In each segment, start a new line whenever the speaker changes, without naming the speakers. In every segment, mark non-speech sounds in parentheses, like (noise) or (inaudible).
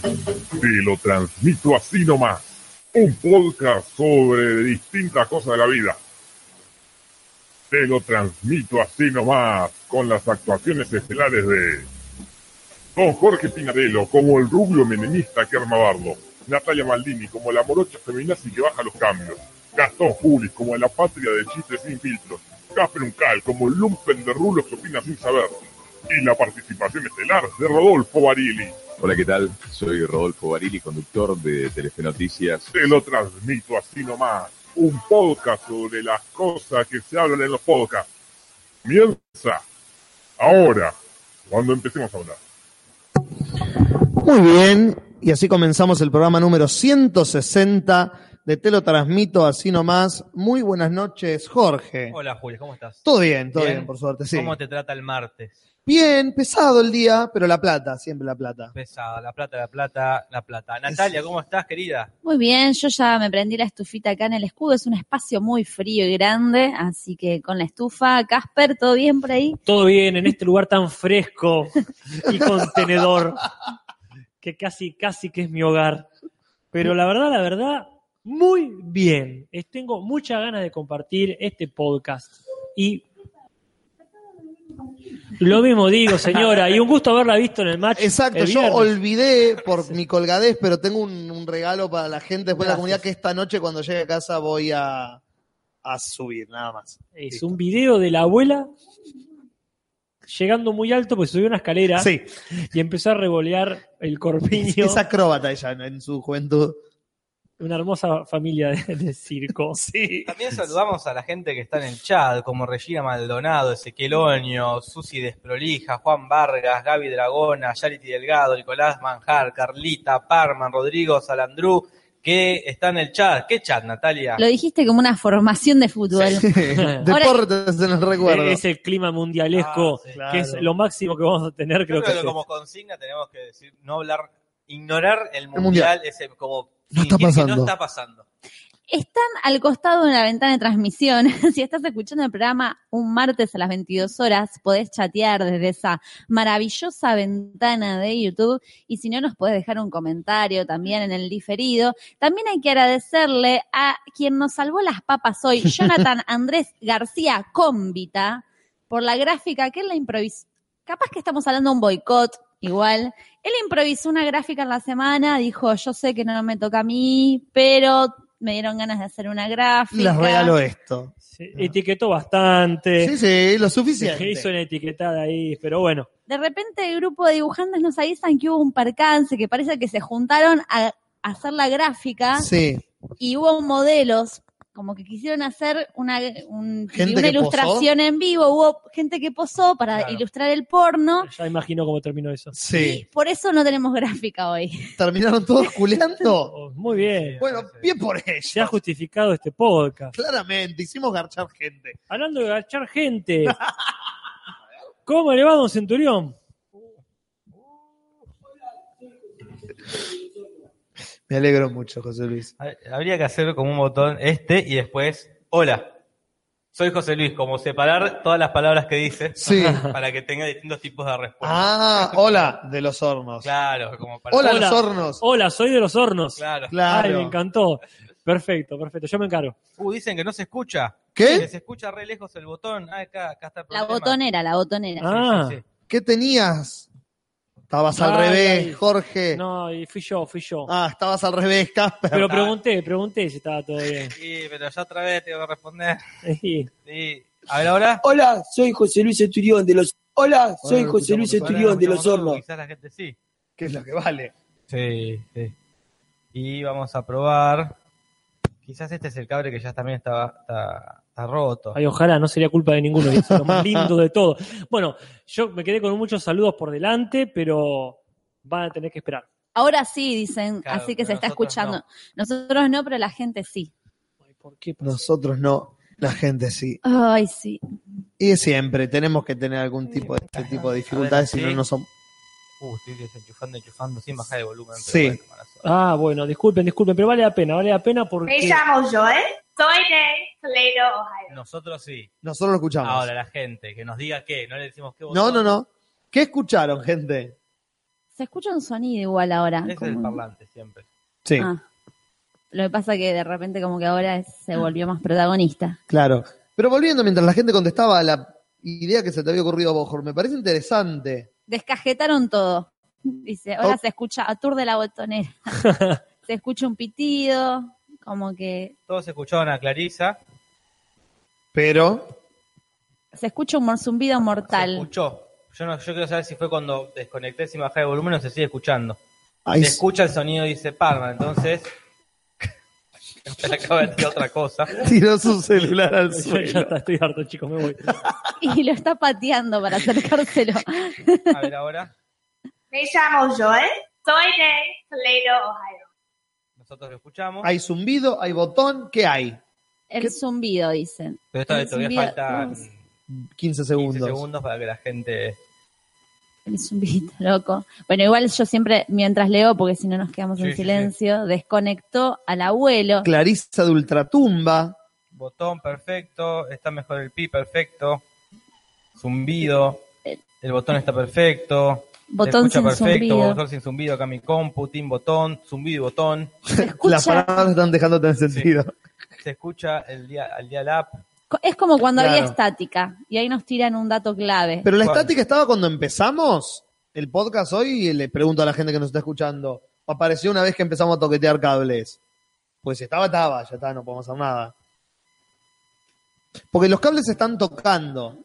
Te lo transmito así nomás. Un podcast sobre distintas cosas de la vida. Te lo transmito así nomás con las actuaciones estelares de Don Jorge Pinarello como el rubio menemista que arma bardo. Natalia Maldini como la morocha feminazi que baja los cambios. Gastón Julis como la patria de chistes sin filtros. Cafre Uncal como el lumpen de rulos que opina sin saber. Y la participación estelar de Rodolfo Barili.
Hola, ¿qué tal? Soy Rodolfo Barili, conductor de Telefe Noticias.
Te lo transmito así nomás. Un podcast sobre las cosas que se hablan en los podcasts. Comienza ahora, cuando empecemos a hablar.
Muy bien, y así comenzamos el programa número 160 de Te lo transmito así nomás. Muy buenas noches, Jorge.
Hola Julio, ¿cómo estás?
Todo bien, todo bien,
Bien.
por suerte, sí.
¿Cómo te trata el martes?
Bien, pesado el día, pero la plata, siempre la plata.
Pesada, la plata, la plata, la plata. Natalia, ¿cómo estás, querida?
Muy bien, yo ya me prendí la estufita acá en el escudo, es un espacio muy frío y grande, así que con la estufa, Casper, ¿todo bien por ahí?
todo bien en este lugar tan fresco y contenedor que casi, casi que es mi hogar. Pero la verdad, la verdad, muy bien. Es- Tengo muchas ganas de compartir este podcast y lo mismo digo, señora, y un gusto haberla visto en el match.
Exacto,
el
yo
viernes.
olvidé por mi colgadez, pero tengo un, un regalo para la gente después de la
Gracias.
comunidad que esta noche cuando llegue a casa voy a, a subir, nada más.
es un video de la abuela llegando muy alto, pues subió una escalera
Sí,
y empezó a revolear el
es, (laughs)
corpiño.
es acróbata ella en, en su juventud.
Una hermosa familia de, de circo. Sí.
También saludamos a la gente que está en el chat, como Regina Maldonado, Ezequiel Oño, Susi Desprolija, Juan Vargas, Gaby Dragona, Charity Delgado, Nicolás Manjar, Carlita, Parman, Rodrigo Salandrú, que está en el chat. ¿Qué chat, Natalia?
Lo dijiste como una formación de fútbol.
(laughs) Deportes en el recuerdo.
Es el clima mundialesco,
Ah, sí.
que
Claro.
es lo máximo que vamos a tener,
Yo
creo
creo
que
que
es
como consigna tenemos que decir, no hablar, ignorar el mundial,
mundial.
ese como...
No está
fingir que
pasando.
No está pasando.
Están (laughs) al costado de una ventana de transmisión. (laughs) Si estás escuchando el programa un martes a las 22 horas, podés chatear desde esa maravillosa ventana de YouTube. Y si no, nos podés dejar un comentario también en el diferido. También hay que agradecerle a quien nos salvó las papas hoy, Jonathan Andrés García Cómbita, por la gráfica que él la improvisó. Capaz que estamos hablando de un boicot, igual. Él improvisó una gráfica en la semana, dijo, yo sé que no me toca a mí, pero me dieron ganas de hacer una gráfica.
Les regalo esto.
Sí, Etiquetó bastante,
Sí, sí, lo
dejé- hizo
suficiente.
una etiquetada ahí, pero bueno,
De repente el grupo de dibujantes nos avisan que hubo un percance, que parece que se juntaron a hacer la gráfica
Sí.
y hubo modelos, como que quisieron hacer una, un-
¿Gente
una
que
ilustración en vivo, hubo gente que posó para
Claro.
ilustrar el porno.
ya imagino cómo terminó eso.
Y
Sí.
por eso no tenemos gráfica
(laughs)
hoy.
¿Terminaron todos culeando?
Oh, muy bien,
Bueno, bien por
se ha
ellos.
justificado este podcast.
Claramente, hicimos garchar gente.
Hablando de
(laughs)
agachar gente, ¿cómo le va Don Centurión?
Me alegro mucho, José Luis.
Habría que hacer como un botón este y después, hola, soy José Luis, como separar todas las palabras que dice
(laughs) Sí.
para que tenga distintos tipos de respuesta.
Ah, hola, de los hornos.
Claro, como para...
Hola,
Hola.
los hornos.
Hola, soy de los hornos.
Claro.
Ay, me
Claro.
encantó. Perfecto, perfecto, yo me encargo.
Uh, dicen que no se escucha. Que
¿Qué?
se escucha re lejos el botón. Ah, acá, acá está el
La
problema.
botonera, la botonera.
Sí,
Ah.
sí, sí.
¿Qué tenías? Estabas al
Ay,
revés,
ay.
Jorge.
No, y fui yo, fui yo.
Ah, estabas al revés, Casper.
Pero pregunté, pregunté si estaba todo bien. (laughs)
Sí, pero ya otra vez tengo que responder.
Sí.
Sí. A
(laughs)
ver ahora.
Hola, soy José Luis Esturión de los. Hola, soy
lo
José
escuchamos,
Luis
Este lo
Esturión de los Hornos.
Quizás la gente sí.
¿Qué es lo que vale?
Sí, sí. Y vamos a probar. Quizás este es el cable que ya también estaba, está, está roto.
Ay, ojalá, no sería culpa de ninguno, que es lo más lindo de todo. Bueno, yo me quedé con muchos saludos por delante, pero van a tener que esperar.
Ahora sí, dicen,
Claro,
así que se
pero
está
nosotros
escuchando.
no.
Nosotros no, pero la gente sí.
Ay, ¿Por qué?
Nosotros no, la gente sí.
Ay, sí.
Y de siempre, tenemos que tener algún tipo de, este tipo de dificultades, si
así.
no, no son.
Uh, estoy desenchufando, enchufando sin bajar el volumen. pero
Sí.
bueno, mala suerte.
Ah, bueno, disculpen, disculpen, pero vale la pena, vale la pena porque...
Me llamo Joel, soy de Toledo, Ohio.
Nosotros sí.
Nosotros lo escuchamos.
Ahora la gente, que nos diga qué. No le decimos qué
no,
botón.
no, no. ¿Qué escucharon, gente?
Se escucha un sonido igual ahora.
Es
como-
el parlante siempre.
Sí,
Ah. Lo que pasa que de repente como que ahora es- se volvió más protagonista.
claro. Pero volviendo, mientras la gente contestaba a la idea que se te había ocurrido a vos, Jorge, me parece interesante.
Descajetaron todo. Dice, ahora
Oh.
se escucha atur de la botonera. se escucha un pitido, como que
Todos escucharon a Clarisa.
Pero,
se escucha un morzumbido
Se
mortal.
escuchó. Yo, no, yo quiero saber si fue cuando desconecté sin bajar el volumen o se sigue escuchando.
ahí
Se escucha el sonido, dice Parma, (laughs) entonces. Se acaba de decir otra cosa.
(laughs) tiró su celular al
Yo (laughs) ya
suelo.
está, estoy harto, chicos, me voy.
(laughs) Y lo está pateando para acercárselo.
A ver ahora.
Me llamo Joel. Soy de Toledo, Ohio.
Nosotros lo escuchamos.
Hay zumbido, hay botón, ¿qué hay?
El
¿Qué?
zumbido, dicen.
pero esto
el
todavía
zumbido-
faltan
no,
15
15 segundos.
segundos para que la gente.
El zumbidito, loco. Bueno, igual yo siempre, mientras leo, porque si no nos quedamos
Sí,
en
sí, sí.
silencio, desconectó al abuelo.
Clarisa de Ultratumba.
Botón perfecto. Está mejor el pi perfecto. Zumbido. El botón está perfecto. se
Botón
escucha
sin
perfecto.
zumbido.
Botón sin zumbido acá mi compu. Team botón. Zumbido y botón.
Se
Las
escucha.
palabras están dejando tener sentido.
Se escucha el día el dial up.
Co- Es como cuando había
Claro.
estática y ahí nos tiran un dato clave.
Pero la
¿Cuál?
estática estaba cuando empezamos el podcast hoy y le pregunto a la gente que nos está escuchando. Apareció una vez que empezamos a toquetear cables. Pues si estaba, estaba, ya está, no podemos hacer nada. Porque los cables se están tocando.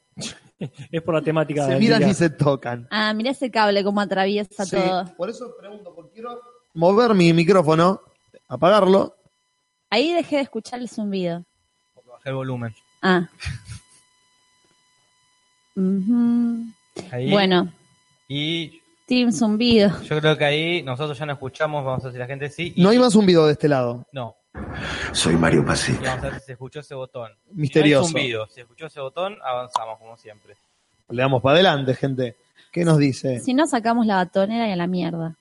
Es por la temática.
Se
del
miran
día. (laughs)
y se tocan.
Ah, mirá ese cable como atraviesa
Sí,
todo.
Por eso pregunto, porque quiero mover mi micrófono, apagarlo.
Ahí dejé de escuchar el zumbido.
porque Bajé el volumen.
Ah. Ujú.
Ahí.
Bueno,
Y
Team Zumbido.
yo creo que ahí nosotros ya no escuchamos. Vamos a ver si la gente sí. y-
No hay más zumbido de este lado.
No.
Soy Mario
Y
Pasica.
vamos a ver si se escuchó ese botón.
Misterioso.
Si no hay zumbido, si escuchó ese botón, avanzamos como siempre.
Le damos para adelante, gente. ¿Qué nos dice?
Si no, sacamos la batonera y a la mierda.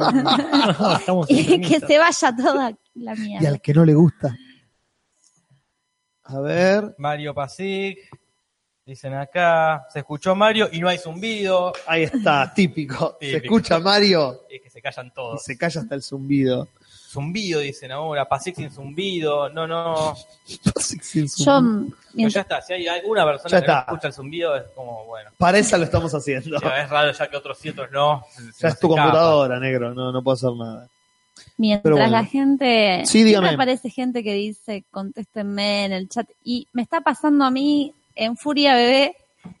Ah,
(laughs)
Estamos
Y que
enfermizos.
se vaya toda la
Y
mierda.
al que no le gusta. A ver.
Mario Pasic, dicen acá, se escuchó Mario y no hay zumbido.
Ahí está, típico. Se
Típico.
escucha Mario
Es eh, que se callan
y
todos.
se calla hasta el zumbido.
Zumbido, dicen ahora, Pasic sin zumbido, no, no.
Sin
Yo,
zumbido.
Pero
mientras-
ya está, si hay alguna persona
Ya
que no
está.
escucha el zumbido, es como, bueno,
Para esa lo estamos haciendo. (laughs)
ya es raro ya que otros cientos no. se- se
Ya
nos
es tu
escapa.
computadora, negro. No, no puedo hacer nada.
Mientras
Pero bueno.
la gente.
Sí, dígame.
siempre aparece gente que dice, contéstenme en el chat. Y me está pasando a mí en Furia Bebé,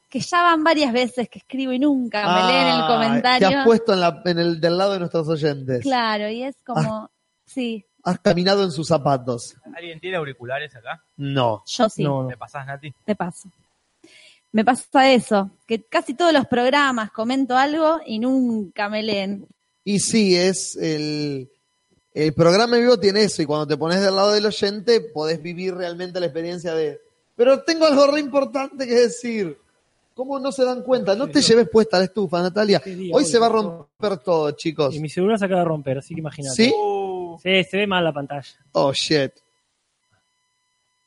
que ya van varias veces que escribo y nunca
Ah,
me leen el
Te
comentario.
has puesto en, la- en el del lado de nuestros oyentes.
Claro, y es
Ah.
como. Sí,
Has caminado en sus zapatos.
¿Alguien tiene auriculares acá?
No.
yo sí,
No, no.
¿Me pasás, Nati?
te paso. Me pasa eso, que casi todos los programas comento algo y nunca me leen.
Y sí, es el, el programa en vivo tiene eso, y cuando te pones del lado del oyente, podés vivir realmente la experiencia de. Pero tengo algo re importante que decir. ¿Cómo no se dan cuenta? No te lleves puesta la estufa, Natalia.
Sí, sí,
Hoy se va a
obvio.
romper todo, chicos.
Y mi celular se acaba de romper, así que imagínate.
¿Sí?
Sí, se ve mal la pantalla.
Oh,
(laughs)
shit.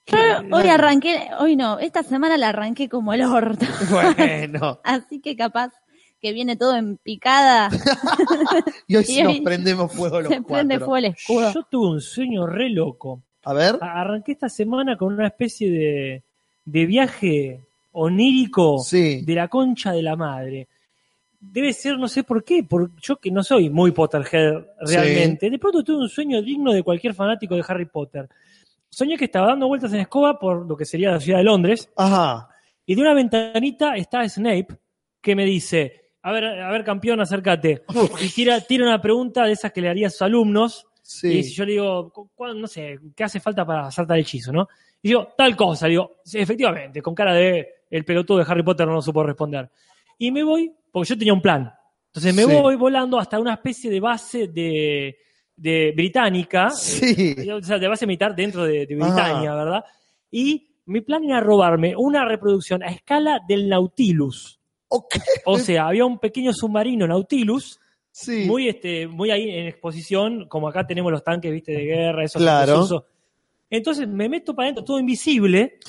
Yo hoy arranqué, hoy no, esta semana la arranqué como el orto. (laughs)
(laughs) Bueno.
Así que capaz que viene todo en picada,
(laughs) Y hoy
Y
sí nos
hoy (laughs)
prendemos fuego los
se prende
cuatro.
fuego el escudo.
Yo tuve un sueño re loco.
A ver.
A- Arranqué esta semana con una especie de, de viaje onírico
Sí.
de la concha de la madre. Debe ser, no sé por qué, por, yo que no soy muy Potterhead realmente. De pronto tuve un sueño digno de cualquier fanático de Harry Potter. Soñé que estaba dando vueltas en escoba por lo que sería la ciudad de Londres
Ajá.
y de una ventanita está Snape que me dice, a ver, a ver campeón, acércate. Y tira, tira una pregunta de esas que le haría a sus alumnos y si
Sí.
yo le digo, cu- cuán- no sé, ¿qué hace falta para hacer tal hechizo, no? Y yo, tal cosa, le digo, "Sí, efectivamente, con cara de el pelotudo de Harry Potter no lo supo responder. Y me voy, porque yo tenía un plan. Entonces me
Sí.
voy volando hasta una especie de base de, de británica,
Sí. Ah.
eh, o sea, de base militar dentro de, de Britania, ¿verdad? Y mi plan era robarme una reproducción a escala del Nautilus.
Ok.
O sea, había un pequeño submarino Nautilus
Sí.
muy este muy ahí en exposición, como acá tenemos los tanques, viste, de guerra, esos
Claro.
esos- Entonces me meto para adentro, todo invisible,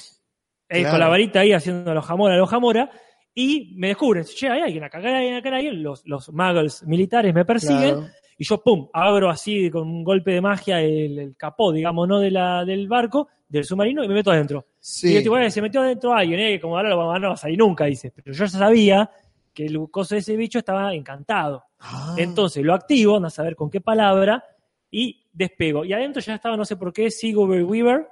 eh,
Claro.
con la varita ahí haciendo los jamora, los jamora, y me descubren, che, hay alguien acá, acá hay alguien, acá hay alguien, los, los muggles militares me persiguen,
Claro.
y yo, pum, abro así con un golpe de magia el, el capó, digamos, ¿no? De la, del barco, del submarino, y me meto adentro. Y
Sí.
el tipo, "Eh, se metió adentro alguien, eh, como ahora lo vamos a- no va a salir nunca, dice. Pero yo ya sabía que el coso de ese bicho estaba encantado.
Ah.
Entonces lo activo, anda a saber con qué palabra, y despego. Y adentro ya estaba, no sé por qué, Sigourney Weaver.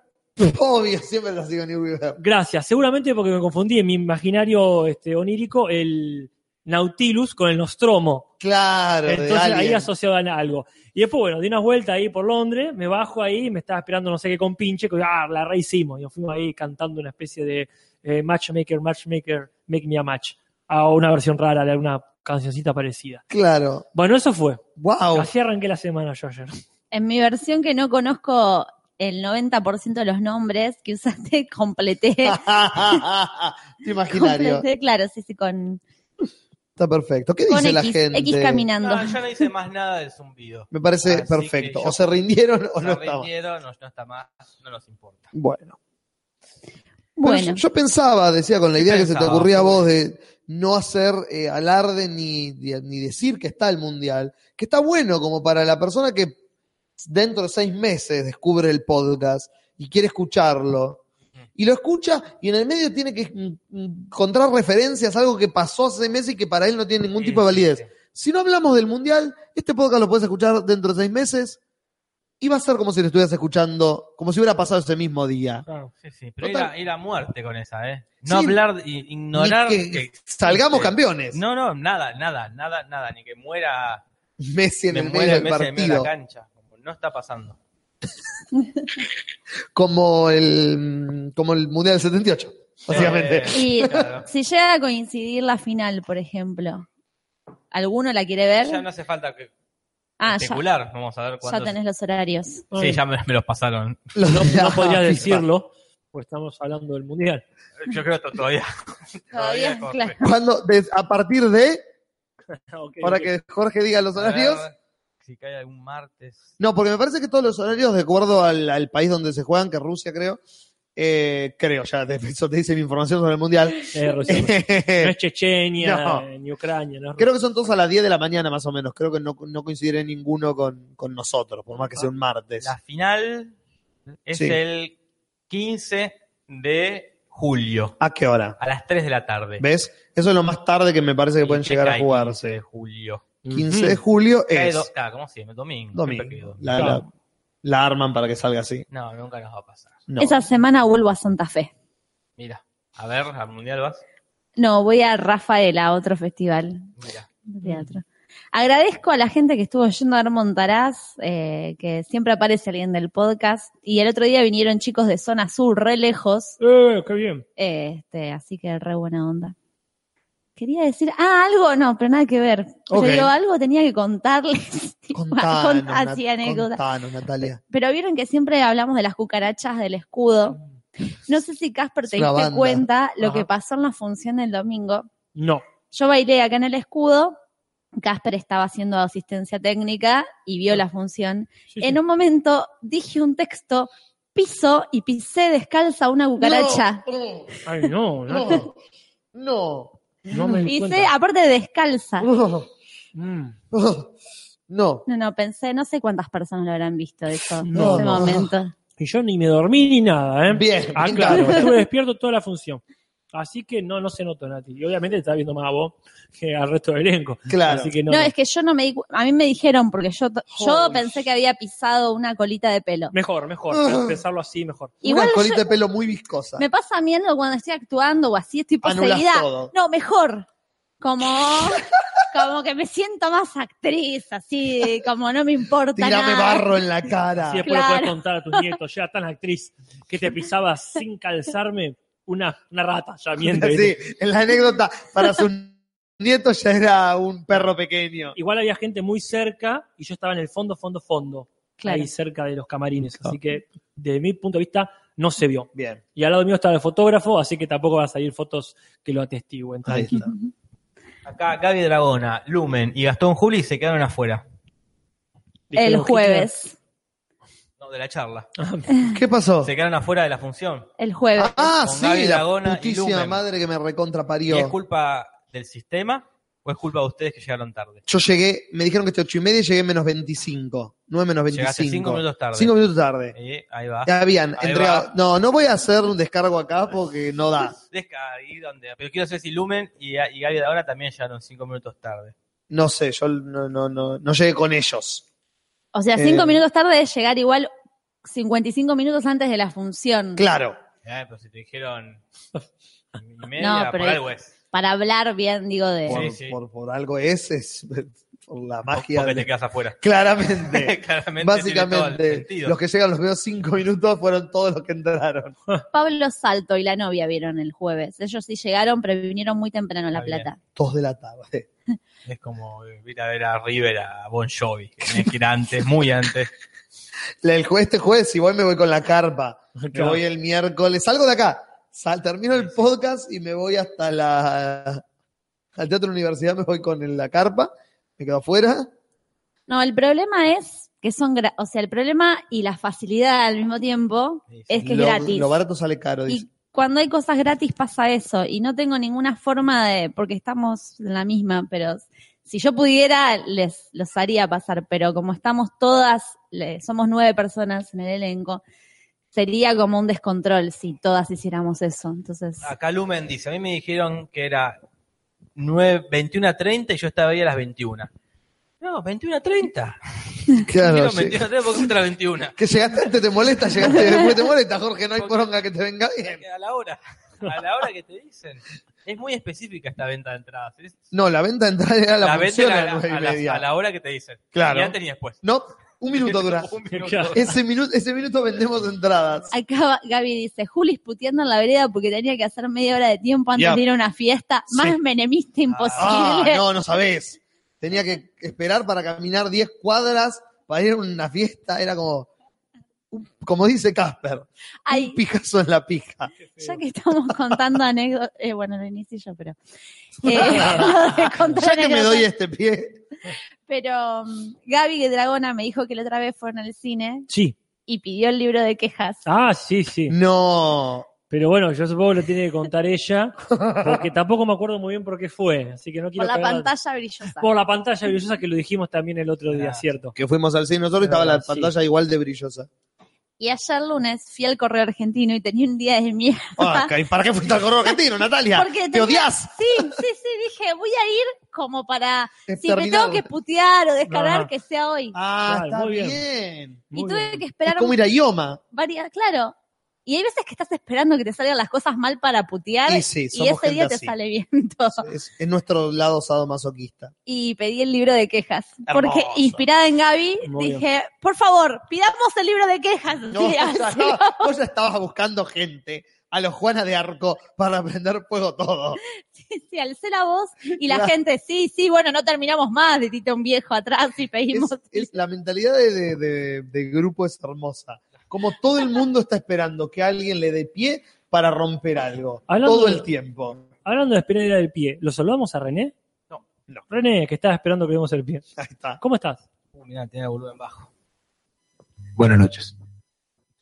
Obvio, siempre la sigo New River.
Gracias, seguramente porque me confundí en mi imaginario este, onírico el Nautilus con el Nostromo.
Claro, de
Entonces ahí
Alien.
asociaban algo. Y después, bueno, di una vuelta ahí por Londres, me bajo ahí, me estaba esperando no sé qué compinche, que ah, la rehicimos. Y nos fuimos ahí cantando una especie de eh, matchmaker, matchmaker, make me a match. A una versión rara de alguna cancioncita parecida.
Claro.
Bueno, eso fue.
Wow.
Así arranqué la semana yo ayer.
En mi versión que no conozco el 90% de los nombres que usaste, (laughs) completé.
(laughs) Ah, Imaginario.
completé claro, sí, sí, con,
Está perfecto. ¿Qué
con
dice la
X,
gente?
X caminando.
Ah, No, yo no hice más nada del zumbido.
Me parece
Así
perfecto.
que yo-
O se rindieron (laughs) o
Se
no estaban.
rindieron, no, no está más, no nos importa.
Bueno. Pero
Bueno,
yo, yo pensaba, decía, con la idea que se te
pensabas,
ocurría a
Rubén?
vos de no hacer eh, alarde ni, ni- ni decir que está el mundial, que está bueno como para la persona que dentro de seis meses descubre el podcast y quiere escucharlo. Y lo escucha y en el medio tiene que mm, mm, encontrar referencias a algo que pasó hace meses y que para él no tiene ningún tipo de validez. Si no hablamos del mundial, este podcast lo puedes escuchar dentro de seis meses y va a ser como si lo estuvieras escuchando, como si hubiera pasado ese mismo día.
Sí, sí, pero ir
Total.
a, ir a muerte con esa, ¿eh? No
Sí.
hablar, i- ignorar.
Ni que
existe.
Salgamos campeones.
No, no, nada, nada, nada, nada. Ni que muera,
Messi en
me
el medio
muera
del
en Messi en el medio de
partido.
la cancha. Como No está pasando.
como el mm, como el Mundial del 78, básicamente.
Eh, (laughs)
y
claro.
si llega a coincidir la final, por ejemplo, ¿alguno la quiere ver?
Ya no hace falta que
ah, ya,
especular. Vamos a ver
ya
cuántos.
tenés los horarios.
Sí, ya me, me los pasaron.
Los
(laughs)
(laughs)
No,
de la
no podría
FIFA.
decirlo, porque estamos hablando del mundial. (laughs)
Yo creo que (laughs) todavía.
Todavía,
corre.
claro.
Cuando, de- a partir de,
Ah, Ok,
para
ok.
que Jorge diga los
A ver
horarios.
Si cae algún martes.
No, porque me parece que todos los horarios, de acuerdo al, al país donde se juegan, que es Rusia, creo. eh, creo, ya te, eso te dice mi información sobre el Mundial. (laughs)
Eh, Rocío, No es
creo
Chechenia,
No.
eh, ni Ucrania, no es
que son todos a las 10 de la mañana, más o menos. Creo que no, no coincidiré ninguno con, con nosotros, por más
Ah,
que sea un martes.
La final es
Sí.
el 15 de julio,
¿A qué hora?
a las 3 de la tarde.
¿Ves? Eso es lo más tarde que me parece que
¿Y
pueden
qué
llegar a
cae 15
jugarse.
de julio.
15 de julio
Cae
es.
do- claro, ¿cómo se llama? Domingo.
Domingo.
Siempre cae domingo.
La, la- la arman para que salga así.
No, nunca nos va a pasar.
No.
Esa semana vuelvo a Santa Fe.
Mira, a ver, al mundial vas.
No, voy a Rafaela, a otro festival
Mira.
de teatro. Agradezco a la gente que estuvo yendo a ver Montaraz, eh, que siempre aparece alguien del podcast. Y el otro día vinieron chicos de Zona Sur, re lejos.
Eh, qué bien.
eh, este, así que re buena onda. Quería decir, ah, algo, no, pero nada que ver. Pero
Ok.
digo, algo tenía que contarles.
(laughs)
(laughs)
Contanos,
Contá,
Nat-
sí, anécdota.
contanos,
(laughs)
Natalia.
Pero vieron que siempre hablamos de las cucarachas del escudo. No sé si Casper te
Mm. Es una
diste
banda.
cuenta lo
Ajá.
que pasó en la función del domingo.
No.
Yo bailé acá en el escudo, Casper estaba haciendo asistencia técnica y vio la función.
Sí, sí.
En un momento dije un texto, piso y pisé descalza una cucaracha.
No,
Ay, no, no,
(laughs)
no, no,
no me di
Pisé,
cuenta.
aparte descalza.
no,
Mm.
no, no.
No, no, pensé, no sé cuántas personas lo habrán visto eso en
No,
ese
no.
momento.
Y yo ni me dormí ni nada,
Em,
¿eh?
Bien,
Ah,
bien, (laughs)
claro,
(laughs)
Carlos.
estuve despierto toda la función. Así que no, no se notó, Nati. Y obviamente te estás viendo más a vos que al resto del elenco.
Claro.
Así que no.
No, es que yo no me di cu- a mí me dijeron porque yo to- yo
Holy
pensé que había pisado una colita de pelo.
Mejor,
(laughs)
mejor. Pensarlo así, mejor.
Igual
Una
yo-
colita de pelo muy viscosa.
me pasa a mí algo cuando estoy actuando o así estoy
Anulás
poseída.
todo.
No, mejor. Como (laughs) como que me siento más actriz, así, como no me importa
Tirame
nada.
barro en la cara.
Así después
Claro.
lo puedes contar a tus nietos. Ya tan actriz que te pisaba sin calzarme una, una rata, ya
(laughs) (laughs)
miente.
Sí, en la anécdota, para (laughs) sus nietos ya era un perro pequeño.
Igual había gente muy cerca y yo estaba en el fondo, fondo, fondo.
Claro.
Ahí cerca de los camarines. Así que, desde mi punto de vista, no se vio.
Bien,
Y al lado mío estaba el fotógrafo, así que tampoco van a salir fotos que lo atestiguen.
ahí
tranquilo.
está.
Acá Gaby Dragona, Lumen y Gastón Juli se quedaron afuera.
El
Dijeron, ¿qué
jueves.
No, de la charla.
¿Qué pasó?
Se quedaron afuera de la función.
El jueves.
Ah,
Con Gaby
sí, la
Dragona y
putísima
Lumen.
madre que me
¿Y es
recontraparió.
culpa del sistema o es culpa de ustedes que llegaron tarde?
Yo llegué, me dijeron que este 8 y media y llegué menos 25. 9 menos 25.
Llegaste cinco minutos tarde.
5 minutos tarde.
Eh, ahí va.
Ya habían
Ahí
entregado.
va.
No, no voy a hacer un descargo acá porque no da.
Desca- ahí donde- Pero quiero saber si Lumen y, y Gaby de ahora también llegaron cinco minutos tarde.
No sé, yo no, no, no, no llegué con ellos.
O sea, cinco
Eh.
minutos tarde es llegar igual 55 minutos antes de la función.
Claro.
Eh, pero si te dijeron y media,
(laughs) No, pero
por
es-
algo es.
Para hablar bien, digo, de.
Por,
sí.
Por, por algo es, es (laughs) por la magia.
Porque
del-
te quedas afuera.
Claramente.
(laughs) Claramente tiene todo el
Básicamente,
sentido.
los que llegan los primeros cinco minutos fueron todos los que entraron.
Pablo Salto y la novia vieron el jueves. Ellos sí llegaron, pero vinieron muy temprano a La
Está bien.
Plata.
Dos de la tarde.
Es como eh, ir a ver a River a Bon Jovi, que tenés que ir antes, muy antes.
La- El juez, este jueves, igual me voy con la carpa. Me
Claro.
voy el miércoles. Salgo de acá. Sal, termino el podcast y me voy hasta la. Al Teatro Universidad me voy con la carpa. Me quedo afuera.
No, el problema es que son. gra- O sea, el problema y la facilidad al mismo tiempo
Sí, sí.
es que
lo,
es gratis.
lo barato sale caro.
(laughs)
dice.
Y cuando hay cosas gratis pasa eso. Y no tengo ninguna forma de. Porque estamos en la misma, pero si yo pudiera, les los haría pasar. Pero como estamos todas, le- somos nueve personas en el elenco, sería como un descontrol si todas hiciéramos eso. Entonces.
Ah.
Acá Lumen dice, a mí me dijeron que era 9, 21 a 30 y yo estaba ahí a las 21. No, 21 a 30.
(laughs) Claro,
Dijeron
sí.
21 a 30 porque otra 21.
Que llegaste antes te molesta, llegaste
(laughs)
después te molesta, Jorge, no hay poronga que te venga (laughs) bien.
A la hora, a la hora que te dicen. Es muy específica esta venta de entradas. Es-
No, la venta de entrada era la,
la
función
venta
a
a la,
las nueve
a
y
la-
media.
a la hora que te dicen.
Claro.
Ni antes ni después.
No, un minuto
(laughs)
dura.
Un minuto.
Claro.
Ese minuto, ese minuto vendemos entradas.
Acá va- Gaby dice, Juli puteando en la vereda porque tenía que hacer media hora de tiempo antes
Ya.
de ir a una fiesta.
Sí.
Más menemista
Ah,
imposible.
no, no sabés. Tenía que esperar para caminar 10 cuadras para ir a una fiesta. Era como, un- como dice Casper,
Ay,
un pijazo en la pija.
ya
(laughs)
que estamos contando anécdotas, eh, bueno, lo inicié yo, pero... eh, (laughs) lo de contar
Ya que me
anécdotas.
doy este pie.
Pero um, Gaby que Dragona me dijo que la otra vez fueron al cine
Sí.
y pidió el libro de quejas.
Ah, sí, sí.
No.
Pero bueno, yo supongo que lo tiene que contar ella, porque tampoco me acuerdo muy bien por qué fue, así que no quiero
por la
cagarla.
pantalla brillosa.
Por la pantalla brillosa que lo dijimos también el otro día,
Ah.
¿cierto?
Que fuimos al cine nosotros y estaba la
Sí.
pantalla igual de brillosa.
Y ayer lunes fui al correo argentino y tenía un día de mierda.
Ah, ¿y ¿Para qué fuiste al correo argentino, Natalia?
Porque
¡Te
tenía-
odias!
Sí, sí, sí, dije, voy a ir como para... Si me
Exterminado.
tengo que putear o descargar,
Ajá.
que sea hoy.
Ah,
Claro,
está
muy
bien.
bien.
y
Muy
tuve
bien.
que
Es
esperar
como ir a Ioma.
varias, claro. Y hay veces que estás esperando que te salgan las cosas mal para putear
Sí, sí,
y
somos
ese día
gente
te
así.
sale bien (laughs) todo.
Es, es nuestro lado sadomasoquista.
Y pedí el libro de quejas, porque inspirada en Gaby,
Muy
dije, por favor, pidamos el libro de quejas.
(laughs) No,
Sí,
ya
así.
estaba- vos ya estabas buscando gente a los Juana de Arco para prender fuego todo.
(laughs) Sí, alcé la voz y la
Claro.
gente, sí, sí, bueno, no terminamos más, de Tito un viejo atrás y
Es,
pedimos...
es- la mentalidad de, de- de- de grupo es hermosa. Como todo el mundo está esperando que alguien le dé pie para romper algo.
Hablando
todo
de-
el tiempo.
Hablando de esperar el pie, ¿lo saludamos a René?
No.
No.
René, que estaba esperando que demos el pie.
Ahí está.
¿Cómo estás?
Uh, mirá, tenía el volumen bajo.
Buenas noches.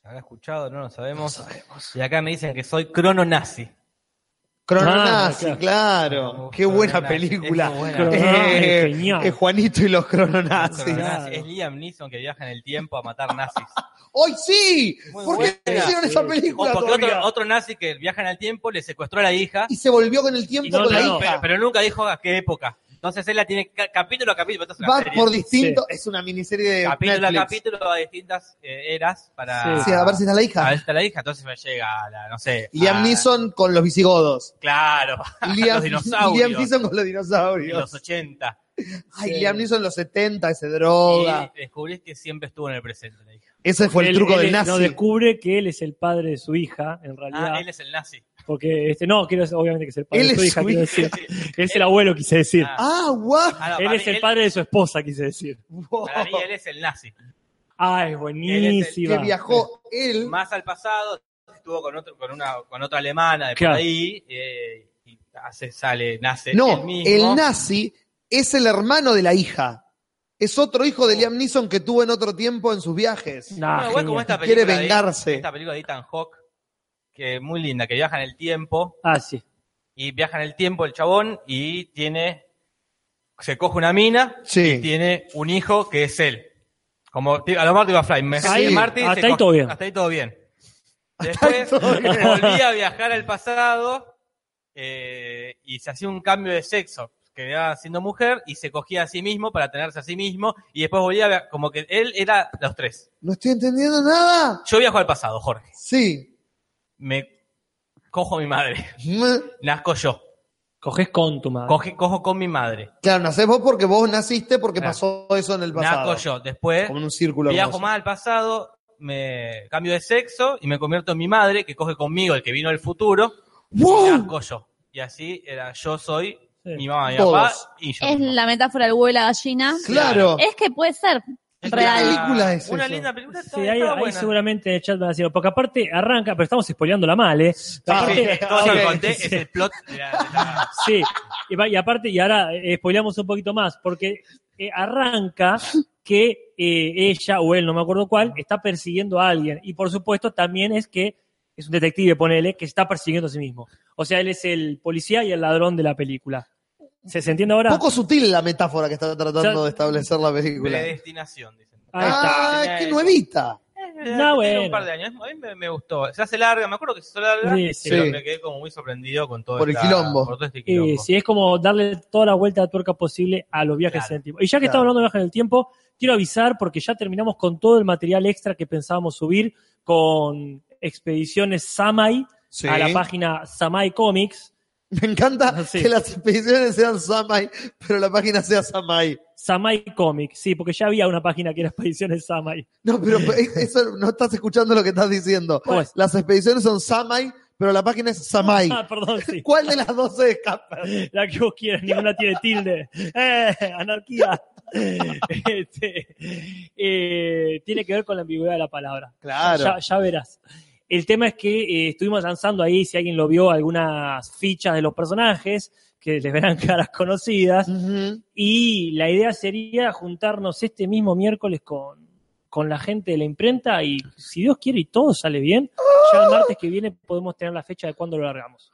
¿Habrá escuchado? No lo sabemos. Y acá me dicen que soy crononazi.
Crononazi,
Ah,
claro. Qué buena película.
Crononazi,
Eh,
genial.
eh, Juanito y los Crononazis.
Crononazi. Es Liam Neeson que viaja en el tiempo a matar nazis.
¡Hoy sí!
Muy
¿Por qué
buena.
hicieron esa
O
película
porque
todavía?
otro, otro nazi que viaja en el tiempo le secuestró a la hija,
Y se volvió con el tiempo
No,
con la
no,
hija.
pero, pero nunca dijo a qué época. Entonces él la tiene ca- capítulo a capítulo. esto es una
Va
serie.
por distinto. Es una miniserie de
capítulo
Netflix.
a capítulo a distintas eh, eras para
Sí.
Sí, a ver si está la hija.
a ver si está la hija. Entonces me llega a la, no sé. a-
Liam Neeson con los
(laughs)
visigodos.
Claro.
Liam, (laughs)
Ah. los dinosaurios.
Liam Neeson con los
En
dinosaurios.
los 80.
Ay, Liam Neeson en los 70, ese droga.
Y descubrís que siempre estuvo en el presente, la hija.
Ese Este fue el
Él-
truco
él
del
es- No,
nazi.
descubre que él es el padre de su hija, en realidad.
Ah, él es el nazi.
Porque, este, no, quiero, obviamente que es el padre
Él
de su
es
hija,
su
quiero
hija.
decir. Es el abuelo, quise decir.
Ah,
Ah, guau.
Ah, no,
él
para
es
mí
el padre de su esposa, quise decir.
Para mí él es el nazi.
Ah, es
Que
buenísima.
viajó él.
Más al pasado, estuvo con otro, con una, con otra alemana de
Claro.
por ahí, eh, y hace, sale, nace
No,
él mismo.
el nazi es el hermano de la hija. Es otro hijo
Oh.
de Liam Neeson que tuvo en otro tiempo en sus viajes.
Nah,
Bueno, igual como
Ah, genial.
esta
Quiere
película de-
vengarse.
esta película de Ethan Hawke, que es muy linda, que viaja en el tiempo,
Ah, sí.
y viaja en el tiempo el chabón y tiene, se coge una mina, y
Sí.
tiene un hijo que es él. Como ti- a lo Marty McFly. Me
Ahí,
de Marty,
hasta
se
ahí
co-
todo bien.
Hasta ahí todo bien. Después (laughs) volvía a viajar al pasado eh, y se hacía un cambio de sexo. Quedaba siendo mujer y se cogía a sí mismo para tenerse a sí mismo y después volvía a via- como que él era los tres.
No estoy entendiendo nada.
Yo viajo al pasado, Jorge.
Sí.
Me cojo a mi madre. (laughs)
Mm.
Nazco yo.
Coges con tu madre.
Coge- cojo con mi madre.
Claro, nacés vos porque vos naciste porque
Claro.
pasó eso en el pasado.
Nazco yo.
eh,
Después
Como en un círculo.
Viajo
hermoso.
más al pasado, me cambio de sexo y me convierto en mi madre, que coge conmigo el que vino del futuro,
¡Wow!
y nazco yo. Y así era yo soy
Sí.
mi mamá, mi
Todos.
papá y yo.
Es la metáfora del huevo y la gallina.
Claro.
Es que puede ser.
Es
real.
una-
¿Qué película es
Una
eso?
linda película,
Sí,
estaba-
ahí,
estaba
ahí
buena.
seguramente en el chat van a decir, porque aparte arranca, pero estamos spoileándola mal, ¿eh? Pero
Ah,
aparte-
Sí, todo lo que
sí,
conté
sí,
es el plot de la- de la-
sí. Y, va- y aparte, y ahora eh, spoileamos un poquito más, porque eh, arranca que eh, ella o él, no me acuerdo cuál, está persiguiendo a alguien. Y por supuesto también es que es un detective, ponele, que se está persiguiendo a sí mismo. O sea, él es el policía y el ladrón de la película. ¿Se, se entiende ahora?
Poco sutil la metáfora que está tratando
Ya-
de establecer la película.
predestinación, dicen.
Ahí está.
Ah, qué nuevita.
Tiene
No,
un
bueno.
par de años. A mí me, me gustó. Se hace larga, me acuerdo que se hizo larga,
Sí, sí.
pero
Sí.
me quedé como muy sorprendido con todo,
Por el
esta-
quilombo.
por todo este
Eh,
quilombo.
sí, es como darle toda la vuelta de tuerca posible a los viajes
Claro.
en el tiempo. Y ya que estamos
Claro.
hablando de viajes en el tiempo, quiero avisar porque ya terminamos con todo el material extra que pensábamos subir con Expediciones Samai
Sí.
a la página Samai Comics.
(laughs) Me encanta
(laughs) Sí.
que las expediciones sean Samai, pero la página sea Samai.
Samai Comics, sí, porque ya había una página que era Expediciones Samai.
No,
(laughs)
pero es- eso no estás escuchando lo que estás diciendo.
¿Cómo es?
Las expediciones son Samai, pero la página es Samai.
Ah, perdón, (laughs) sí.
¿Cuál de las dos se escapa?
La que vos quieras, ninguna tiene tilde. Eh,
(laughs)
anarquía. Este, eh, tiene que ver con la ambigüedad de la palabra.
Claro.
Ya, ya verás. El tema es que eh, estuvimos lanzando ahí, si alguien lo vio, algunas fichas de los personajes, que les verán (laughs) caras conocidas.
Ujú.
Y la idea sería juntarnos este mismo miércoles con, con la gente de la imprenta y si Dios quiere y todo sale bien, ya el martes que viene podemos tener la fecha de cuándo lo largamos.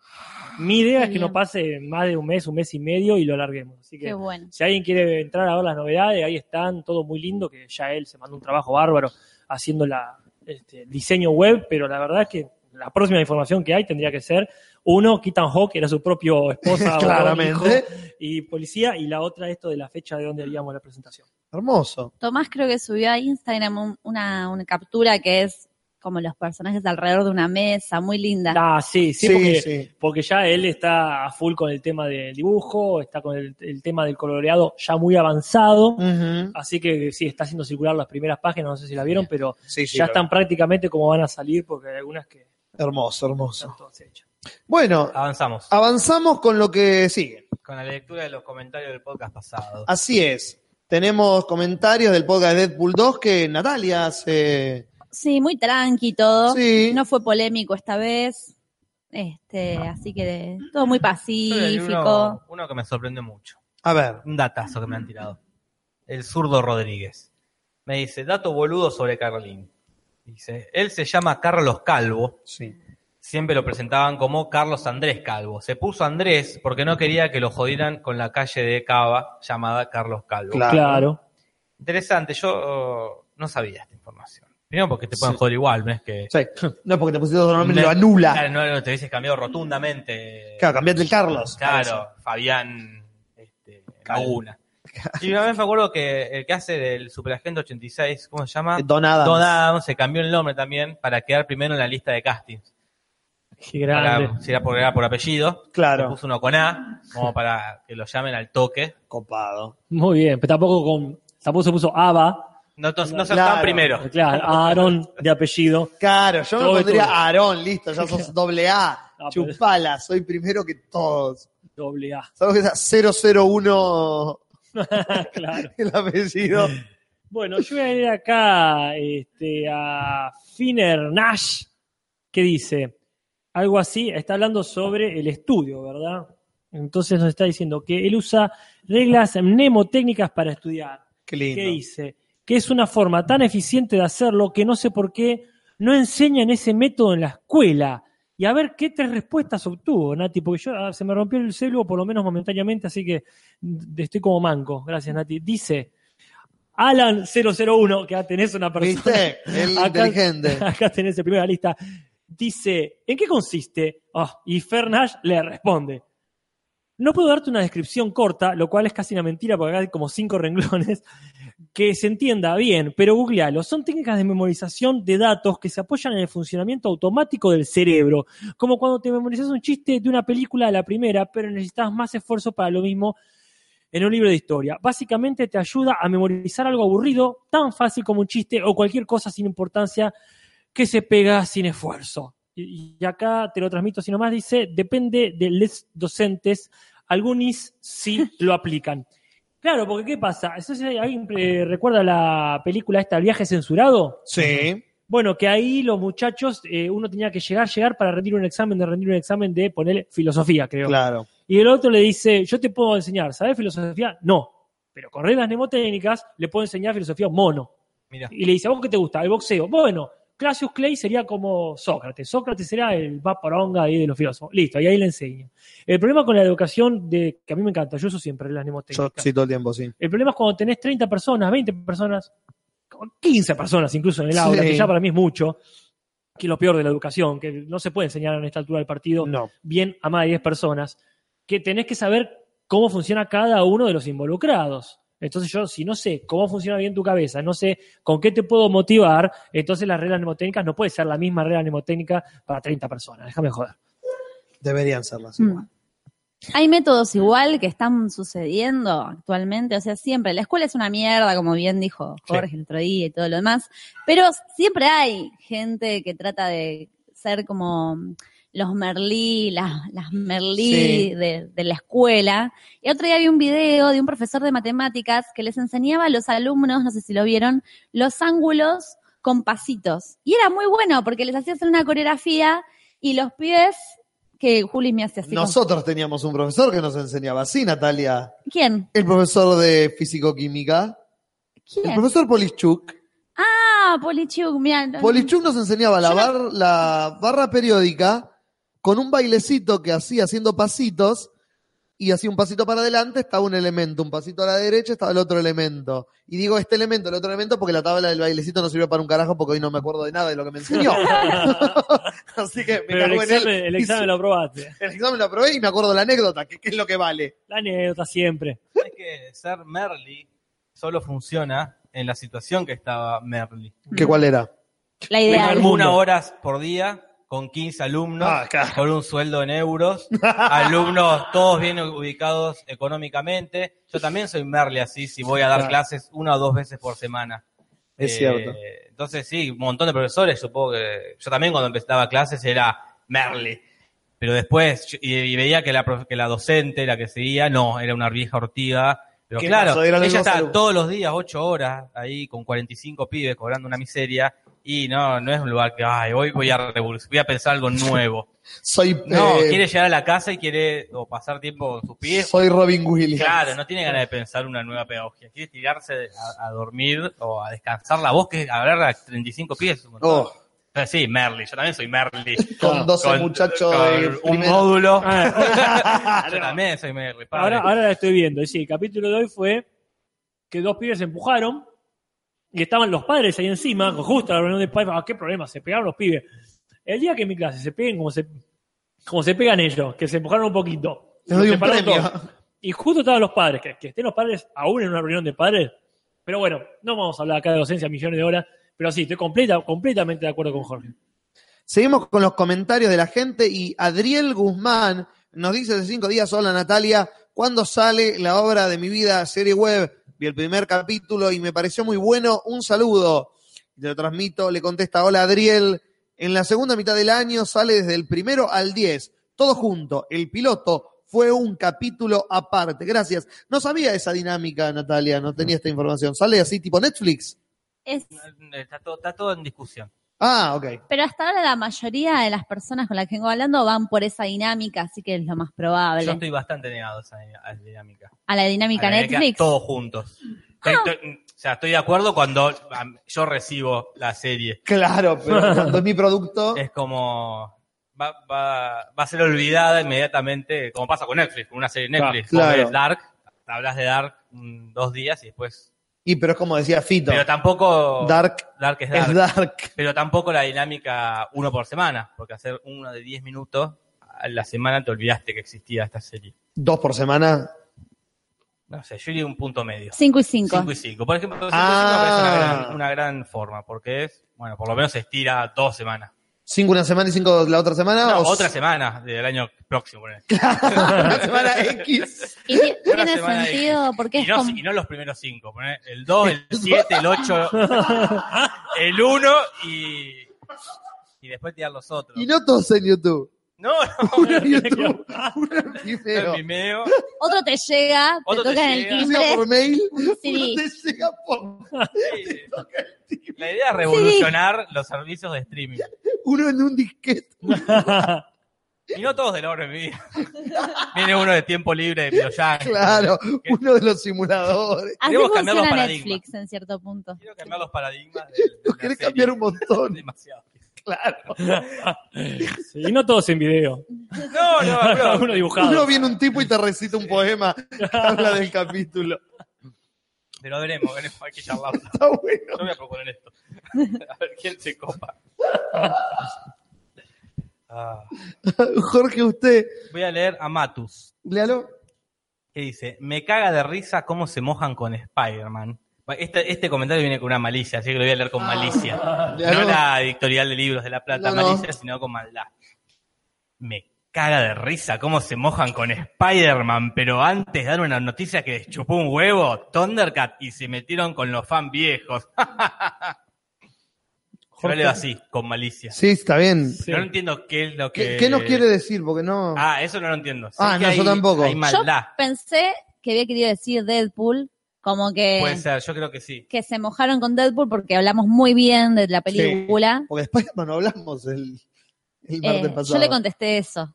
Mi idea es que
Bien.
no pase más de un mes, un mes y medio y lo larguemos. Así que
Qué bueno.
si alguien quiere entrar a ver las novedades, ahí están, todo muy lindo, que ya él se mandó un trabajo bárbaro haciendo la este, diseño web, pero la verdad es que la próxima información que hay tendría que ser uno, Keaton Hawke, que era su propio
(laughs)
esposa, Ah, hijo
Claramente.
y policía, y la otra esto de la fecha de donde haríamos la presentación.
Hermoso.
Tomás creo que subió a Instagram un- una, una captura que es como los personajes alrededor de una mesa, muy linda.
Ah, sí, sí,
Sí,
porque,
sí.
porque ya él está a full con el tema del dibujo, está con el, el tema del coloreado ya muy avanzado,
Ujú.
así que sí, está haciendo circular las primeras páginas, no sé si la vieron, pero
Sí, sí,
ya
lo-
están prácticamente como van a salir porque hay algunas que
Hermoso, hermoso.
están todas hechas.
Bueno,
Avanzamos
Ah. avanzamos con lo que sigue.
con la lectura de los comentarios del podcast pasado.
Así es. Tenemos comentarios del podcast Deadpool 2 que Natalia hace.
Sí, muy tranqui todo.
Sí.
No fue polémico esta vez. Este, así que de- todo muy
Yo leí
pacífico.
Uno, uno que me sorprendió mucho.
A ver.
Un datazo que me han tirado. El zurdo Rodríguez. Me dice, dato boludo sobre Carlín. Dice, él se llama Carlos Calvo.
Sí.
Siempre lo presentaban como Carlos Andrés Calvo. Se puso Andrés porque no quería que lo jodieran con la calle de Cava llamada Carlos Calvo.
Claro.
Claro.
Interesante, yo eh, no sabía esta información. Primero porque te pueden
Sí.
joder igual, no es que...
Sí. No, porque te pusiste otro nombre y lo
Claro,
anula.
no, no, te hubieses cambiado rotundamente.
Claro, cambiate el Carlos.
Claro, Fabián este,
(laughs)
Laguna. Y una vez me acuerdo que el que hace del Superagente 86, ¿cómo se llama?
Eh, Don Adams.
Don Adams se cambió el nombre también para quedar primero en la lista de castings.
Qué
Para-
grande.
si era por, era por apellido, le
Claro.
puso uno con A, como para que lo llamen al toque.
Copado.
Muy bien, pero tampoco con tampoco se puso Ava, eh,
No, no, no se
Claro.
estaban primero.
claro, Aaron de apellido.
Claro, yo me
Todo, todo.
pondría Aarón, listo, ya sos doble A.
pero-
Chupala, soy primero que todos.
Doble A. (laughs)
Salvo que sea 001
claro.
(laughs) el apellido.
Bueno, yo voy a ir acá este, a Finner Nash, que dice algo así, está hablando sobre el estudio, ¿verdad? Entonces nos está diciendo que él usa reglas mnemotécnicas para estudiar.
Qué lindo.
que hice, que es una forma tan eficiente de hacerlo que no sé por qué no enseñan ese método en la escuela. Y a ver qué tres respuestas obtuvo, Nati, porque yo ah, se me rompió el celu, por lo menos momentáneamente, así que mm, estoy como manco. Gracias, Nati. Dice Alan 001, que ah, tenés una persona.
¿Viste? El
Acá- (laughs)
inteligente.
Acá tenés el primero de la lista. Dice, ¿en qué consiste? Ah, y Fernash le responde, no puedo darte una descripción corta, lo cual es casi una mentira porque acá hay como cinco renglones, que se entienda bien, pero googlealo. Son técnicas de memorización de datos que se apoyan en el funcionamiento automático del cerebro, como cuando te memorizas un chiste de una película a la primera, pero necesitas más esfuerzo para lo mismo en un libro de historia. Básicamente te ayuda a memorizar algo aburrido, tan fácil como un chiste o cualquier cosa sin importancia que se pega sin esfuerzo. Y y acá te lo transmito así nomás, dice, depende de los docentes, algunos sí lo aplican. Claro, porque ¿qué pasa? Entonces, ¿Alguien eh, recuerda la película esta, El viaje censurado?
Sí.
Bueno, que ahí los muchachos, eh, uno tenía que llegar, llegar para rendir un examen, de rendir un examen de poner filosofía, creo.
Claro.
Y el otro le dice, yo te puedo enseñar, ¿sabes filosofía? No, pero con reglas mnemotécnicas le puedo enseñar filosofía mono.
Mira,
Y le dice, ¿a vos qué te gusta? El boxeo. Bueno, Cassius Clay sería como Sócrates. Sócrates será el vaporonga ahí de los filósofos. Listo, y ahí le enseño. El problema con la educación, de, que a mí me encanta, yo uso siempre las
Yo,
mnemotécnicas.
sí, todo el tiempo, sí.
El problema es cuando tenés 30 personas, 20 personas, 15 personas incluso en el aula,
Sí.
que ya para mí es mucho, que es lo peor de la educación, que no se puede enseñar en esta altura del partido
No.
bien a más de 10 personas, que tenés que saber cómo funciona cada uno de los involucrados. Entonces yo, si no sé cómo funciona bien tu cabeza, no sé con qué te puedo motivar, entonces las reglas mnemotécnicas no puede ser la misma regla mnemotécnica para 30 personas. Déjame joder.
Deberían serlas.
Mm. Hay métodos igual que están sucediendo actualmente, o sea, siempre. La escuela es una mierda, como bien dijo Jorge el otro día y todo lo demás, pero siempre hay gente que trata de ser como los Merlí, las, las Merlí
Sí.
de, de la escuela. Y otro día vi un video de un profesor de matemáticas que les enseñaba a los alumnos, no sé si lo vieron, los ángulos con pasitos. Y era muy bueno porque les hacía hacer una coreografía y los pies, que Juli me hace así. con-
Nosotros teníamos un profesor que nos enseñaba así, Natalia.
¿Quién?
El profesor de físico-química. El
¿Quién?
profesor Polichuk.
Ah, Polichuk, mirá. no-
Polichuk nos enseñaba la, bar- la barra periódica con un bailecito que hacía haciendo pasitos y hacía un pasito para adelante, estaba un elemento, un pasito a la derecha estaba el otro elemento. Y digo este elemento, el otro elemento porque la tabla del bailecito no sirvió para un carajo porque hoy no me acuerdo de nada de lo que (laughs) me
(laughs)
enseñó. Así que me
Pero el
cago en él.
examen, el
Y
examen
sí,
lo aprobaste.
el examen lo aprobé y me acuerdo la anécdota, que, que es lo que vale.
La anécdota siempre.
es que ser Merly solo funciona en la situación que estaba Merly.
¿Qué cuál era?
La
Venga,
idea.
el mundo.
Una horas por día con 15 alumnos
Ah, claro.
con un sueldo
(laughs)
en euros. alumnos todos bien ubicados económicamente. Yo también soy Merle así, si voy a dar
Claro.
clases una o dos veces por semana.
Es
Eh,
cierto.
Entonces sí, un montón de profesores, supongo que yo también cuando empezaba clases era Merle. Pero después, yo- y, y veía que la, profe- que la docente, la que seguía, no, era una vieja ortiga. Pero
¿Qué
claro,
pasó? Eran los
ella
mismos
está
alumnos.
todos los días, ocho horas, ahí con 45 pibes cobrando una miseria. Y no, no es un lugar que, ay, hoy voy a, revolu- voy a pensar algo
(laughs)
nuevo.
Soy,
No,
eh,
quiere llegar a la casa y quiere o pasar tiempo con sus pies.
soy Robin Williams.
Claro, no tiene ganas de pensar una nueva pedagogía. Quiere tirarse a, a dormir o a descansar la voz, que hablar a 35 pies. es un montón.
Oh,
Pero sí, Merly, yo también
(laughs)
soy Merly.
con 12 muchachos
con
de
un
primera.
módulo.
Ah,
Yo también soy Merly. padre.
ahora, ahora la estoy viendo. Y sí, el capítulo de hoy fue que dos pibes se empujaron y estaban los padres ahí encima, con justo la reunión de padres. Ah, qué problema, se pegaron los pibes. El día que en mi clase se peguen como se, como se pegan ellos, que se empujaron un poquito.
Les doy
Los
un
separaron
premio.
todos. Y justo estaban los padres, que, que estén los padres aún en una reunión de padres. Pero bueno, no vamos a hablar acá de docencia millones de horas, pero sí, estoy completa, completamente de acuerdo con Jorge. (laughs)
Seguimos con los comentarios de la gente y Adriel Guzmán nos dice hace cinco días, hola Natalia, ¿cuándo sale la obra de mi vida serie web? Vi el primer capítulo y me pareció muy bueno, un saludo. Te lo transmito, le contesta, hola Adriel, en la segunda mitad del año sale desde el primero al diez, todo junto, el piloto fue un capítulo aparte, gracias. No sabía esa dinámica, Natalia, no tenía esta información. ¿Sale así tipo Netflix?
Es-
Está todo, está todo en discusión.
Ah, ok.
pero hasta ahora la mayoría de las personas con las que vengo hablando van por esa dinámica, así que es lo más probable.
Yo estoy bastante negado a esa a esa dinámica.
A la dinámica
A la dinámica
Netflix.
Todos juntos. Estoy- estoy- o sea, estoy de acuerdo cuando am, yo recibo la serie.
Claro, pero cuando es mi (laughs) producto,
Es como. Va, va- va a ser olvidada inmediatamente, como pasa con Netflix, con una serie de Netflix.
Claro.
Vos ves Dark, hablas de Dark mm, dos días y después.
y pero es como decía Fito,
Pero tampoco.
Dark
Dark es Dark.
es dark.
Pero tampoco la dinámica uno por semana, porque hacer uno de 10 minutos a la semana te olvidaste que existía esta serie.
Dos por semana.
No sé, yo iría a un punto medio.
5 y 5.
5 y 5. Por ejemplo, 5
Ah.
y 5 me parece una gran, una gran forma, porque es, bueno, por lo menos se estira dos semanas.
Cinco una semana y cinco la otra semana.
No,
Ah, o
otra semana del año próximo. ponele.
(laughs) una semana X.
Y ti-
Una
tiene
semana de-
sentido porque
Y
es
no,
como...
y no los primeros cinco. ponele. El 2,
(laughs)
el 7, el 8, el 1 y, y después tirar los otros.
Y no todos en
(laughs)
YouTube.
No,
(laughs)
no,
Uno en YouTube, uno en video.
el Vimeo.
Otro te llega,
Otro
te
te
tocan el
llega.
Uno llega
timbre.
por mail,
Sí.
uno te llega por...
Sí. La idea es revolucionar los servicios de streaming.
Uno en un disquete.
Y no todos del oro en mi
(laughs)
vida. Viene uno de tiempo libre de Piloyan.
Claro, uno de los simuladores.
Así
Queremos cambiar los
funciona
paradigmas.
Netflix en cierto punto.
Quiero cambiar los paradigmas. de- de
Lo
la
querés
serie.
cambiar un
(laughs)
montón,
Demasiado.
claro.
Sí, y no todos en video. (laughs)
No, no, no.
Uno dibujado.
Uno viene un tipo y te recita un poema que habla del capítulo.
Pero veremos, veremos. Hay que charlarlo.
Está bueno.
Yo voy a proponer esto. A ver quién se copa. Ah,
Jorge, usted,
voy a leer a Matus,
léalo.
que dice: Me caga de risa cómo se mojan con Spider-Man. Este, este comentario viene con una malicia, así que lo voy a leer con
(laughs)
malicia.
Léalo.
No la editorial de libros de La Plata,
Ah. No, no.
malicia, sino con maldad. Me caga de risa cómo se mojan con Spider-Man, pero antes dan una noticia que les chupó un huevo, Thundercat, y se metieron con los fan viejos. (laughs) Yo leo así, con malicia.
Sí, está bien.
Sí.
No entiendo qué es lo que...
¿Qué, qué nos quiere decir? Porque no.
Eh, Ah, eso no lo entiendo. Sé
Ah,
que
no,
hay-
yo tampoco.
Hay maldad.
Yo pensé que había querido decir Deadpool, como
Puede
que,
ser, yo creo que sí.
que se mojaron con Deadpool porque hablamos muy bien de la película.
Porque después (laughs) no hablamos el, el
Eh,
martes pasado.
yo le contesté eso.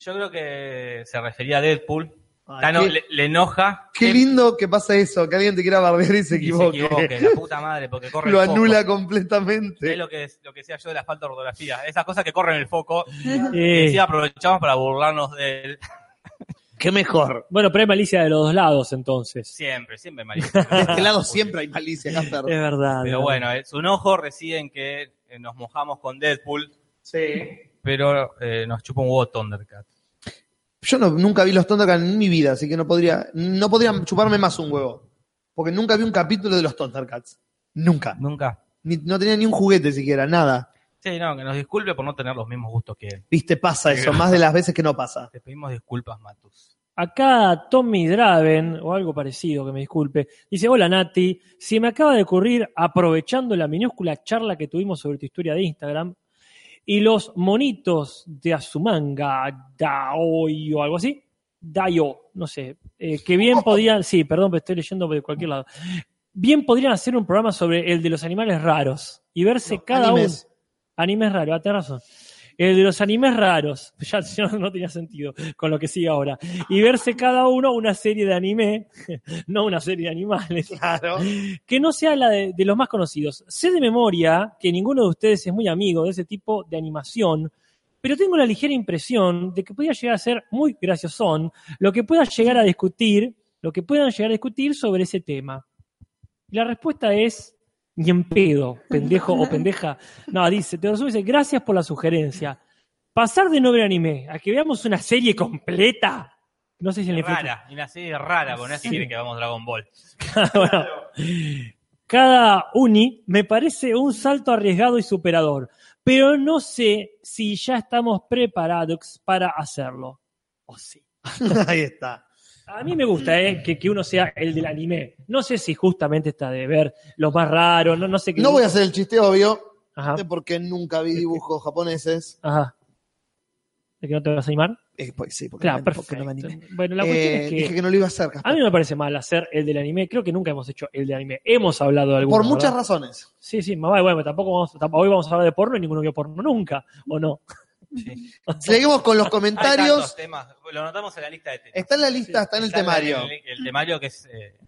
Yo creo que se refería a Deadpool.
Ay,
Thanos
qué,
Ah, le, le enoja.
qué
que-
lindo que pasa eso, que alguien te quiera bardear y se
y se
equivoque. (laughs)
equivoque, la puta madre, porque corre
Lo
el foco.
anula
Es
completamente.
lo que, lo que decía yo de la falta de ortografía. Esas cosas que corren el foco.
Eh,
Y sí aprovechamos para burlarnos de él.
Qué mejor.
bueno, pero hay malicia de los dos lados entonces.
Siempre, siempre, María.
(laughs) De este
(laughs)
lado siempre hay malicia, Gasper.
Es verdad.
Pero
es verdad.
bueno, eh, su enojo reside en que eh, nos mojamos con Deadpool,
Sí.
pero eh, nos chupa un huevo Thundercat.
Yo no, nunca vi los Thundercats en mi vida, así que no podría, no podría chuparme más un huevo. Porque nunca vi un capítulo de los Thundercats. Nunca.
Nunca.
Ni- no tenía ni un juguete siquiera, nada.
Sí, no, que nos disculpe por no tener los mismos gustos que él.
Viste, pasa
(laughs)
eso, más de las veces que no pasa. (laughs)
Te pedimos disculpas, Matus.
Acá Tommy Draven, o algo parecido, que me disculpe, dice, hola Nati, si me acaba de ocurrir, aprovechando la minúscula charla que tuvimos sobre tu historia de Instagram, y los monitos de Azumanga, Daoi o algo así, Dayo, no sé, eh, que bien podían, sí, perdón, pero estoy leyendo de cualquier lado, bien podrían hacer un programa sobre el de los animales raros y verse
No,
cada
animes.
uno. Animes raros, ah, tenés razón. El de los animes raros, (laughs) ya, ya no tenía sentido con lo que sigue ahora. Y verse cada uno una serie de anime, (laughs) no una serie de animales,
Claro.
que no sea la de, de los más conocidos. Sé de memoria que ninguno de ustedes es muy amigo de ese tipo de animación, pero tengo la ligera impresión de que podría llegar a ser muy graciosón lo que pueda llegar a discutir, lo que puedan llegar a discutir sobre ese tema. Y la respuesta es ni en pedo, pendejo o pendeja. No, dice, te resume, dice, gracias por la sugerencia. Pasar de no ver anime a que veamos una serie completa. No sé si en el futuro-
Rara, y una serie rara, porque no es que
Sí.
quieren que hagamos Dragon Ball.
(laughs) Bueno, cada uni me parece un salto arriesgado y superador, pero no sé si ya estamos preparados para hacerlo. O sí.
Ahí está.
A mí me gusta eh, que, que uno sea el del anime. No sé si justamente está de ver los más raros, no, no sé qué.
No voy a hacer el chiste obvio,
Ajá,
porque nunca vi dibujos japoneses.
ajá. ¿De que no te vas a animar?
Eh, pues sí, porque,
Claro,
no, me- porque no
perfecto.
me animé.
Bueno, la cuestión
Eh,
es
Dije
que,
que no lo iba a hacer, Casper.
a mí no me parece mal hacer el del anime. Creo que nunca hemos hecho el del anime. Hemos hablado de algunos.
Por muchas
¿verdad?
razones.
Sí, sí, mamá, bueno, tampoco vamos, tamp- hoy vamos a hablar de porno y ninguno vio porno nunca,
(laughs)
¿o no?
Sí.
Seguimos con los
Hay tantos
comentarios.
temas. Lo notamos en la lista de temas.
Está en la lista, está en el
Está
temario.
El, el temario que es eh,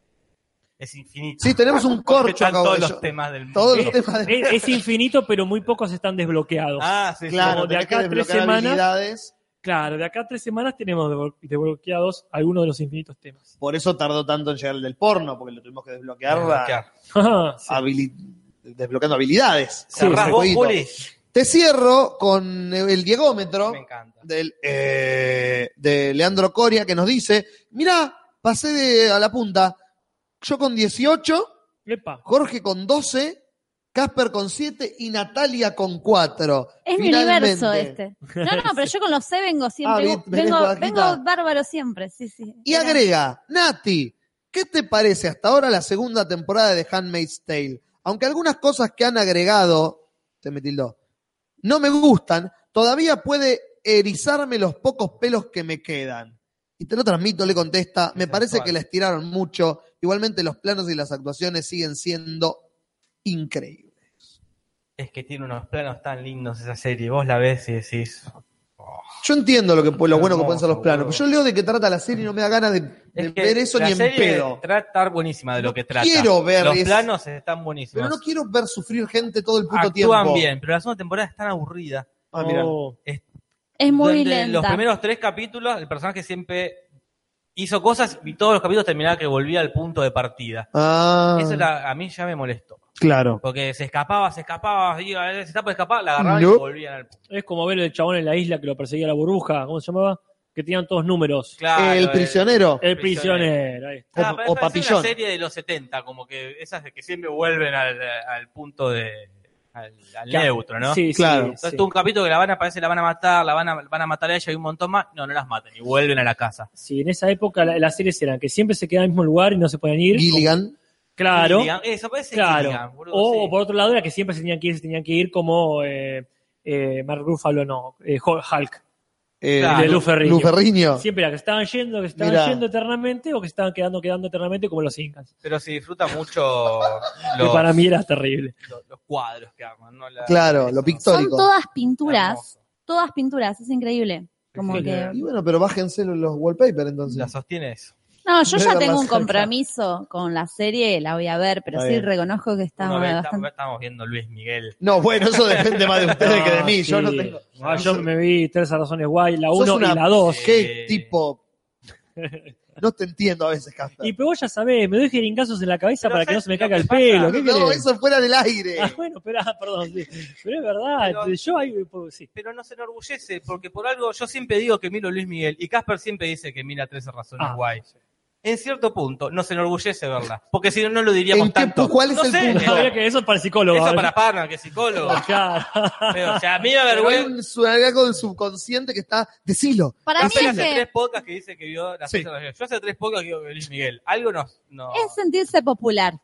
es infinito.
Sí, tenemos un
Porque
corcho,
están todos
caballo.
los temas del mundo.
Todos los
Eh,
temas de...
Es, es infinito, pero muy pocos están desbloqueados.
Ah, sí, sí.
Claro,
de
tenés
acá
que
a tres
desbloquear
semanas.
habilidades.
Claro, de acá a tres semanas tenemos desblo- desbloqueados algunos de los infinitos temas. (laughs)
Por eso tardó tanto en llegar el del porno, porque lo tuvimos que desbloquear,
Desbloquear. Ah,
habili- desbloqueando habilidades.
Sí,
Como
sí.
Cerrás
un
vos,
jueguito.
Juli.
Te cierro con el diegómetro.
Me encanta.
del, eh, de Leandro Coria que nos dice, mirá, pasé de- a la punta, yo con 18,
Epa.
Jorge con 12, Casper con 7 y Natalia con 4.
Es mi universo este. No, no,
(laughs)
pero yo con los C vengo siempre.
Ah, vi- venís
vengo,
bajita.
vengo bárbaro siempre, sí, sí.
Y agrega, Nati, ¿qué te parece hasta ahora la segunda temporada de Handmaid's Tale? Aunque algunas cosas que han agregado, se me tildó, no me gustan, todavía puede erizarme los pocos pelos que me quedan. Y te lo transmito, le contesta, me parece
sensual.
que la estiraron mucho, igualmente los planos y las actuaciones siguen siendo increíbles.
Es que tiene unos planos tan lindos esa serie. Vos la ves y decís.
Yo entiendo lo, que, lo bueno que
Hermoso,
pueden ser los planos, pero
boludo.
yo leo de qué trata la serie y no me da ganas de, de
Es que
ver eso
la
ni en
serie
pedo.
Trata buenísima de lo que trata.
quiero ver
Los
es-
planos están buenísimos.
Pero no quiero ver sufrir gente todo el puto
Actúan
tiempo.
bien, pero la segunda temporada es tan aburrida.
Ah, mirá.
Oh,
Es muy
Donde
lenta.
Los primeros tres capítulos, el personaje siempre hizo cosas y todos los capítulos terminaba que volvía al punto de partida.
Ah,
Eso la- a mí ya me molestó.
claro.
Porque se escapaba, se escapaba, iba, se estaba por escapar, la agarraban y
No.
volvían al punto.
es como ver el chabón en la isla que lo perseguía la burbuja, ¿cómo se llamaba? Que tenían todos números.
Claro,
el
eh.
prisionero.
El prisionero. ahí está.
Ah,
o-
parece
o papillón.
una serie de los 70, como que esas que siempre vuelven al, al punto de. al, al
Claro.
neutro, ¿no?
Sí, sí,
Claro.
sí.
Entonces tuvo un capítulo que la van a aparecer, la van a matar, la van a, van a matar a ella y un montón más. No, no las matan y vuelven a la casa.
Sí, en esa época la- las series eran que siempre se quedaban en el mismo lugar y no se podían ir.
Gilligan.
Claro.
Gilligan, eso parece
Claro.
Gilligan, boludo,
o
sí.
o por otro lado era que siempre se tenían que ir, se tenían que ir como eh, eh, Mark Ruffalo, no, eh, Hul- Hulk.
eh,
Claro.
De Lou Ferrigno.
Lou Ferrigno.
Siempre era que estaban yendo, que estaban
Mirá.
yendo eternamente o que estaban quedando, quedando eternamente como los incas.
Pero se disfruta
(laughs)
mucho
Que
los,
para mí
(laughs)
era terrible.
los- los cuadros que arman, ¿no? La-
Claro,
eso,
lo
no sé.
Son
pictórico.
todas pinturas,
Hermoso.
todas pinturas, es increíble. Como
Sí.
que
Y bueno, pero bájense los wallpapers
La
entonces.
sostiene eso.
No, yo
Voy a
ya
ver la
tengo un
cerca.
compromiso con la serie, la voy a ver, pero
Está
sí
bien.
reconozco que está
Uno ve,
bastante.
estamos, estamos viendo Luis Miguel.
No, bueno, eso depende
(laughs)
más de ustedes que de mí.
Ah,
Yo no
sí.
tengo.
Ah, yo me vi tres razones guay, la
Sos
1
una-
y la 2.
Qué
Eh.
(laughs)
tipo. No te entiendo a veces, Casper.
Y pero vos ya sabés, me doy jeringazos en la cabeza
Pero
para que no
¿sabes
se me
lo
caiga
que
el
pasa?
pelo. ¿Qué
No,
querés?
eso fuera del aire.
Ah, bueno, esperá, perdón. sí. Pero es verdad,
Pero-
yo ahí puedo- sí.
Pero no se enorgullece, porque por algo yo siempre digo que miro Luis Miguel y Casper siempre dice que mira 13 razones
Ah.
guay. En cierto punto, no se enorgullece verla, porque si no, no lo diríamos
¿En qué,
tanto.
pu- ¿Cuál es
No
el
sé,
punto?
Habría que- eso es para el psicólogo.
Eso
habría-
para Parma, que es psicólogo.
(laughs) Claro.
(laughs) Pero, o sea, a mí me
Pero hay
avergüenza.
un, su- algo del subconsciente que está. Decilo.
Para mí
Casper
es
hace
que
tres podcasts que dice que vio las
Sí.
13 razones. Yo hace tres podcasts que digo que Luis Miguel. Algo nos. No,
es sentirse popular.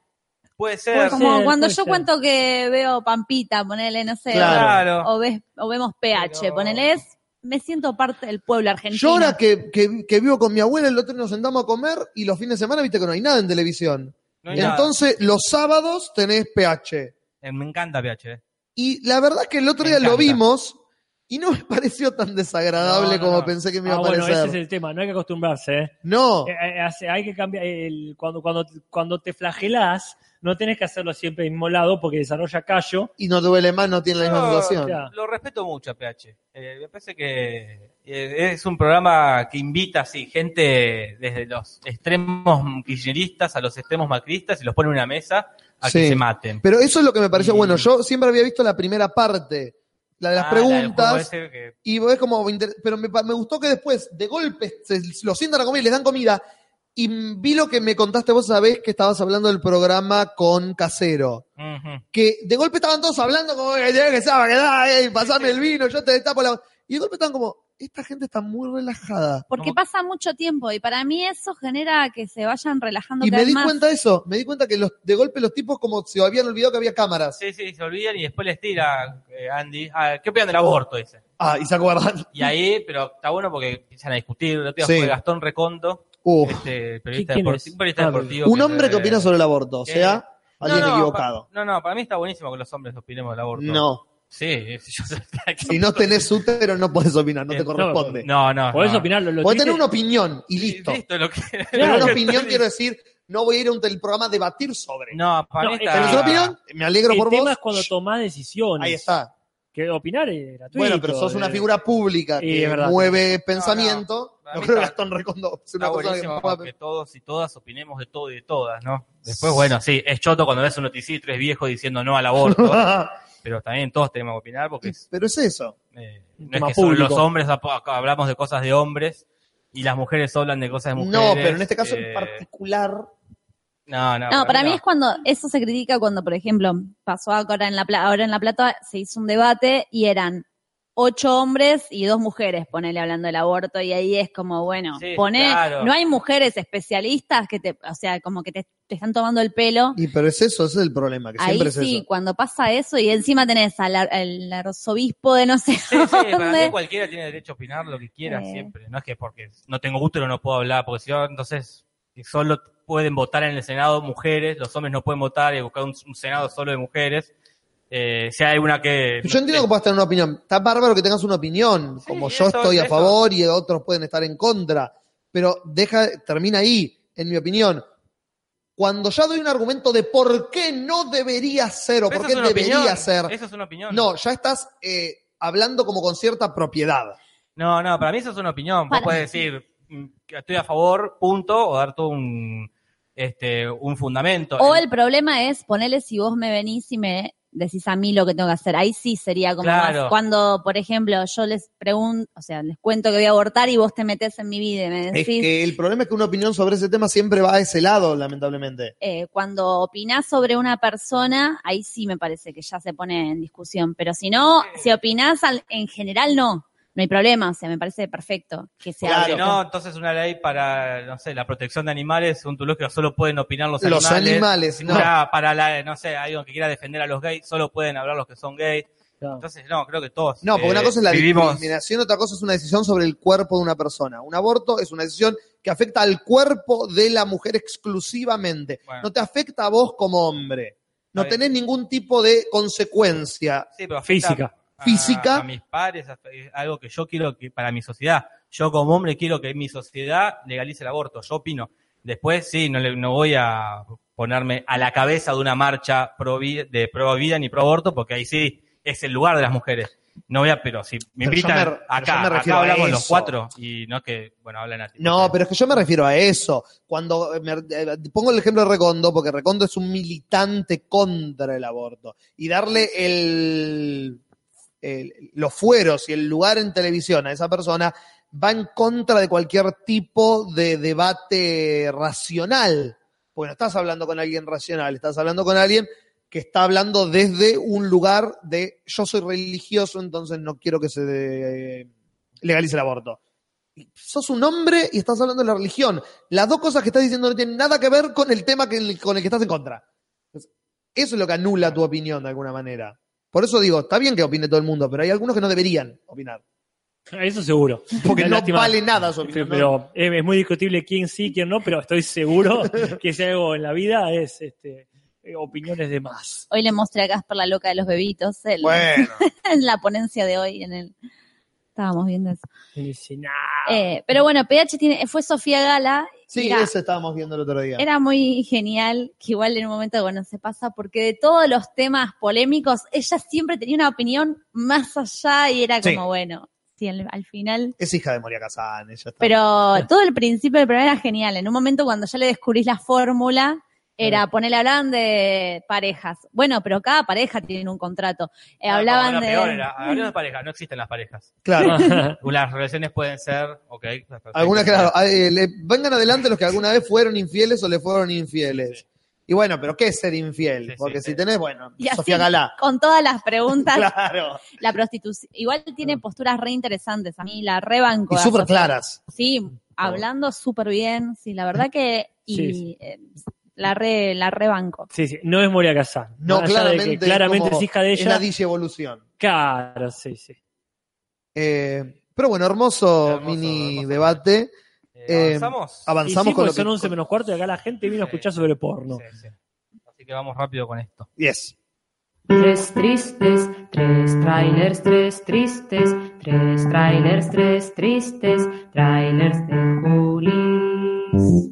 puede ser.
ser,
Como cuando
puede
yo
ser.
cuento que veo Pampita, ponele, no sé,
Claro.
o, ves, o vemos PH,
Pero-
ponele, es, me siento parte del pueblo argentino.
Yo ahora que, que, que vivo con mi abuela, el otro día nos sentamos a comer y los fines de semana viste que no hay nada en televisión.
No hay nada.
Entonces, los sábados tenés PH.
Eh, Me encanta PH. eh.
Y la verdad que el otro
Me
día lo
encanta.
vimos y no (laughs) me pareció tan desagradable
No, no,
como
no.
pensé que (laughs) me iba
Ah,
a
bueno,
parecer.
ese es el tema, no hay que acostumbrarse. ¿eh?
No,
Eh, eh, hace- hay que cambiar. eh, el- cuando, cuando, cuando te flagelás, no tenés que hacerlo siempre del mismo lado porque desarrolla callo.
y no duele más, no tiene la misma
No,
duración.
claro.
Lo respeto mucho a PH. Eh, me parece que eh, es un programa que invita así gente desde los extremos kirchneristas a los extremos macristas y los pone en una mesa a
Sí.
que se maten.
Pero eso es lo que me pareció
Y-
bueno. Yo siempre había visto la primera parte, la de las
Ah, la del
preguntas.
juego ese que-
y es como inter- pero me, pa- me gustó que después de golpe se, lo sientan a comer y les dan comida y mm, vi lo que me contaste vos sabés que estabas hablando del programa con casero
Ujú.
que de golpe estaban todos hablando como que tiene que saber que da, eh, pasame el vino yo te destapo la y de golpe estaban como esta gente está muy relajada
Porque
¿Cómo?
pasa mucho tiempo y para mí eso genera que se vayan relajando
y
cada
me
vez
di
más.
cuenta de eso me di cuenta que los de golpe los tipos como se habían olvidado que había cámaras
Sí, sí, se olvidan y después les tira eh, Andy. Ah, ¿Qué opinan del aborto? Dice.
ah y se acuerdan
Y ahí, pero está bueno porque empiezan a discutir. El otro día
Sí.
fue Gastón Reconto,
(laughs) Uf.
este periodista,
¿Quién
depor-
es?
un periodista
Ah,
deportivo.
un hombre que
eh,
opina sobre el aborto o
que-
sea
No,
alguien
no,
equivocado
pa- no, no, para mí está buenísimo que los hombres opinemos del aborto.
no
Sí, eh, (laughs) yo
Si no tenés útero, no podés opinar, no te
Eh, no,
corresponde.
No, no.
Podés
no.
opinar, lo, lo
Podés
triste-
tener una opinión y
Sí,
listo.
Listo, lo que.
Pero
Claro.
una opinión quiero decir, no voy a ir a un tel- programa a debatir sobre.
No, para
No,
mí
es-
está-
¿Tenés una opinión? Me alegro
El
por
tema
vos.
es cuando tomás decisiones.
Ahí está.
Que opinar es gratuito. eh,
Bueno, pero sos
de-
una figura pública
Sí,
que
es verdad.
mueve (laughs) pensamiento.
no.
No,
A mí
creo que
está-
Gastón Recondo sea
Está
una persona que
buenísimo
mueva-
que todos y todas opinemos de todo y de todas, ¿no? Después, bueno, sí, es choto cuando ves un noticiero y tres viejos diciendo no al aborto,
(laughs)
pero también todos tenemos que opinar porque es,
Pero es eso.
eh, no
tema
es que solo
público.
los hombres ap- hablamos de cosas de hombres y las mujeres hablan de cosas de mujeres.
No, pero en este caso
eh,
en particular.
No, no,
Ah,
No, para mí
no.
es cuando eso se critica cuando, por ejemplo, pasó ahora en la Pla- ahora en la plata se hizo un debate y eran ocho hombres y dos mujeres, ponele hablando del aborto y ahí es como bueno,
Sí,
poné,
claro.
no hay mujeres especialistas que te, o sea, como que te, te están tomando el pelo.
Y pero es eso, ese es el problema, que
Ahí
siempre es
sí,
eso.
cuando pasa eso y encima tenés al, ar- al arzobispo de no sé (laughs)
Sí, sí, para mí
dónde.
cualquiera tiene derecho a opinar lo que quiera
Eh.
siempre. No es que porque no tengo gusto no, no puedo hablar, porque si no, entonces si solo pueden votar en el Senado mujeres, los hombres no pueden votar y buscar un, un Senado solo de mujeres. Eh, si hay alguna que...
Yo entiendo que puedas tener una opinión. Está bárbaro que tengas una opinión,
Sí,
como
y
yo
eso-
estoy a
eso.
favor y otros pueden estar en contra. Pero deja, termina ahí, en mi opinión. Cuando ya doy un argumento de por qué no debería ser o
Pero
por qué
eso es una
debería
opinión,
ser,
Eso es una
(laughs)
opinión.
no, ya estás eh, hablando como con cierta propiedad.
no, no, para mí eso es una opinión.
Para-
Vos puedes decir mm, que estoy a favor, punto, o dar todo un, este, un fundamento.
O el problema es ponele si vos me venís y me decís a mí lo que tengo que hacer. Ahí sí sería como
Claro.
más cuando, por ejemplo, yo les pregunto, o sea, les cuento que voy a abortar y vos te metés en mi vida y me
Es
decís,
que el problema es que una opinión sobre ese tema siempre va a ese lado, lamentablemente.
eh, cuando opinás sobre una persona, ahí sí me parece que ya se pone en discusión. Pero si no, si opinás al- en general, no. No hay problema, o sea, me parece perfecto que se
Porque
Claro.
Si no, entonces una ley para, no sé, la protección de animales, según tu lógica, solo pueden opinar los animales.
Los animales,
Si
no.
fuera para la, no sé, alguien que quiera defender a los gays, solo pueden hablar los que son gays.
Claro.
Entonces, no, creo que todos.
No, porque
eh,
una cosa es la
vivimos,
discriminación, otra cosa es una decisión sobre el cuerpo de una persona. Un aborto es una decisión que afecta al cuerpo de la mujer exclusivamente.
Bueno.
No te afecta a vos como hombre. No
Está
tenés ningún tipo de consecuencia.
Sí, pero afecta
(laughs) Física.
a-
Física.
A, mis pares, a- es algo que yo quiero que para mi sociedad. Yo como hombre quiero que mi sociedad legalice el aborto. Yo opino. Después, sí, no, le- no voy a ponerme a la cabeza de una marcha pro vi- de pro vida ni pro aborto, porque ahí sí es el lugar de las mujeres. No voy a, pero si me
Pero yo
invitan
me- pero yo
acá,
me refiero
acá
a
hablamos los
eso.
cuatro y no es que, bueno, hablan a ti.
No, pero es que yo me refiero a eso. Cuando eh, me- eh, pongo el ejemplo de Recondo, porque Recondo es un militante contra el aborto. Y darle el, el- los fueros y el lugar en televisión a esa persona va en contra de cualquier tipo de debate racional. Porque no estás hablando con alguien racional, estás hablando con alguien que está hablando desde un lugar de yo soy religioso, entonces no quiero que se eh, legalice el aborto sos un hombre y estás hablando de la religión. Las dos cosas que estás diciendo no tienen nada que ver con el tema que- con el que estás en contra. Entonces, Eso es lo que anula tu opinión de alguna manera. Por eso digo, está bien que opine todo el mundo, pero hay algunos que no deberían opinar.
Eso seguro.
Porque
La
no
lástima-
vale nada su
Pero,
opinión. ¿no?
pero, eh, es muy discutible quién sí, quién no, pero
(laughs)
estoy seguro que si hay algo en la vida es este, eh, opiniones de más.
Hoy le mostré a Casper la loca de los bebitos, el-
Bueno,
(laughs) la ponencia de hoy en el... Estábamos viendo eso.
Y dice, nah.
Eh, pero bueno, PH tiene, fue Sofía Gala.
sí,
Mirá,
eso estábamos viendo el otro día.
Era muy genial, que igual en un momento, bueno, se pasa, porque de todos los temas polémicos, ella siempre tenía una opinión más allá y era
Sí.
como, bueno, sí, al, al final.
Es hija de Moria Kazan, ella está.
Pero todo el principio del programa era genial. En un momento cuando ya le descubrís la fórmula, era ponerle hablaban de parejas. Bueno, pero cada pareja tiene un contrato. Eh,
Ah, No,
hablaban
no,
de...
peor era, hablemos de parejas, no existen las parejas.
claro.
Las relaciones pueden ser, ok.
Algunas, claro, eh, le- vengan adelante los que alguna vez fueron infieles o le fueron infieles. Y bueno, pero ¿qué es ser infiel?
Sí, sí,
Porque
sí.
si tenés, bueno,
Y así,
Sofía Galá.
con todas las preguntas,
Claro. Ah.
la prostitución. Igual tiene posturas re interesantes. A mí la rebanco.
Y
a
súper
Sofía
claras.
Sí, hablando súper bien, sí, la verdad que y
Sí, sí.
eh, la re la rebanco.
Sí, sí, no es Moria Casán.
No, claramente. es
claramente
como-
es hija de
Es la
ella.
DJ evolución.
Claro, sí, sí.
Eh, pero bueno, hermoso,
Hermoso,
mini
hermoso.
debate.
Eh,
eh,
¿avanzamos?
Avanzamos
Y sí,
con
porque
lo
son
que.
11 menos cuarto y acá la gente vino a
Sí.
escuchar sobre porno.
Sí, sí. Así que vamos rápido con esto.
Yes.
Tres tristes, tres trailers, tres tristes, tres trailers, tres tristes, trailers de Julis.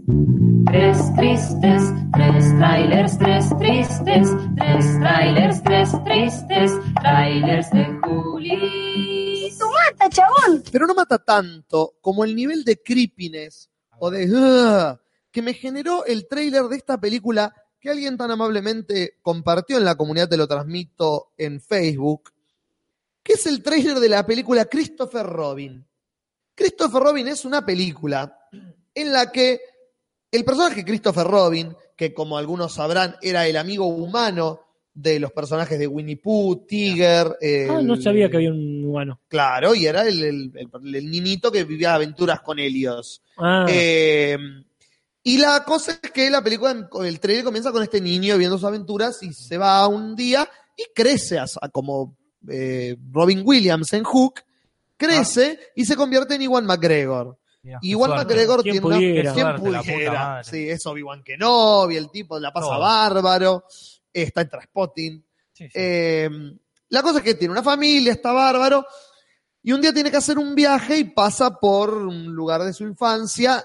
Tres tristes, trailers, tres tristes, tres trailers, tres tristes, trailers de Juli.
pero no mata tanto como el nivel de creepiness o de "Ugh", que me generó el tráiler de esta película que alguien tan amablemente compartió en la comunidad, te lo transmito en Facebook, que es el tráiler de la película Christopher Robin. Christopher Robin es una película en la que el personaje Christopher Robin, que como algunos sabrán era el amigo humano de los personajes de Winnie Pooh, Tiger,
Ah, no
el-
sabía que había un humano.
Claro, y era el, el- el- el niñito que vivía aventuras con Helios.
Ah,
Eh, y la cosa es que la película, el trailer comienza con este niño viendo sus aventuras y se va un día y crece a- a como eh, Robin Williams en Hook, crece y se convierte en Iwan McGregor.
Mira,
Y Iwan
Ah. suerte.
McGregor
¿Quién
tiene una-
pudiera?
¿quién
Suerte, la puta
pudiera?
madre.
Sí, es Obi-Wan Kenobi, el tipo la pasa
Todo.
bárbaro, está en Traspotting.
Sí, sí.
Eh, la cosa es que tiene una familia, está bárbaro, y un día tiene que hacer un viaje y pasa por un lugar de su infancia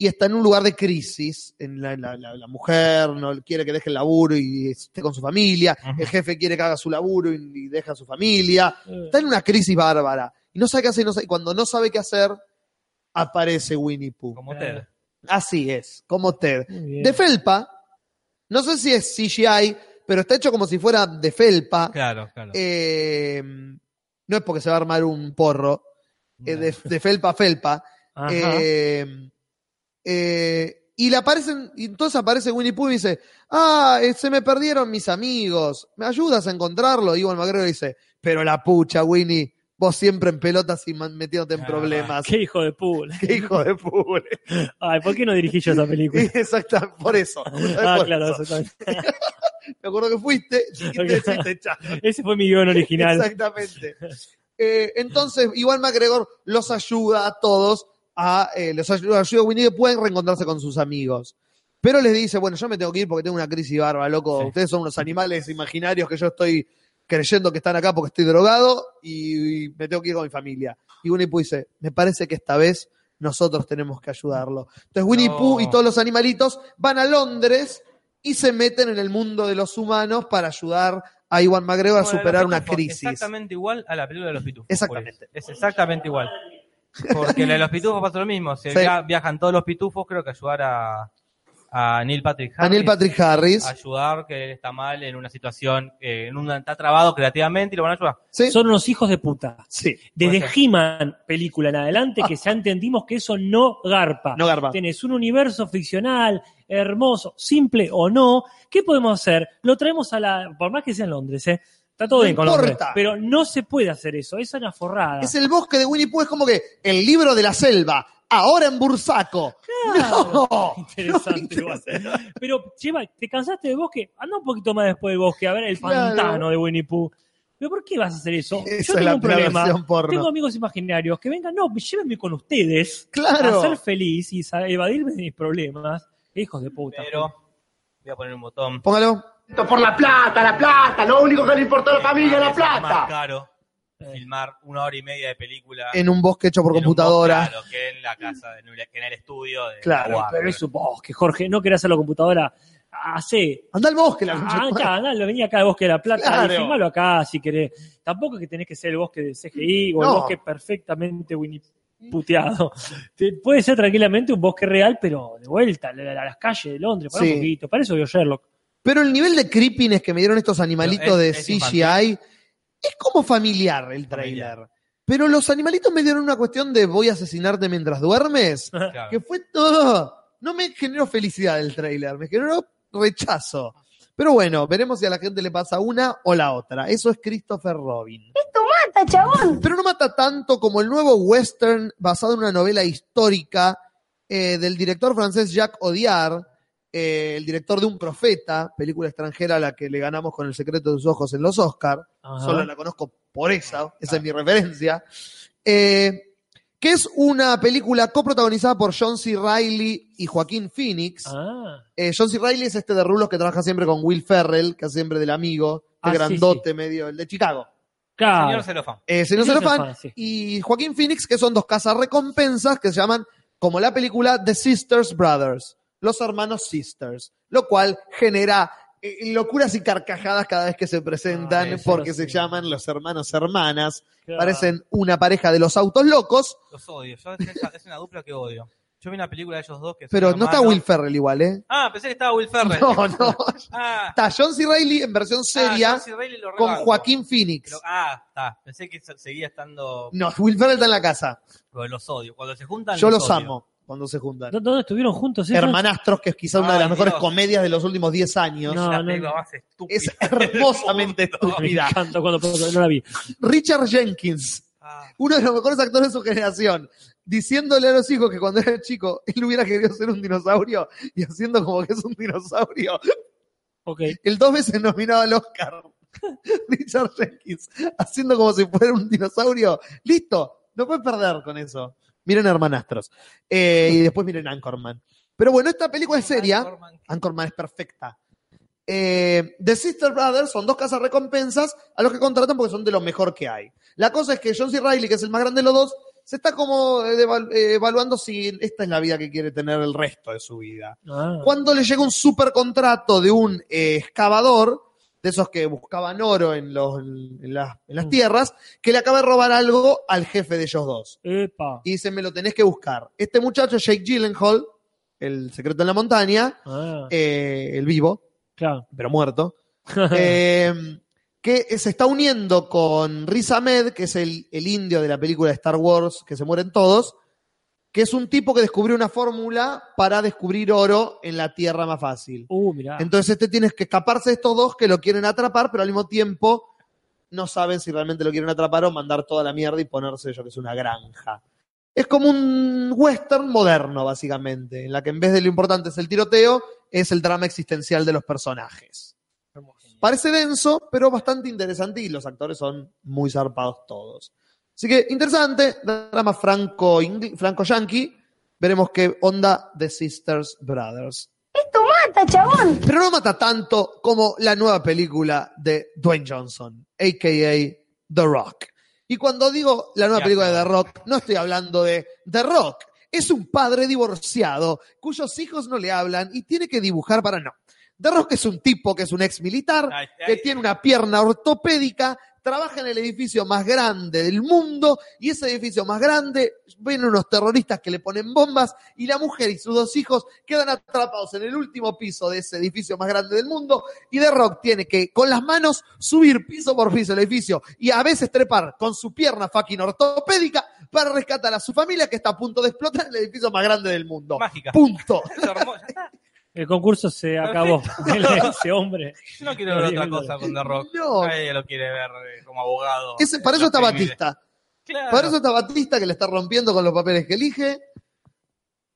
y está en un lugar de crisis. En la, la- la- la mujer no quiere que deje el laburo y esté con su familia,
Ujú.
el jefe quiere que haga su laburo y, y deja a su familia.
eh,
Está en una crisis bárbara y no sabe qué hacer. y no sabe- y cuando no sabe qué hacer, aparece Winnie Pooh.
Como Ted.
Así es, como Ted
muy bien.
de felpa. No sé si es CGI, pero está hecho como si fuera de felpa.
Claro, claro.
Eh, no es porque se va a armar un porro. eh, de, de felpa a felpa.
(laughs) Ajá.
Eh, eh, y le aparecen, y entonces aparece Winnie Pooh y dice, ah, eh, se me perdieron mis amigos, ¿me ayudas a encontrarlo? Y Iwan McGregor dice, pero la pucha, Winnie, vos siempre en pelotas y man- metiéndote en
Ah,
problemas.
Qué hijo de pula.
(laughs) Qué hijo de
(laughs)
(laughs) Pooh.
Ay, ¿por qué no dirigí yo
(laughs)
esa película?
Exacto, por eso.
Ah,
Por
claro,
eso.
eso también.
Me acuerdo que fuiste y te
Ok.
decidiste chao.
ese fue mi guión original.
Exactamente. Eh, entonces, Iván McGregor los ayuda a todos, a, eh, los ayuda, ayuda a Winnie que pueden reencontrarse con sus amigos. Pero les dice, bueno, yo me tengo que ir porque tengo una crisis barba, loco.
Sí.
Ustedes son unos animales imaginarios que yo estoy creyendo que están acá porque estoy drogado y, y me tengo que ir con mi familia. Y Winnie Pooh dice, me parece que esta vez nosotros tenemos que ayudarlo. Entonces Winnie
No.
Pooh y todos los animalitos van a Londres y se meten en el mundo de los humanos para ayudar a Iwan McGregor a
Como la de
superar
los
una
pitufos,
crisis.
Exactamente igual a la película de los pitufos.
Exactamente.
Juli. Es exactamente igual. Porque la de los pitufos pasa lo mismo. Si
Sí.
via- viajan todos los pitufos, creo que ayudar a, a Neil Patrick Harris.
A Neil Patrick Harris.
Ayudar que él está mal en una situación, eh, en una, está trabado creativamente y lo van a ayudar.
¿Sí?
Son unos hijos de puta.
Sí.
Desde
Puede ser.
He-Man, película en adelante, que ya entendimos que eso no
Ah,
garpa.
No garpa.
Tenés un universo ficcional, hermoso, simple o no. ¿Qué podemos hacer? Lo traemos a la. Por más que sea en Londres, ¿eh? Está todo
No
bien con
importa.
Londres. Pero no se puede hacer eso. Es una forrada.
Es el bosque de Winnie Pooh, es como que el libro de la selva, ahora en Bursaco. (laughs) ¡No!
(laughs) Interesante,
(laughs)
igual. Pero, Chema, ¿te cansaste del bosque? Anda un poquito más después del bosque, a ver el
Claro.
pantano de Winnie Pooh. ¿Pero por qué vas a hacer eso?
Esa
Yo
es
tengo
la
un problema.
versión porno.
Tengo amigos imaginarios que vengan, no, llévenme con ustedes a ser
Claro.
feliz y sa- evadirme de mis problemas. Hijos de puta.
Pero voy a poner un botón.
Póngalo.
Por la plata, la plata, lo único que le importó a la familia, la
Eh, Es más
plata.
caro filmar una hora y media de película
Eh. En un bosque hecho por
en un
computadora.
bosque, claro, que en la casa, de Nuria- que en el estudio. De
Claro,
Warner.
Pero es un bosque, Jorge. No querés hacerlo a computadora. Hacé
Anda al bosque, la concha
Ah,
de tu
acá, andá, venía acá al Bosque de la Plata
Claro.
y filmalo acá si querés. Tampoco es que tenés que ser el bosque de CGI o el
No.
bosque perfectamente Winnie puteado. Te- Puede ser tranquilamente un bosque real, pero de vuelta, a la- a las calles de Londres, para
Sí.
un poquito. Para eso vio Sherlock.
Pero el nivel de creepiness que me dieron estos animalitos
Pero
de
es- es
CGI
infantil.
es como familiar el
Familiar.
trailer. Pero los animalitos me dieron una cuestión de voy a asesinarte mientras duermes,
Claro.
que fue todo. No me generó felicidad el trailer, me generó rechazo. Pero bueno, veremos si a la gente le pasa una o la otra. Eso es Christopher Robin. Pero no mata tanto como el nuevo western basado en una novela histórica eh, del director francés Jacques Audiard, eh, el director de Un Profeta, película extranjera a la que le ganamos con El secreto de sus ojos en los Oscar.
Ajá. Ah.
Solo la conozco por esa, esa es mi referencia. Eh, que es una película coprotagonizada por John C. Reilly y Joaquín Phoenix.
Ah,
Eh, John C. Reilly es este de Rulos que trabaja siempre con Will Ferrell, que hace siempre del amigo,
Ah,
de
sí,
grandote medio, el de Chicago.
claro.
Señor Celofán.
Eh, señor
Ese es el
Celofán
fan, sí.
y Joaquín Phoenix, que son dos cazarrecompensas que se llaman, como la película, The Sisters Brothers, los hermanos Sisters. lo cual genera eh, locuras y carcajadas cada vez que se presentan
Ah, eso
porque
sí.
se llaman los hermanos hermanas,
Claro.
parecen una pareja de los autos locos,
Los odio. Yo- es es una dupla que odio. Yo vi una película de ellos dos que son
pero no está
hermanos.
Will Ferrell igual, ¿eh?
Ah, pensé que estaba Will Ferrell.
No, no,
Ah,
está John C. Reilly en versión seria
ah, John C. Reilly lo
con
rebanco.
Joaquín Phoenix.
Pero- ah, está. Pensé que se- seguía estando.
No, Will Ferrell está en la casa.
Pero los odio. Cuando se juntan.
Yo los
odio.
amo cuando se juntan.
¿Dó- ¿Dónde estuvieron juntos ellos?
Hermanastros, que es quizá una de
Ay,
las mejores
Dios.
comedias de los últimos 10 años.
Es
No,
la
no,
película
no.
más estúpida.
Es
(laughs)
hermosamente
(laughs) Me
estúpida.
encanta cuando pasa, no la vi.
Richard Jenkins,
Ah,
uno de los mejores actores de su generación, diciéndole a los hijos que cuando era chico él hubiera querido ser un dinosaurio y haciendo como que es un dinosaurio.
Ok.
El dos veces nominado al Oscar. (laughs) Richard Jenkins, haciendo como si fuera un dinosaurio. Listo, no puedes perder con eso. Miren Hermanastros. Eh, y después miren Anchorman. Pero bueno, esta película es seria.
Norman.
Anchorman es perfecta. Eh, The Sister Brothers son dos casas recompensas a los que contratan porque son de lo mejor que hay. La cosa es que John C. Reilly, que es el más grande de los dos, se está como eh, devalu- eh, evaluando si esta es la vida que quiere tener el resto de su vida.
Ah,
Cuando le llega un super contrato de un eh, excavador, de esos que buscaban oro en, los, en, las, en las
Mm.
tierras, que le acaba de robar algo al jefe de ellos dos
epa.
y dice, me lo tenés que buscar. Este muchacho, Jake Gyllenhaal, el secreto en la montaña,
Ah,
eh, el vivo,
claro.
pero muerto, eh, que se está uniendo con Riz Ahmed, que es el, el indio de la película de Star Wars, que se mueren todos, que es un tipo que descubrió una fórmula para descubrir oro en la tierra más fácil.
Uh, mirá.
Entonces este tienes que escaparse de estos dos que lo quieren atrapar, pero al mismo tiempo no saben si realmente lo quieren atrapar o mandar toda la mierda y ponerse yo que es una granja. Es como un western moderno, básicamente, en la que en vez de lo importante es el tiroteo, es el drama existencial de los personajes. Parece denso, pero bastante interesante y los actores son muy zarpados todos. Así que interesante, drama franco, franco yankee. Veremos qué onda The Sisters Brothers. Pero no mata tanto como la nueva película de Dwayne Johnson, a.k.a. The Rock. Y cuando digo la nueva
Ya.
película de The Rock, no estoy hablando de The Rock. Es un padre divorciado cuyos hijos no le hablan y tiene que dibujar para no. The Rock es un tipo que es un ex militar,
Ay, ay,
que tiene una pierna ortopédica, trabaja en el edificio más grande del mundo y ese edificio más grande ven unos terroristas que le ponen bombas y la mujer y sus dos hijos quedan atrapados en el último piso de ese edificio más grande del mundo y The Rock tiene que con las manos subir piso por piso el edificio y a veces trepar con su pierna fucking ortopédica para rescatar a su familia que está a punto de explotar en el edificio más grande del mundo.
Mágica.
Punto.
Es hermoso. Ya está.
El concurso se acabó. (laughs) Dele ese hombre.
(laughs)
Yo no quiero ver otra cosa con The Rock.
No.
Nadie lo quiere ver eh, como abogado.
Ese- para
En
eso
la
está
película.
Batista.
Claro.
Para eso está Batista que le está rompiendo con los papeles que elige.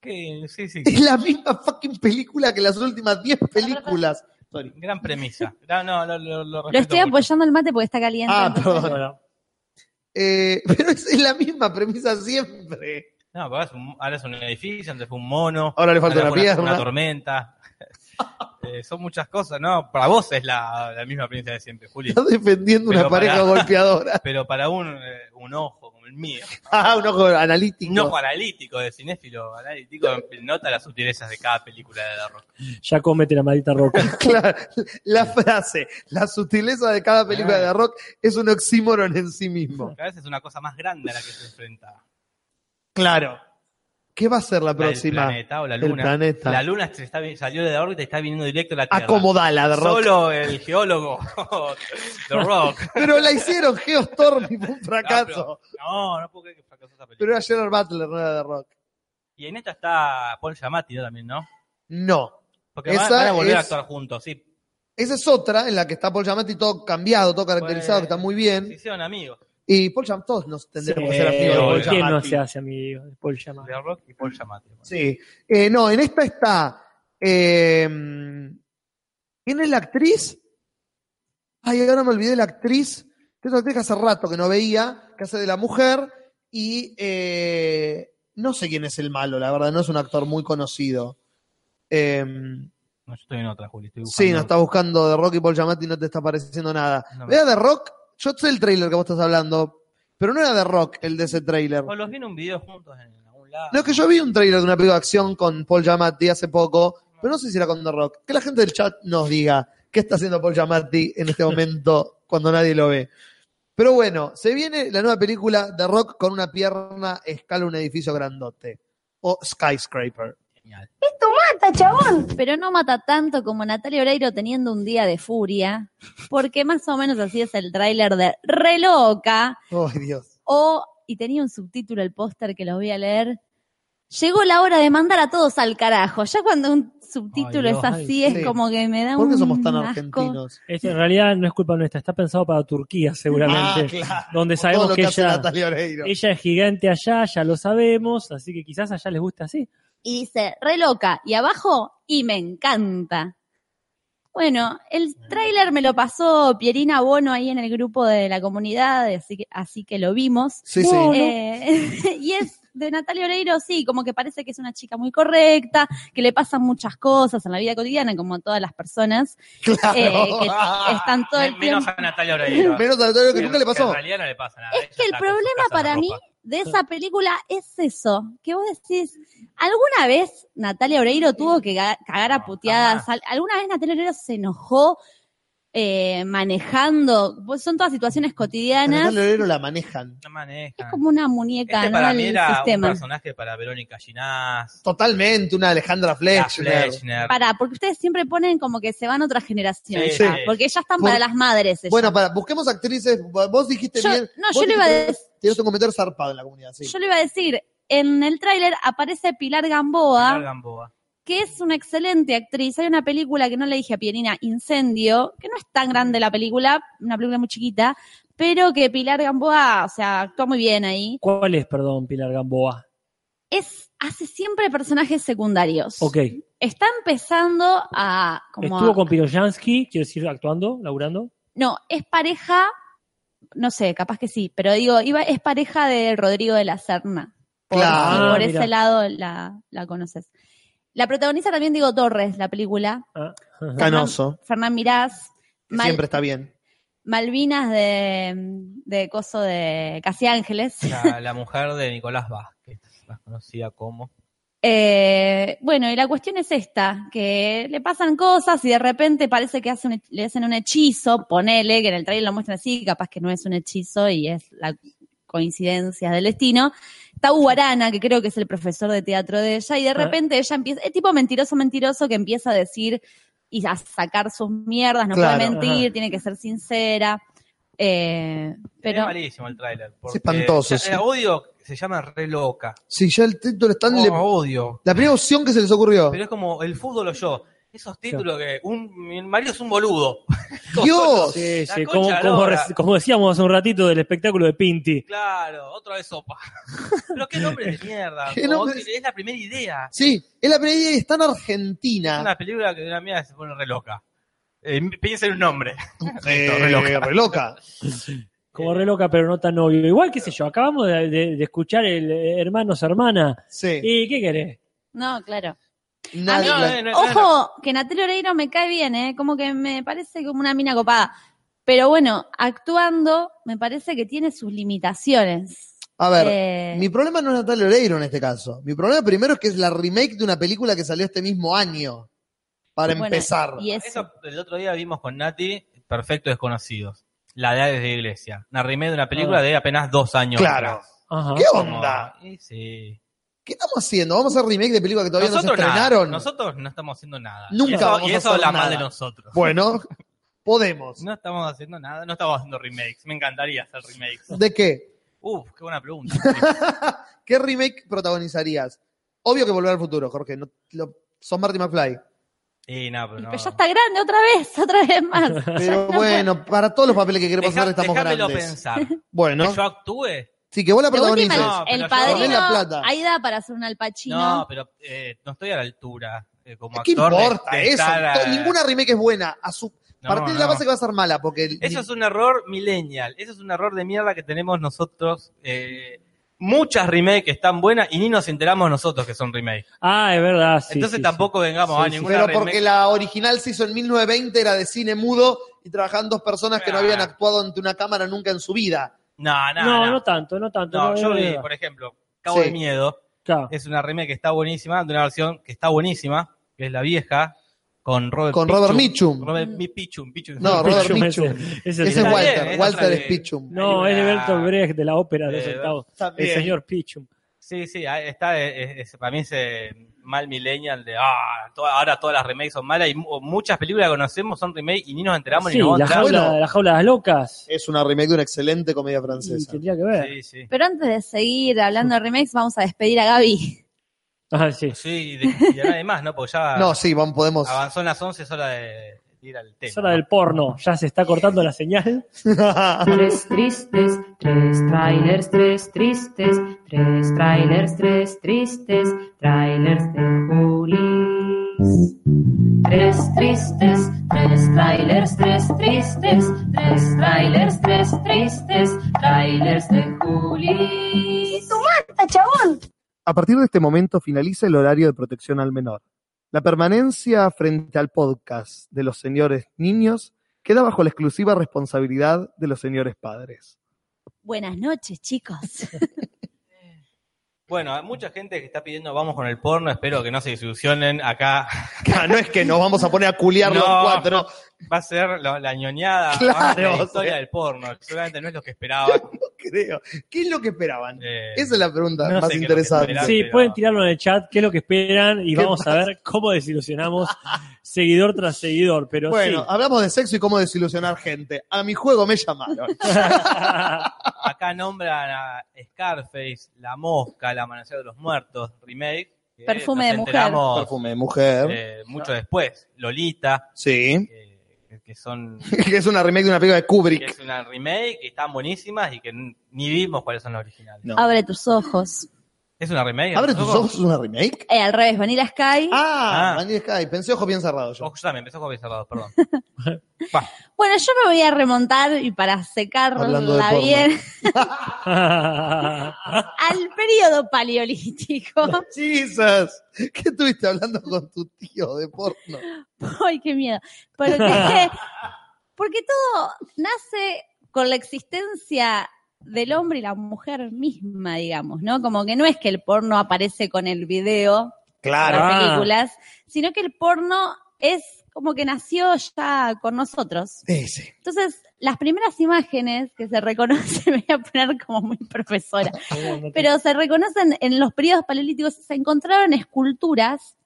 Que- Sí, sí.
(laughs) Es la misma fucking película que las últimas 10 películas. Sorry.
Gran premisa. No, no, lo, lo, lo
Lo
respeto
estoy
mucho.
apoyando al mate porque está caliente.
Ah,
entonces-
perdón.
Bueno,
Eh, pero es, es la misma premisa siempre.
No, pero ahora es un, ahora es un edificio, antes fue un mono.
Ahora le falta
ahora
una
fue una, una
pierna. (laughs)
tormenta. Eh, son muchas cosas, ¿no? Para vos es la, la misma premisa de
(laughs)
siempre, Juli.
Está defendiendo una
Pero
pareja
pará. (laughs)
golpeadora.
Pero para un, eh, un ojo como
(laughs)
el mío,
Ah, un ojo analítico.
un ojo analítico de cinéfilo, analítico, nota las sutilezas de cada película de The Rock.
ya comete la
(laughs)
maldita roca.
Claro. La frase, la sutileza de cada
Ah.
película de rock es un oxímoron en sí mismo.
Cada vez es una cosa más grande a la que se enfrenta.
Claro. ¿Qué va a ser la
La del
próxima?
planeta o la
El
luna.
planeta.
La luna se está, vi- salió de la órbita y está viniendo directo a la Tierra.
Acomodala de rock.
Solo el geólogo (laughs) The Rock.
Pero la hicieron Geostorm y
(laughs)
fue un fracaso.
No, no puedo creer que fracasó esa película.
Pero era Gerard Butler, no era de rock.
Y en esta está Paul Giamatti ¿no? también, ¿no?
No.
Porque van-
Esa
van a volver a
es-
actuar juntos, sí.
Esa es otra en la que está Paul Giamatti todo cambiado, todo caracterizado,
Bueno.
que está muy bien.
Se hicieron amigos.
Y Paul Giamatti, todos nos tendremos que ser amigos de
obvio.
Paul
Eh, ¿Por qué
Giamatti.
no se hace amigo de Paul Giamatti?
The Rock y Paul Giamatti.
Sí. Eh, no, en esta está. eh, ¿Quién es la actriz? Ay, ahora me olvidé de la actriz. Que es una actriz que hace rato que no veía, que hace de la mujer. Y eh, no sé quién es el malo, la verdad, no es un actor muy conocido. Em,
No, yo estoy en otra, Juli. Estoy buscando...
Sí, no está buscando de Rock y Paul Giamatti no te está apareciendo nada.
No me-
Era de Rock, yo sé el trailer que vos estás hablando, pero no era de Rock el de ese trailer.
O los vi en un video juntos en algún lado.
No, es que yo vi un trailer de una película de acción con Paul Giamatti hace poco, pero no sé si era con The Rock. Que la gente del chat nos diga qué está haciendo Paul Giamatti en este momento cuando nadie lo ve. Pero bueno, se viene la nueva película The Rock con una pierna escala un edificio grandote. O Skyscraper.
Esto mata, chabón. Pero no mata tanto como Natalia Oreiro teniendo un día de furia, porque más o menos así es el tráiler de Reloca.
Ay, Dios.
O, y tenía un subtítulo el póster que lo voy a leer, llegó la hora de mandar a todos al carajo. Ya cuando un subtítulo
Ay,
es
Dios.
así,
Sí.
es como que me da un
¿Por qué somos tan
asco.
argentinos?
Esto en realidad no es culpa nuestra, está pensado para Turquía
Ah,
seguramente,
claro.
donde
Ah, Todo
sabemos
lo
que
que hace
ella,
Natalia Oreiro.
ella es gigante allá, ya lo sabemos, así que quizás allá les gusta así.
y dice re loca y abajo y me encanta. Bueno, el tráiler me lo pasó Pierina Bono ahí en el grupo de la comunidad, así que, así que lo vimos.
Sí, sí.
Eh, (laughs) y es de Natalia Oreiro, sí, como que parece que es una chica muy correcta, que le pasan muchas cosas en la vida cotidiana, como a todas las personas
Claro.
eh, que están todo el
Menos
tiempo.
a
(laughs)
Natalia Oreiro.
Menos a Natalia que nunca le pasó.
En realidad no le pasa nada.
Es que el problema para mí de esa película es eso, que vos decís, ¿alguna vez Natalia Oreiro tuvo que ga- cagar a
No,
puteadas?
jamás.
Al- ¿Alguna vez Natalia Oreiro se enojó eh, manejando? Pues son todas situaciones
A
cotidianas.
Natalia Oreiro la manejan.
No maneja.
Es como una muñeca
Este
¿no?
para
en
mí
el
era un
sistema.
personaje para Verónica Ginás,
Totalmente, una Alejandra
la
Fletcher.
Fletchner.
Para, porque ustedes siempre ponen como que se van a otra generación,
Sí,
ya,
sí.
porque ellas están
Por-
para las madres. ellas.
Bueno, para, busquemos actrices. Vos dijiste
Yo-
bien.
no,
vos
yo le iba a
dijiste-
decir-
Tienes un comentario zarpado en la comunidad, sí.
Yo le iba a decir, en el tráiler aparece Pilar Gamboa.
Pilar Gamboa.
que es una excelente actriz. Hay una película que no le dije a Pierina, Incendio, que no es tan grande la película, una película muy chiquita, pero que Pilar Gamboa, o sea, actúa muy bien ahí.
¿Cuál es, perdón, Pilar Gamboa?
Es, hace siempre personajes secundarios.
Ok,
Está empezando a, como
estuvo
a-
con Pirojansky, quiero decir, actuando, laburando.
no, es pareja, no sé, capaz que sí, pero digo, iba, es pareja de Rodrigo de la Serna. Por,
Claro.
si por
Ah,
ese
mira.
lado la, la conoces. La protagoniza también Diego Torres, la película.
Ah, ajá.
Canoso.
Fernán Mirás.
que
Mal-
Siempre está bien.
Malvinas de, de coso de Casi Ángeles.
La, la mujer de Nicolás Vázquez, más conocida como.
Eh, bueno, y la cuestión es esta, que le pasan cosas y de repente parece que hace un- le hacen un hechizo, ponele, que en el trailer lo muestran así, capaz que no es un hechizo y es la coincidencia del destino. Está Guarana, que creo que es el profesor de teatro de ella, y de repente ella empieza, es tipo mentiroso, mentiroso, que empieza a decir y a sacar sus mierdas, no
Claro.
puede mentir,
Ajá.
tiene que ser sincera. Eh,
Pero, es
pero
malísimo el tráiler. porque-
espantoso,
Ya,
sí.
eh, odio, se llama re loca.
Sí, ya el título está en
Oh,
le-
odio.
la primera opción que se les ocurrió.
Pero es como el fútbol o yo. Esos títulos que un, mi marido es un boludo.
(laughs) Dios.
Sí,
La
sí,
concha
como,
de la
como
lora.
reci- como decíamos hace un ratito del espectáculo de Pinti.
Claro, otra
(laughs)
vez sopa. Pero qué nombre de mierda.
Qué
como
nombre- Ah.
tiene- Es la primera idea.
Sí, es la primera idea y está en
Es
Argentina.
una película que de la mía se pone re loca. Eh, piensa en un nombre. (laughs)
Eh, re loca.
Eh,
Como re loca, pero no tan obvio. Igual, qué sé yo, acabamos de, de- de escuchar el eh, Hermanos Hermana.
Sí.
¿Y qué querés?
no, claro.
Nadie-
A
Ah, No,
mí-
eh. no, no,
Ojo, que Natalia Oreiro me cae bien, ¿eh? Como que me parece como una mina copada. Pero bueno, actuando me parece que tiene sus limitaciones.
A ver,
Eh,
mi problema no es Natalia Oreiro en este caso. Mi problema primero es que es la remake de una película que salió este mismo año. Para
bueno,
empezar.
Y eso.
Eso el otro día vimos con Nati, Perfecto Desconocidos. La de Hades de Iglesia. Una remake de una película
Ah.
de apenas dos años.
Claro.
atrás.
Ajá.
¿Qué
Como-
onda?
y sí.
¿Qué estamos haciendo? ¿Vamos a hacer remake de películas que todavía no
Nosotros,
se
nada.
estrenaron?
nosotros no estamos haciendo nada.
Nunca
Y eso,
vamos
y
a
eso
hacer
habla
nada.
mal de nosotros.
Bueno, (laughs) podemos.
No estamos haciendo nada, no estamos haciendo remakes. Me encantaría hacer remakes.
¿De qué?
Uf, qué buena
(laughs)
pregunta.
¿Qué remake protagonizarías? Obvio que volver al futuro, Jorge. No, lo- sos Marty McFly.
Y nada, pero no.
Pero ya está grande otra vez, (laughs) otra vez más. (laughs)
Pero bueno, para todos los papeles que queremos hacer estamos
déjamelo
grandes.
pensar.
Bueno,
¿Que yo actúe?
sí, que vos la
De última,
protagonices.
No, pero
el
yo-
padrino,
Ponle la plata.
ahí da para hacer un alpachino.
No, pero eh, no estoy a la altura eh, como
¿Qué
actor. de-
importa
de
eso?
estar a-
To- Ninguna remake es buena. A su...
No,
Partir de la
no.
base que va a ser mala, porque el-
Eso es un error millennial. Eso es un error de mierda que tenemos nosotros. eh, muchas remakes que están buenas y ni nos enteramos nosotros que son remakes.
Ah, es verdad. sí,
Entonces
sí, sí.
tampoco vengamos
Sí,
a
sí.
ninguna
pero
remake.
porque la original se hizo en 1920, era de cine mudo y trabajaban dos personas que no habían
Ah.
actuado ante una cámara nunca en su vida.
No, no,
No, no,
no.
tanto, no tanto.
No,
no,
yo
es
vi,
verdad.
por ejemplo, Cabo
Sí.
de Miedo.
Claro.
Es una remake que está buenísima, de una versión que está buenísima. que es la vieja, con Robert
Con Robert Mitchum.
Robert Mi- Pichum, Pichum.
No,
(laughs)
Robert
Pichum,
Mitchum.
ese- ese
Ese es
está bien,
Walter.
es
Walter
otra
es
de- Ah.
Pichum.
No, es de Bertolt Brecht, de la ópera de los
Eh,
centavos. El
también.
señor Pichum.
Sí, sí, ahí está, eh, es- es- para mí ese mal millennial de ah, to- ahora todas las remakes son malas y mu- muchas películas que conocemos son remake y ni nos enteramos
Sí,
ni nos
la
enteramos.
jaula,
Bueno.
las jaulas locas.
Es una remake de una excelente comedia
Y
francesa.
tendría que ver.
Sí, sí.
Pero antes de seguir hablando de remakes, vamos a despedir a Gaby.
Ah, sí.
Sí, y, de, y a nadie más, ¿no? Porque
(laughs)
ya
No, sí, vamos, podemos.
avanzó en las 11, es hora de ir al tema.
Es hora del porno. Ya se está cortando la señal.
Tres tristes, tres trailers, tres tristes, tres trailers, tres tristes, trailers de Julis. Tres tristes, tres trailers, tres tristes, tres trailers, tres tristes, trailers de Julis.
A partir de este momento finaliza el horario de protección al menor. La permanencia frente al podcast de los señores niños queda bajo la exclusiva responsabilidad de los señores padres.
Buenas noches, chicos.
Bueno, hay mucha gente que está pidiendo vamos con el porno, espero que no se desilusionen. Acá
(laughs) Ah, no es que nos vamos a poner a culiar los
No.
cuatro.
va a ser lo- la ñoñada
Claro,
ah, de la
sí.
historia del porno. que Seguramente no es lo que esperaba.
Creo. ¿Qué es lo que esperaban?
Eh,
Esa es la pregunta
no sé
más
qué es lo que
interesante.
esperaba.
Sí,
pero-
pueden tirarlo en el chat, qué es lo que esperan y
¿Qué
vamos a ver cómo desilusionamos seguidor tras seguidor. Pero
bueno,
(laughs) sí.
hablamos de sexo y cómo desilusionar gente. A mi juego me
(laughs)
llamaron.
Acá nombran a Scarface, La Mosca, La Amanecer de los Muertos, Remake. que
Perfume
nos
de mujer.
enteramos,
Perfume de mujer.
eh, mucho después. Lolita,
Sí. (laughs)
eh, que son
Que es una remake de una película de
que
Kubrick.
es una remake, que están buenísimas y que n- ni vimos cuáles son las originales.
No.
Abre tus ojos.
¿Es una remake?
¿Abre tus ojos? ¿Es una remake?
Eh, al revés, Vanilla Sky.
Ah,
Ah.
Vanilla Sky. Pensé ojos bien cerrados yo.
Ojos también, Oh, empezó con bien cerrados,
(laughs)
perdón.
Bueno, yo me voy a remontar y para
Hablando de
secarla
porno.
bien al periodo paleolítico.
(laughs) (laughs) Jesus. ¿Qué estuviste hablando con tu tío de porno?
Ay, qué miedo. Porque, porque todo nace con la existencia del hombre y la mujer misma, digamos, ¿no? Como que no es que el porno aparece con el video,
Claro.
las
Ah.
películas, sino que el porno es como que nació ya con nosotros.
Ese.
Entonces, las primeras imágenes que se reconocen, (laughs) me voy a poner como muy profesora,
(laughs)
pero se reconocen en los periodos paleolíticos, se encontraron esculturas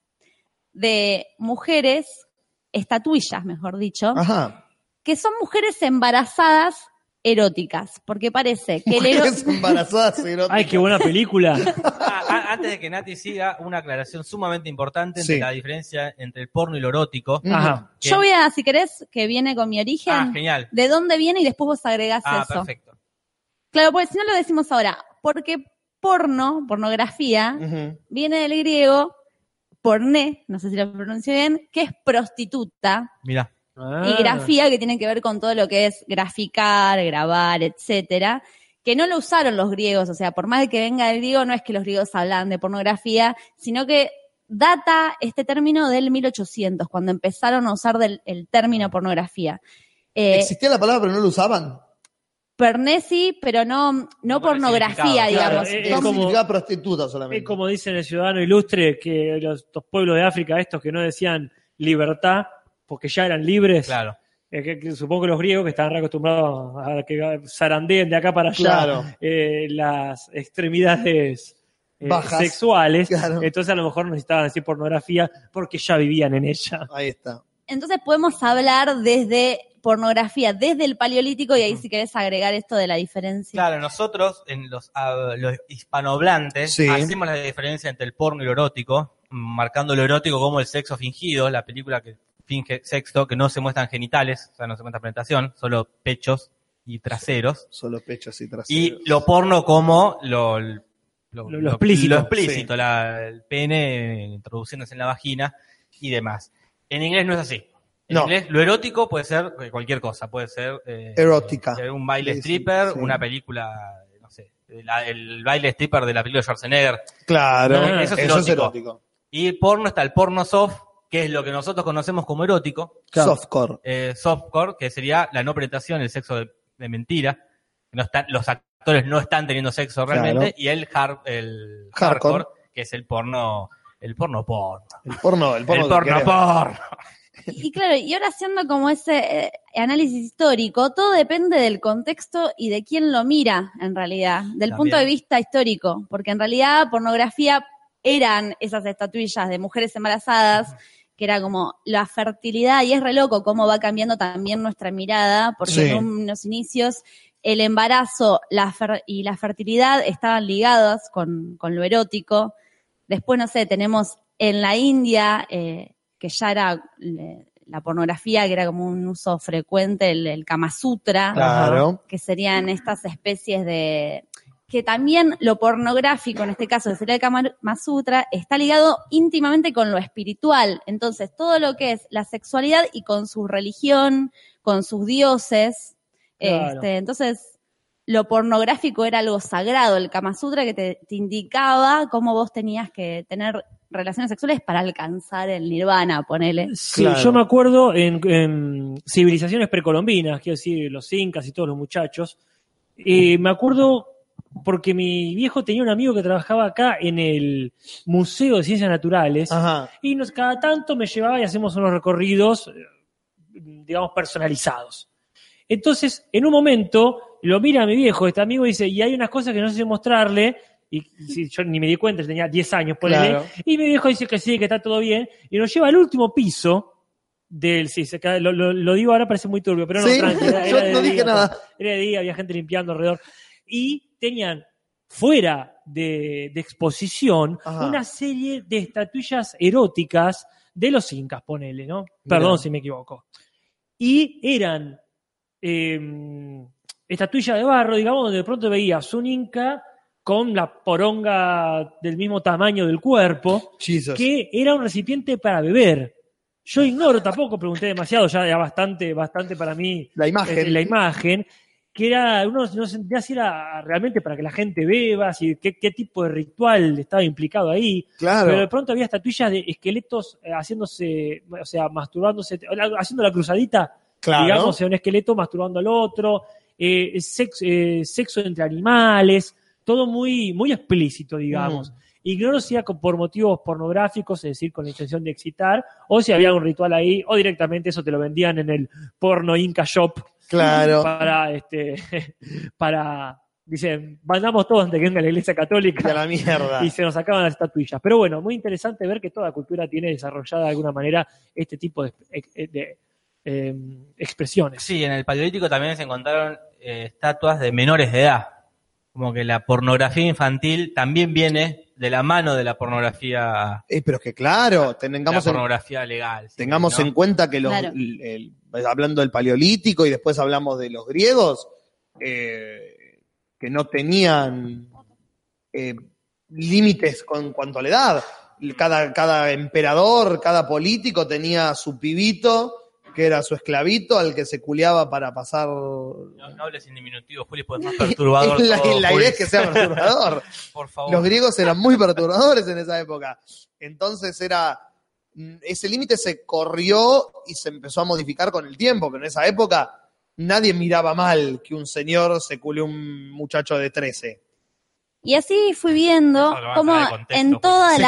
de mujeres, estatuillas, mejor dicho,
Ah.
Ajá.
que son mujeres embarazadas eróticas, porque parece que el
Mujeres
ero-
(laughs)
embarazadas
Ay,
eróticas.
qué buena
(laughs)
película.
Ah, a- antes de que Nati siga, una aclaración sumamente importante entre
Sí.
la diferencia entre el porno y lo erótico.
Ajá.
que-
yo voy a, si querés, que viene con mi origen,
Ah, genial.
de dónde viene y después vos agregás
Ah,
eso.
perfecto.
Claro, porque si no lo decimos ahora, porque porno, pornografía,
Eh.
Ujú.
viene del griego porné, no sé si lo pronuncio bien, que es prostituta,
Mirá.
Ah.
y grafía que tiene que ver con todo lo que es graficar, grabar, etcétera, que no lo usaron los griegos, o sea, por más de que venga del griego, no es que los griegos hablan de pornografía, sino que data este término del 1800, cuando empezaron a usar del- el término pornografía. Eh,
Existía la palabra, pero no lo usaban.
perné sí, pero no, no,
No con el
pornografía,
significado,
digamos.
claro,
Es
Es como-
como prostituta solamente.
Es como dicen el ciudadano ilustre que los, los pueblos de África, estos que no decían libertad, porque ya eran libres.
Claro.
Eh, que- que supongo que los griegos que estaban re acostumbrados a que zarandeen de acá para allá
Claro.
eh, las extremidades eh,
Bajas.
sexuales,
Claro.
entonces a lo mejor necesitaban decir pornografía porque ya vivían en ella.
Ahí está.
Entonces podemos hablar desde pornografía, desde el paleolítico, y ahí si querés agregar esto de la diferencia.
Claro, nosotros, en los, ah, los hispanohablantes,
Sí.
hacemos la diferencia entre el porno y lo erótico, marcando lo erótico como el sexo fingido, la película que finge sexo, que no se muestran genitales, o sea, no se muestra presentación, solo pechos y traseros.
Solo pechos y traseros.
Y lo porno como lo, lo,
Lo- lo explícito.
lo explícito, la- el pene introduciéndose en la vagina y demás. En inglés no es así. En
No.
inglés lo erótico puede ser eh, cualquier cosa, puede ser... eh,
Erótica.
eh, Un
Sí,
baile
sí,
stripper,
sí.
una película, no sé, la- el baile stripper de la película de Schwarzenegger.
Claro,
Ah,
eso,
eso
es
es
erótico.
erótico. Y porno está el porno soft, que es lo que nosotros conocemos como erótico
Softcore.
eh, softcore, que sería la no penetración, el sexo de, de mentira. No están, los actores no están teniendo sexo realmente.
Claro.
Y el, hard, el
Hardcore.
hardcore, que es el porno El porno porno.
El porno, el porno. que
el porno
queremos.
porno.
Y claro, y ahora haciendo como ese eh, análisis histórico, todo depende del contexto y de quién lo mira, en realidad, del
También.
punto de vista histórico, porque en realidad pornografía eran esas estatuillas de mujeres embarazadas, que era como la fertilidad, y es re loco cómo va cambiando también nuestra mirada, porque
Sí.
en unos inicios el embarazo la fer- y la fertilidad estaban ligadas con, con lo erótico. Después, no sé, tenemos en la India, eh, que ya era eh, la pornografía, que era como un uso frecuente, el, el Kama Sutra,
Claro.
que serían estas especies de que también lo pornográfico, en este caso, que sería el Kama Sutra, está ligado íntimamente con lo espiritual. Entonces, todo lo que es la sexualidad y con su religión, con sus dioses.
Claro.
Este, entonces, lo pornográfico era algo sagrado, el Kama Sutra que te, te indicaba cómo vos tenías que tener relaciones sexuales para alcanzar el nirvana, ponele.
Sí,
Claro.
yo me acuerdo en, en civilizaciones precolombinas, quiero decir, los incas y todos los muchachos. Eh, me acuerdo porque mi viejo tenía un amigo que trabajaba acá en el Museo de Ciencias Naturales
Ajá.
y nos, cada tanto me llevaba y hacemos unos recorridos, eh, digamos, personalizados. Entonces, en un momento, lo mira mi viejo, este amigo, y dice, y hay unas cosas que no sé mostrarle, y si yo ni me di cuenta, yo tenía 10 años, por
Claro.
y mi viejo dice que sí, que está todo bien, y nos lleva al último piso del... Sí, se cae- lo, lo- lo digo ahora, parece muy turbio, pero no,
Sí,
tranqui, era-
(laughs) yo
era de
no dije
día,
nada.
Era de día, había gente limpiando alrededor, y tenían fuera de, de exposición
Ajá.
una serie de estatuillas eróticas de los incas, ponele, ¿no? Perdón si me equivoco. Y eran eh, estatuillas de barro, digamos, donde de pronto veías un inca con la poronga del mismo tamaño del cuerpo,
Jesus.
que era un recipiente para beber. Yo ignoro tampoco, pregunté demasiado, ya era bastante, bastante para mí
La imagen.
este, la imagen, que era, uno no se entendía si era realmente para que la gente beba, si, qué, qué tipo de ritual estaba implicado ahí,
Claro.
pero de pronto había estatuillas de esqueletos eh, haciéndose, o sea, masturbándose, la- haciendo la cruzadita,
Claro.
digamos, un esqueleto masturbando al otro, eh, sex- eh, sexo entre animales, todo muy, muy explícito, digamos.
Mm.
Ignoro si era co- por motivos pornográficos, es decir, con la intención de excitar, o si había un ritual ahí, o directamente eso te lo vendían en el porno Inca Shop (laughs)
Claro.
para, este, para, dicen, mandamos todos antes que venga la iglesia
Y a
católica
la mierda.
y se nos sacaban las estatuillas. Pero bueno, muy interesante ver que toda cultura tiene desarrollada de alguna manera este tipo de, de, eh, expresiones.
Sí, en el Paleolítico también se encontraron eh, estatuas de menores de edad. Como que la pornografía infantil también viene de la mano de la pornografía,
Eh, pero es que claro,
la
tengamos en,
pornografía legal. sí,
tengamos
¿no?
en cuenta que los,
Claro.
el- el- hablando del paleolítico y después hablamos de los griegos, eh, que no tenían eh, límites con cuanto a la edad. Cada, cada emperador, cada político tenía su pibito, que era su esclavito, al que se culeaba para pasar...
No, no hables en diminutivo, Juli, pues es más perturbador.
(laughs) la,
todo,
la
Juli.
idea es que sea perturbador.
Por favor.
Los griegos eran muy perturbadores en esa época. Entonces era. mm, Ese límite se corrió y se empezó a modificar con el tiempo, pero en esa época nadie miraba mal que un señor se cule un muchacho de (laughs) 13.
Y así fui viendo
Eso lo vas a
cómo
sacar de contexto,
en
Juli.
todas
Sí.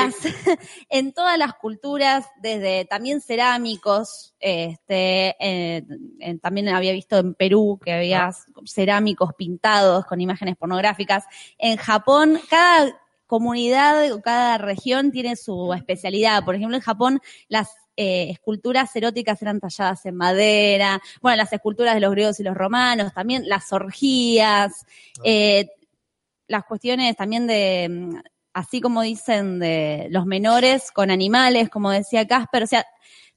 las (laughs) en todas las culturas, desde también cerámicos, este, eh, eh, también había visto en Perú que había
Ah.
cerámicos pintados con imágenes pornográficas. En Japón, cada comunidad o cada región tiene su especialidad. Por ejemplo, en Japón las eh, esculturas eróticas eran talladas en madera, bueno, las esculturas de los griegos y los romanos, también las orgías, eh, las cuestiones también de, mm, así como dicen, de los menores con animales, como decía Casper, o sea,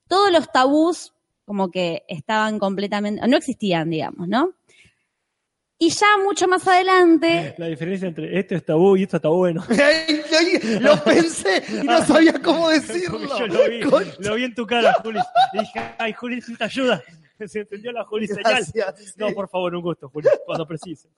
todos los tabús como que estaban completamente, no existían, digamos, ¿no? Y ya mucho más adelante,
La diferencia entre esto es tabú y esto está bueno.
Ay, ay, lo pensé y no sabía cómo decirlo.
(laughs) Yo lo vi,
Con-
lo vi en tu cara, Juli. Y dije, ay, Juli, necesita ayuda. (laughs) Se entendió la Juli señal.
Gracias.
No, por favor, un gusto, Juli, cuando precise.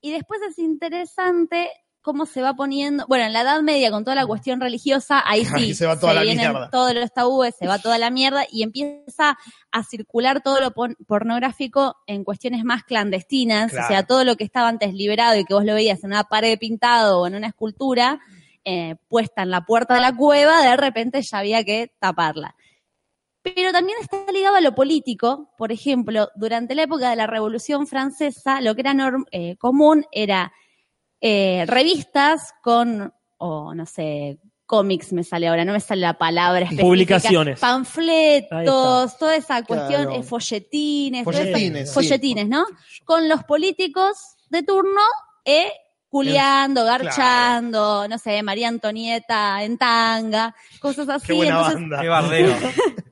y después es interesante cómo se va poniendo, bueno, en la Edad Media con toda la cuestión religiosa, ahí sí,
Mm. (laughs) Ahí se va toda la
vienen
mierda.
todos los tabúes, se va toda la mierda y empieza a circular todo lo pon- pornográfico en cuestiones más clandestinas, o sea, todo lo que estaba antes liberado y que vos lo veías en una pared pintado o en una escultura, eh, puesta en la puerta de la cueva, de repente ya había que taparla. Pero también está ligado a lo político. Por ejemplo, durante la época de la Revolución Francesa, lo que era norm- eh, común era eh, revistas con, o no sé, cómics me sale ahora, no me sale la palabra específica.
Publicaciones. Ahí
Panfletos,
está.
toda esa cuestión,
Claro.
eh, folletines. toda esa-
Folletines, sí.
folletines, ¿no? Con los políticos de turno, eh, culeando,
Claro.
garchando, no sé, María Antonieta en tanga, cosas así. Entonces,
Qué (laughs) bardero.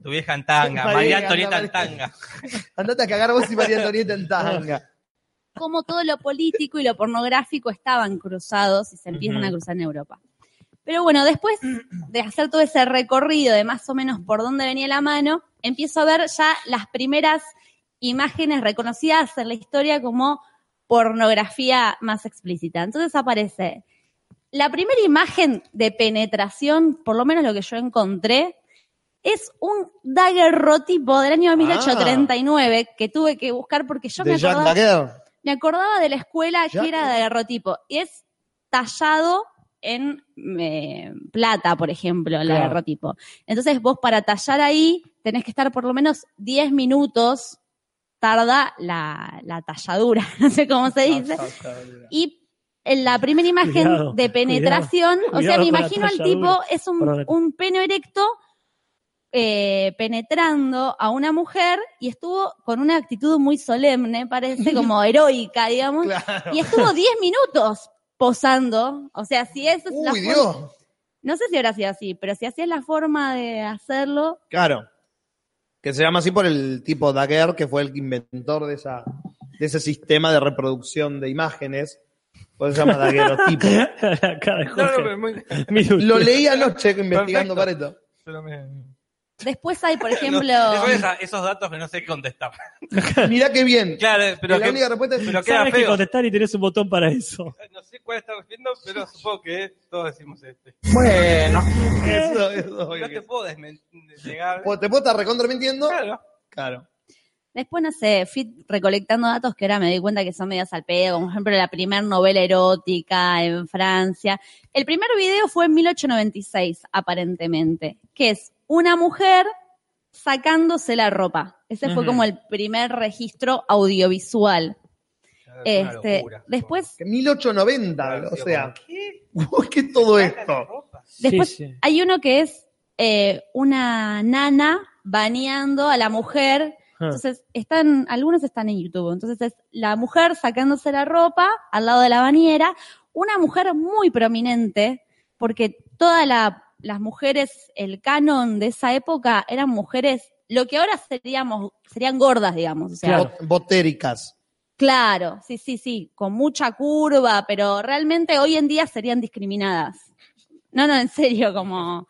tu vieja en tanga.
María,
María
anda,
Antonieta en
María.
(laughs) tanga.
Andate a cagar vos y María Antonieta en tanga.
como todo lo político y lo pornográfico estaban cruzados y se empiezan
Ujú.
a cruzar en Europa. Pero bueno, después de hacer todo ese recorrido de más o menos por dónde venía la mano, empiezo a ver ya las primeras imágenes reconocidas en la historia como pornografía más explícita. Entonces aparece la primera imagen de penetración, por lo menos lo que yo encontré, es un daguerrotipo del año 1839 que tuve que buscar porque yo me
Ah. de Jack
acordaba
Daguerre.
me acordaba de la escuela
Ya.
que era de daguerrotipo. Y es tallado en eh, plata, por ejemplo, el
Claro.
daguerrotipo. Entonces vos para tallar ahí tenés que estar por lo menos 10 minutos tarda la, la talladura, (laughs) no sé cómo se dice. Y en la primera imagen
Cuidado,
de penetración,
cuidado,
o
cuidado
sea, me
con la
imagino al tipo,
talladura.
es un,
Perdón.
un pene erecto eh, penetrando a una mujer y estuvo con una actitud muy
(laughs)
solemne, parece como heroica, digamos, y estuvo 10 minutos posando, o sea, si esa es la
Uy,
forma-
Dios.
no sé si habrá sido así, pero si así es la forma de hacerlo,
Claro. Que se llama así por el tipo Daguerre, que fue el inventor de, esa, de ese sistema de reproducción de imágenes. Por eso se llama
(laughs)
daguerrotipo.
(laughs)
Lo leí anoche investigando para esto.
después hay,
(laughs)
por ejemplo,
después esa- esos datos que no sé qué contestar.
Mirá qué bien.
(laughs) Claro, pero
la
que-
única respuesta es
pero queda
Sabes que
feo.
contestar y tenés un botón para eso.
No sé cuál estás viendo, (laughs) pero supongo que todos decimos este.
Bueno. Eso, eso, obvio
No
que
te puedo desnegar.
Pues, Te puedo estar recontra mintiendo. Claro.
Después, no sé, fui recolectando datos que ahora me doy cuenta que son medias al pedo, como por ejemplo la primera novela erótica en Francia. El primer video fue en 1896, aparentemente, que es una mujer sacándose la ropa. Ese fue
Ujú.
como el primer registro audiovisual.
es una
Este,
locura.
después,
1890, o sea. ¿Qué? (laughs) ¿Qué es todo esto?
después hay uno que es eh, una nana bañando a la mujer
Ah,
Entonces, están, algunos están en YouTube. Entonces, es la mujer sacándose la ropa al lado de la bañera, una mujer muy prominente, porque todas la- las mujeres, el canon de esa época eran mujeres, lo que ahora seríamos, serían gordas, digamos. O sea,
Claro. Botéricas.
claro, sí, sí, sí, con mucha curva, pero realmente hoy en día serían discriminadas. No, no, en serio, como...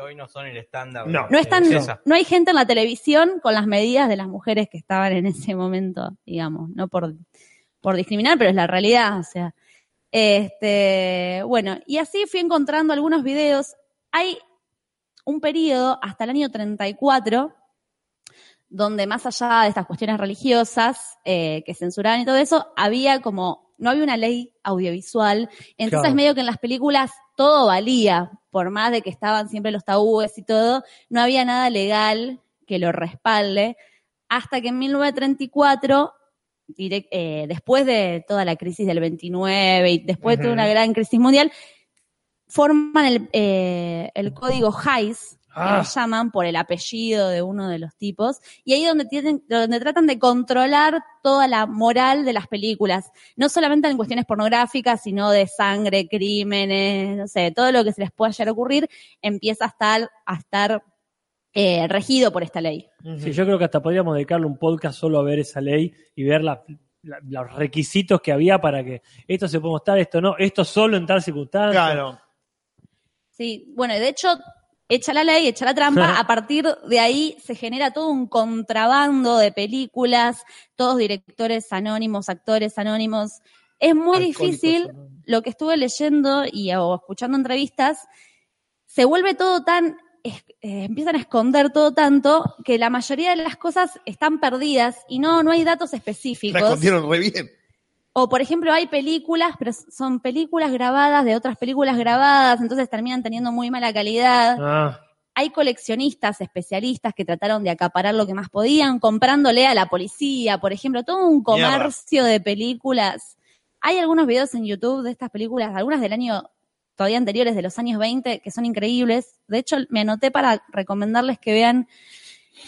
Hoy no son el estándar.
No.
No, están,
Es esa.
no hay gente en la televisión con las medidas de las mujeres que estaban en ese momento, digamos, no por, por discriminar, pero es la realidad, o sea. Este, bueno, y así fui encontrando algunos videos. Hay un periodo hasta el año 34 donde más allá de estas cuestiones religiosas eh, que censuraban y todo eso, había como, no había una ley audiovisual, entonces
Claro.
medio que en las películas todo valía, por más de que estaban siempre los tabúes y todo, no había nada legal que lo respalde, hasta que en 1934, direc- eh, después de toda la crisis del 29 y después de toda
Ujú.
una gran crisis mundial, forman el, eh, el código Hayes, que
Ah.
lo llaman por el apellido de uno de los tipos, y ahí donde tienen, donde tratan de controlar toda la moral de las películas, no solamente en cuestiones pornográficas, sino de sangre, crímenes, no sé, todo lo que se les pueda llegar a ocurrir, empieza a estar, a estar eh, regido por esta ley.
Sí, yo creo que hasta podríamos dedicarle un podcast solo a ver esa ley y ver la- la- los requisitos que había para que esto se pueda mostrar, esto no, esto solo en tal circunstancia.
Claro.
Sí, bueno, y de hecho, echa la ley, echa la trampa,
Ajá.
a partir de ahí se genera todo un contrabando de películas, todos directores anónimos, actores anónimos. Es muy difícil, lo que estuve leyendo y o escuchando entrevistas, se vuelve todo tan, es- eh, empiezan a esconder todo tanto que la mayoría de las cosas están perdidas y no, no hay datos
La
específicos.
escondieron re bien.
O, por ejemplo, hay películas, pero son películas grabadas de otras películas grabadas, entonces terminan teniendo muy mala calidad.
Ah,
Hay coleccionistas especialistas que trataron de acaparar lo que más podían, comprándole a la policía, por ejemplo, todo un comercio de películas. Hay algunos videos en YouTube de estas películas, algunas del año todavía anteriores, de los años 20, que son increíbles. De hecho, me anoté para recomendarles que vean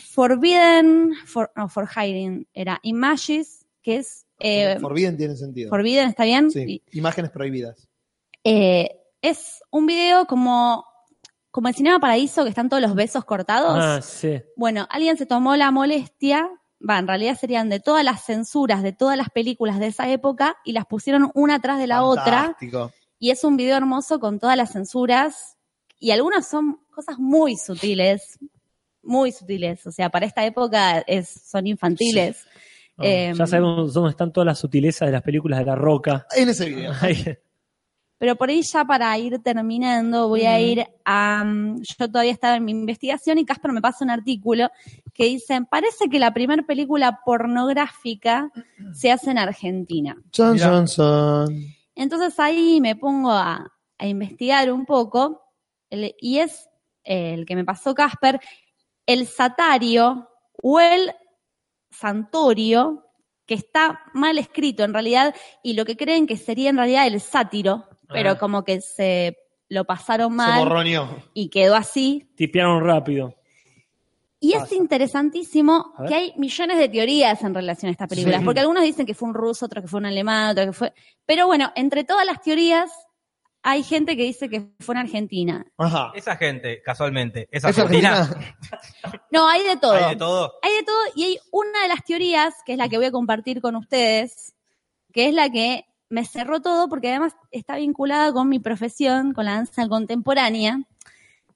Forbidden, for, no, for Hiding, era Images, que es... eh,
Forbidden tiene sentido.
Forbidden, ¿está bien?
Sí, imágenes prohibidas.
Eh, es un video como, como el Cinema Paraíso, que están todos los besos cortados.
ah, sí.
Bueno, alguien se tomó la molestia, va, en realidad serían de todas las censuras, de todas las películas de esa época, y las pusieron una atrás de la otra.
Fantástico.
Y es un video hermoso con todas las censuras, y algunas son cosas muy sutiles, muy sutiles. O sea, para esta época es, son infantiles.
Ah,
Eh,
ya sabemos dónde están todas las sutilezas de las películas de
(laughs)
La Roca.
En ese video.
Ahí.
Pero por ahí ya para ir terminando, voy a ir a... mm, Yo todavía estaba en mi investigación y Casper me pasa un artículo que dicen, parece que la primera película pornográfica se hace en Argentina.
John
Mirá.
Johnson.
Entonces ahí me pongo a, a investigar un poco el- y es eh, el que me pasó Casper, el satario o el santorio, que está mal escrito en realidad y lo que creen que sería en realidad el sátiro, pero
Ah.
como que se lo pasaron
Se
mal
borroneó.
y quedó así,
Tipearon rápido.
y es interesantísimo
A ver.
que hay millones de teorías en relación a estas películas,
Sí.
porque algunos dicen que fue un ruso, otros que fue un alemán, otros que fue... Pero bueno, entre todas las teorías hay gente que dice que fue en Argentina.
Ajá.
Esa gente, casualmente,
¿Es
es argentina.
Argentina?
No, hay de todo.
Hay de todo.
Hay de todo y hay una de las teorías, que es la que voy a compartir con ustedes, que es la que me cerró todo porque además está vinculada con mi profesión, con la danza contemporánea.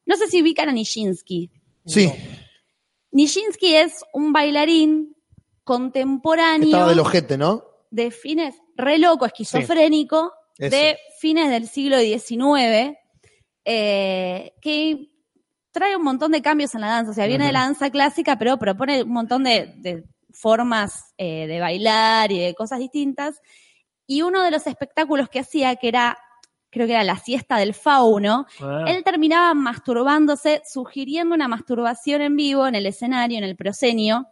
No sé si ubican a Nijinsky.
Sí,
Nijinsky es un bailarín contemporáneo
estaba del ojete, ¿no?
de fines, re loco, esquizofrénico,
Ese.
de fines del siglo XIX, eh, que trae un montón de cambios en la danza. O sea, viene de la danza clásica, pero propone un montón de, de formas eh, de bailar y de cosas distintas. Y uno de los espectáculos que hacía, que era, creo que era la siesta del fauno,
Ah,
él terminaba masturbándose, sugiriendo una masturbación en vivo en el escenario, en el proscenio,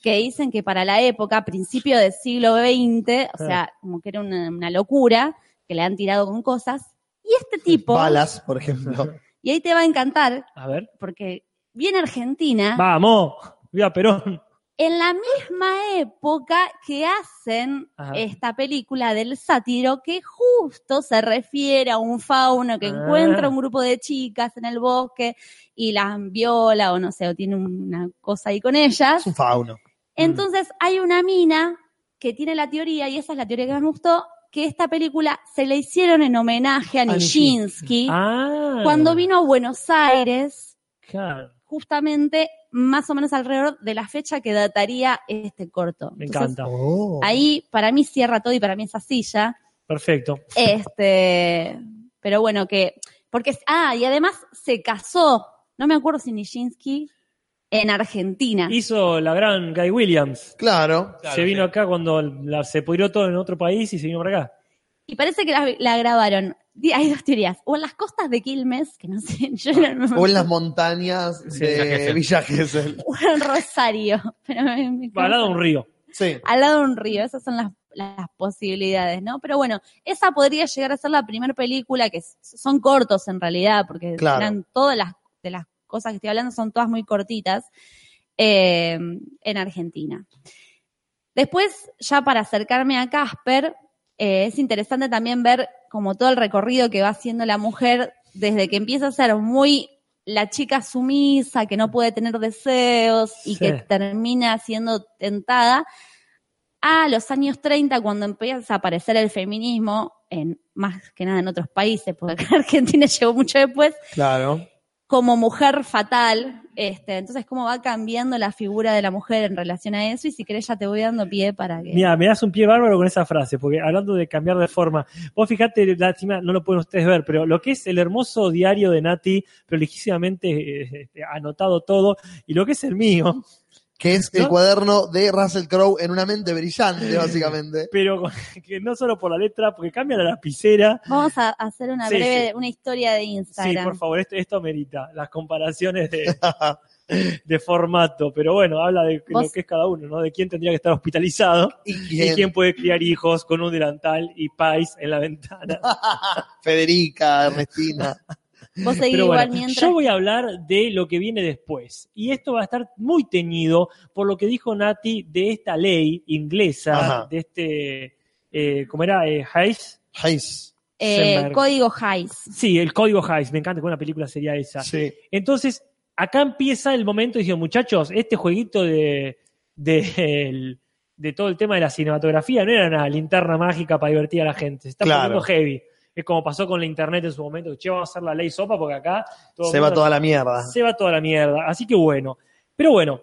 que dicen que para la época, principio del siglo XX, o sea, como que era una, una locura, que le han tirado con cosas. Y este tipo,
Balas, por ejemplo.
y ahí te va a encantar,
A ver.
porque viene Argentina,
¡Vamos! ¡Viva Perón!
en la misma época que hacen
Ajá.
esta película del sátiro que justo se refiere a un fauno que
Ah.
encuentra un grupo de chicas en el bosque y las viola o no sé, o tiene una cosa ahí con ellas.
Es un fauno.
Entonces hay una mina que tiene la teoría, y esa es la teoría que más me gustó, que esta película se le hicieron en homenaje a
Nijinsky.
Nijinsky
Ah,
cuando vino a Buenos Aires
claro.
justamente más o menos alrededor de la fecha que dataría este corto.
Me
Entonces,
encanta.
Oh.
Ahí para mí cierra todo y para mí es así ya.
Perfecto.
Este, pero bueno, que porque ah, y además se casó, no me acuerdo si Nijinsky en Argentina.
Hizo la gran Guy
(laughs)
Williams.
Claro.
Claro,
se vino
sí.
acá cuando la- se pudrió todo en otro país y se vino para acá.
Y parece que la, la grabaron. Di- Hay dos teorías, o en las costas de Quilmes, que no sé, (laughs) yo no me-
Ah, O en las montañas
Sí,
de Villa Gesell.
o en Rosario, (laughs) pero me- me-
Va al lado de un río.
Sí.
al lado de un río. Esas son las, las posibilidades, ¿no? Pero bueno, esa podría llegar a ser la primera película, que s- son cortos en realidad, porque
Claro.
eran todas las, de las cosas que estoy hablando, son todas muy cortitas, eh, en Argentina. Después, ya para acercarme a Casper, eh, es interesante también ver como todo el recorrido que va haciendo la mujer desde que empieza a ser muy la chica sumisa, que no puede tener deseos y
Sí.
que termina siendo tentada, a los años 30, cuando empieza a aparecer el feminismo, en, más que nada en otros países, porque acá (laughs) en Argentina llegó mucho después,
Claro.
como mujer fatal. Este, entonces, cómo va cambiando la figura de la mujer en relación a eso, y si querés ya te voy dando pie para que...
Mira, me das un pie bárbaro con esa frase, porque hablando de cambiar de forma, vos fijate, lástima, no lo pueden ustedes ver, pero lo que es el hermoso diario de Nati, prolijísimamente eh, este, anotado todo, y lo que es el mío, (laughs)
que es el
¿No?
cuaderno de Russell Crowe en una mente brillante, básicamente.
Pero con- que no solo por la letra, porque cambia la lapicera.
Vamos a hacer una
Sí,
breve,
sí.
una historia de
Sí,
Instagram.
por favor, esto, esto merita las comparaciones de, (laughs) de formato. Pero bueno, habla de lo
Vos-
que es cada uno, ¿no? De quién tendría que estar hospitalizado
¿Y
y
quién?
quién puede criar hijos con un delantal y pais en la ventana.
Federica, Ernestina.
Vos seguís
Pero
igual
bueno,
mientras.
yo voy a hablar de lo que viene después. Y esto va a estar muy teñido por lo que dijo Nati de esta ley inglesa,
Ajá.
de este, eh, ¿cómo era? Eh, Hayes.
Hayes.
Eh,
Heisenberg.
código Heis.
Sí, el código Hayes. Me encanta que una película sería esa.
Sí.
Entonces, acá empieza el momento, dije, muchachos, este jueguito de, de, el- de todo el tema de la cinematografía no era una linterna mágica para divertir a la gente. Se está
Claro.
poniendo heavy. Es como pasó con la internet en su momento. que, Che, vamos a hacer la ley sopa porque acá todo el
Se va
mundo-
toda la mierda.
se va toda la mierda. Así que bueno. Pero bueno,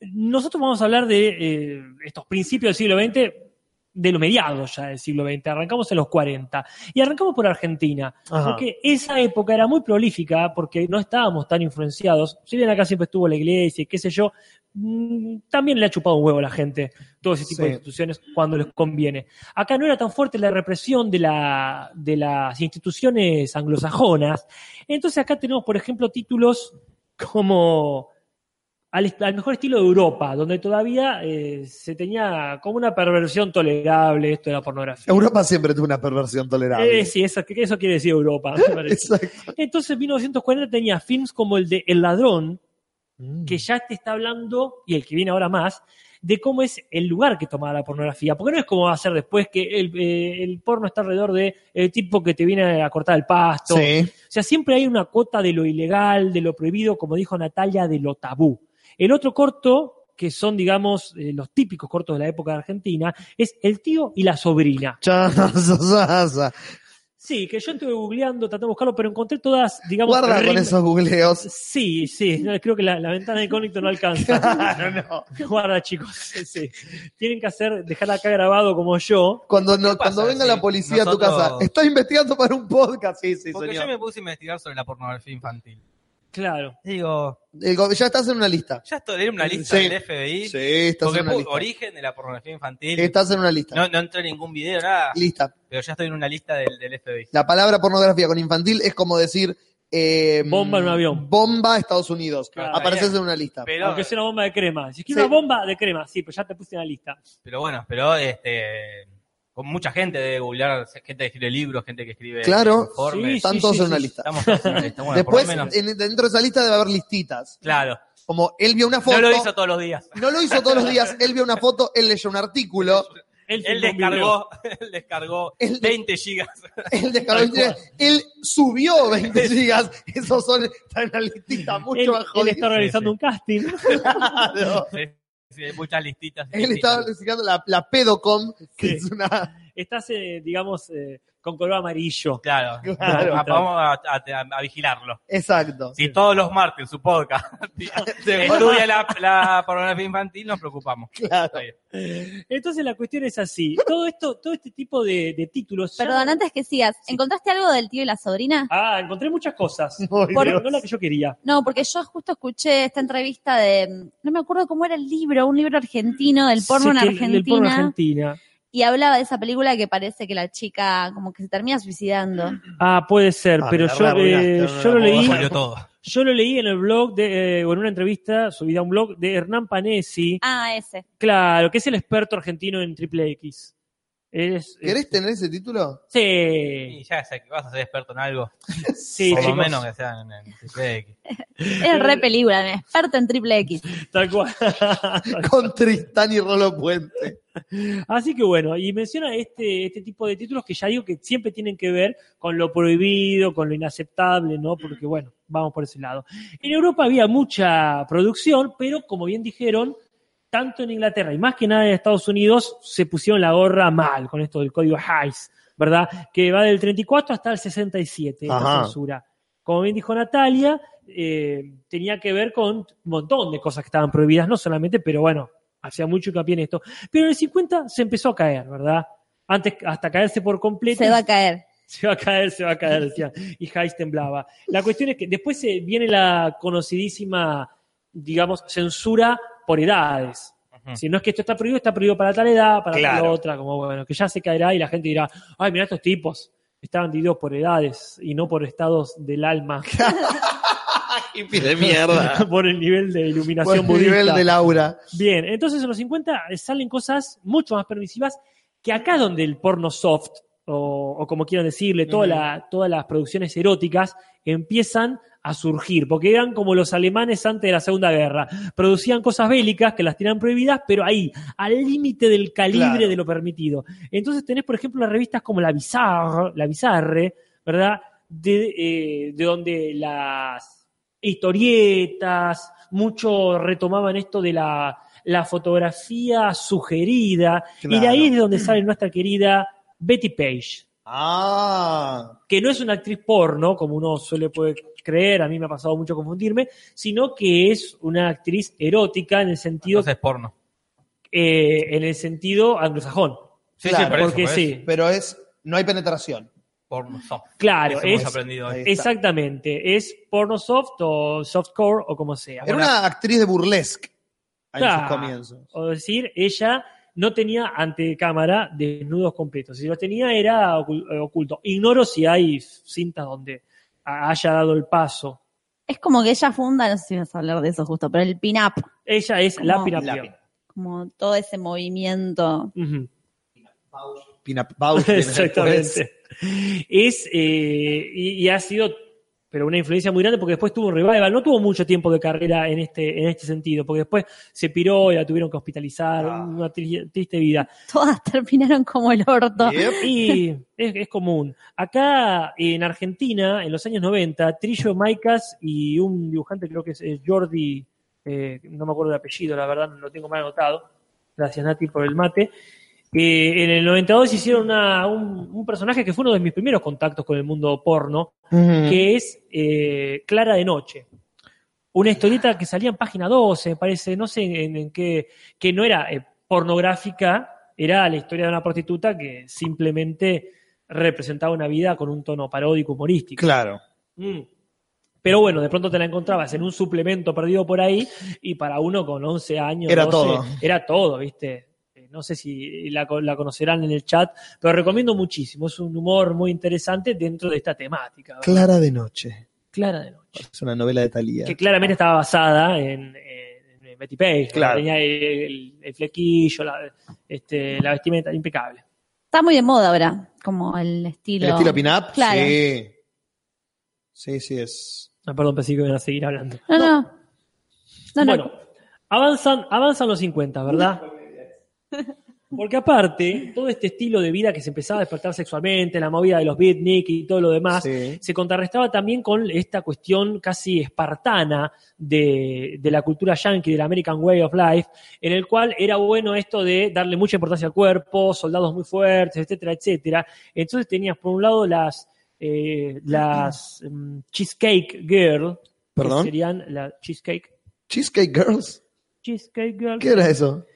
nosotros vamos a hablar de eh, estos principios del siglo XX, de los mediados ya del siglo XX. Arrancamos en los 40. Y arrancamos por Argentina.
Ajá.
Porque esa época era muy prolífica, porque no estábamos tan influenciados. Si bien acá siempre estuvo la iglesia y qué sé yo, mm, también le ha chupado un huevo a la gente todo ese tipo de
Sí.
instituciones cuando les conviene. Acá no era tan fuerte la represión de, la, de las instituciones anglosajonas. Entonces acá tenemos, por ejemplo, títulos como al, est- al mejor estilo de Europa, donde todavía eh, se tenía como una perversión tolerable esto de la pornografía.
Europa siempre tuvo una perversión tolerable.
Eh, sí, eso, eso quiere decir Europa.
(laughs)
me parece.
Exacto.
Entonces, en 1940 tenía films como el de El Ladrón, que ya te está hablando, y el que viene ahora más, de cómo es el lugar que tomaba la pornografía. Porque no es como va a ser después que el, eh, el porno está alrededor de el tipo que te viene a cortar el pasto.
Sí.
O sea, siempre hay una cuota de lo ilegal, de lo prohibido, como dijo Natalia, de lo tabú. El otro corto, que son, digamos, eh, los típicos cortos de la época de Argentina, es El tío y la sobrina.
Chanza,
Sí, que yo estuve googleando, traté de buscarlo, pero encontré todas, digamos,
Guarda con
rim-
esos googleos.
Sí, sí, no, creo que la, la ventana de incógnito no alcanza.
(laughs) Claro, no.
Guarda, chicos, sí, sí. tienen que hacer, dejar acá grabado como yo.
Cuando, no-
¿Qué pasa
cuando venga
si
la policía a tu
nosotros-
casa, está investigando para un podcast. Sí, sí,
Porque
señor.
yo me puse a investigar sobre la pornografía infantil.
Claro.
Digo,
Digo, Ya estás en una lista.
ya esto era una lista
Sí.
del FBI.
Sí, estás
Porque
en una
pu-
lista.
origen de la pornografía infantil.
Estás en una lista.
No, no entré en ningún video, nada.
Lista.
Pero ya estoy en una lista del, del FBI.
La palabra pornografía con infantil es como decir. eh,
Bomba en un avión.
Bomba a Estados Unidos.
Claro, está
Apareces
bien.
en una lista.
Pero,
Aunque sea una bomba de crema. Si
Sí.
quieres una bomba de crema, sí, pues ya te puse en la lista.
pero bueno, pero este con mucha gente de googlear, gente que escribe libros, gente que escribe
Claro.
informes.
Están
sí,
todos
sí,
en una
sí.
lista.
Estamos todos en una lista. Bueno,
Después, eh,
por lo menos.
en- dentro de esa lista debe haber listitas.
Claro.
Como él vio una foto.
No lo hizo todos los días.
no lo hizo todos los días. Él vio una foto, él leyó un artículo.
Él
filmó un video.
descargó, (laughs) él descargó
Él-
20 gigas.
Él descargó el
Tal cual.
tren, él subió
(laughs)
20 gigas. Esos son, están en la listita mucho
Él,
más
él
jodida.
está organizando un casting.
Claro.
Sí, sí, hay muchas listitas.
Él estaba investigando la, la pedocom, que
Sí.
es una...
Estás, eh, digamos, eh, con color amarillo.
Claro.
Claro.
Ah, Vamos a, a- a vigilarlo.
Exacto.
Si todos los martes su podcast (laughs)
(laughs) De-
estudia la, la pornografía infantil, nos preocupamos.
Claro.
Ahí.
Entonces la cuestión es así. Todo esto, todo este tipo de, de títulos. ya-
Perdón, antes que sigas, ¿encontraste algo del tío y la sobrina?
Ah, encontré muchas cosas.
Muy
Pero
bien.
no la que yo quería.
No, porque yo justo escuché esta entrevista de, mm, no me acuerdo cómo era el libro, un libro argentino del porno en
Sí, que el-
Argentina,
Del porno en Argentina.
y hablaba de esa película que parece que la chica como que se termina suicidando.
Ah, puede ser,
Ah,
pero
me la
yo,
rearruinaste,
eh,
no, no
yo
la
lo
puedo
leí,
Spoileo todo.
yo lo leí en el blog de, eh, o en una entrevista subida a un blog de Hernán Panesi,
Ah, ese.
claro, que es el experto argentino en triple X. Es, eh,
¿Querés tener ese título?
Y
sí,
ya sé que vas a ser experto en algo.
sí,
por lo
chicos,
menos que sean en el CX.
Era re película, me experta en triple X.
tal cual.
Con Tristán y Rolo (laughs) Puente.
Así que bueno, y menciona este, este tipo de títulos que ya digo que siempre tienen que ver con lo prohibido, con lo inaceptable, ¿no? Porque bueno, vamos por ese lado. En Europa había mucha producción, pero como bien dijeron, tanto en Inglaterra y más que nada en Estados Unidos se pusieron la gorra mal con esto del código Hayes, ¿verdad? Que va del 34 hasta el 67,
Ajá.
la censura. Como bien dijo Natalia, eh, tenía que ver con un montón de cosas que estaban prohibidas, no solamente, pero bueno, hacía mucho hincapié en esto. Pero en el 50 se empezó a caer, ¿verdad? Antes, hasta caerse por completo.
Se va a caer.
(laughs) Se va a caer, se va a caer, decía. Y Hayes temblaba. La cuestión es que después eh, viene la conocidísima, digamos, censura por edades. Si no es que esto está prohibido, está prohibido para tal edad, para
Claro.
tal otra, como bueno, que ya se caerá y la gente dirá, ay, mira estos tipos, estaban divididos por edades y no por estados del alma.
Hippie de mierda.
(laughs) por el nivel de
Por
iluminación
el
budista.
nivel de Laura.
Bien, entonces en los 50 salen cosas mucho más permisivas que acá donde el porno soft, o, o como quieran decirle, toda la- todas las producciones eróticas empiezan a surgir, porque eran como los alemanes antes de la Segunda Guerra. Producían cosas bélicas que las tenían prohibidas, pero ahí, al límite del calibre
Claro.
de lo permitido. Entonces tenés, por ejemplo, las revistas como La Bizarre, La Bizarre, ¿verdad? De, eh, de donde las historietas, mucho retomaban esto de la, la fotografía sugerida, y de
Claro.
ahí es de donde sale nuestra querida Betty Page,
Ah,
que no es una actriz porno, como uno suele puede creer, a mí me ha pasado mucho confundirme, sino que es una actriz erótica en el sentido,
Entonces porno.
eh, en el sentido anglosajón.
Sí,
Claro,
sí, por eso,
porque
por eso.
sí.
pero es. No hay penetración.
Porno soft.
Claro,
Eso hemos
es-
aprendido hoy.
Ahí está.
Exactamente, es porno soft o softcore o como sea.
Era
Bueno,
una actriz de burlesque en
Claro.
sus comienzos.
O decir, ella no tenía ante cámara desnudos completos. Si los tenía era ocul- eh, oculto. Ignoro si hay cintas donde ha- haya dado el paso.
Es como que ella funda, no sé si vas a hablar de eso justo, pero el pin-up,
Ella es
Como
la pirapia.
lápida.
como todo ese movimiento.
Ujú.
Pina Bausch viene después.
(laughs) Exactamente. Es, eh, y, y ha sido, pero una influencia muy grande porque después tuvo un revival. No tuvo mucho tiempo de carrera en este, en este sentido, porque después se piró y la tuvieron que hospitalizar. Una tri- triste vida.
Todas terminaron como el orto.
Yep.
(laughs) Y es, es común. Acá en Argentina, en los años 90, Trillo Maicas y un dibujante, creo que es eh, Jordi, eh, no me acuerdo el apellido, la verdad, no lo tengo mal anotado. Gracias, Nati, por el mate. Eh, en el 92 hicieron una- un, un personaje que fue uno de mis primeros contactos con el mundo porno, que es eh, Clara de Noche. Una historieta que salía en página 12, me parece, no sé en, en qué, que no era eh, pornográfica, era la historia de una prostituta que simplemente representaba una vida con un tono paródico, humorístico.
Claro.
Mm. Pero bueno, de pronto te la encontrabas en un suplemento perdido por ahí y para uno con 11 años,
Era
12,
todo.
era todo, ¿viste? Eh, No sé si la, co- la conocerán en el chat, pero recomiendo muchísimo. Es un humor muy interesante dentro de esta temática. ¿verdad?
Clara de Noche.
Clara de Noche.
Es una novela de Talía.
Que claramente estaba basada en, en- en Betty Page.
Claro.
Tenía el, el flequillo, la, este, la vestimenta impecable.
Está muy de moda ahora, como el estilo.
¿El estilo pin-up?
Claro.
Sí. Sí, sí, es.
Ah, perdón, pensé que iban a seguir hablando.
No, no. No, no.
bueno, avanzan, avanzan los 50, ¿verdad? Porque aparte, todo este estilo de vida que se empezaba a despertar sexualmente, la movida de los beatnik y todo lo demás,
Sí.
se contrarrestaba también con esta cuestión casi espartana de, de la cultura yankee, del American Way of Life, en el cual era bueno esto de darle mucha importancia al cuerpo, soldados muy fuertes, etcétera, etcétera. Entonces tenías por un lado las, eh, las mm, Cheesecake Girl,
¿Perdón?
que serían la Cheesecake.
Cheesecake Girls.
Cheesecake Girl.
¿Qué era eso?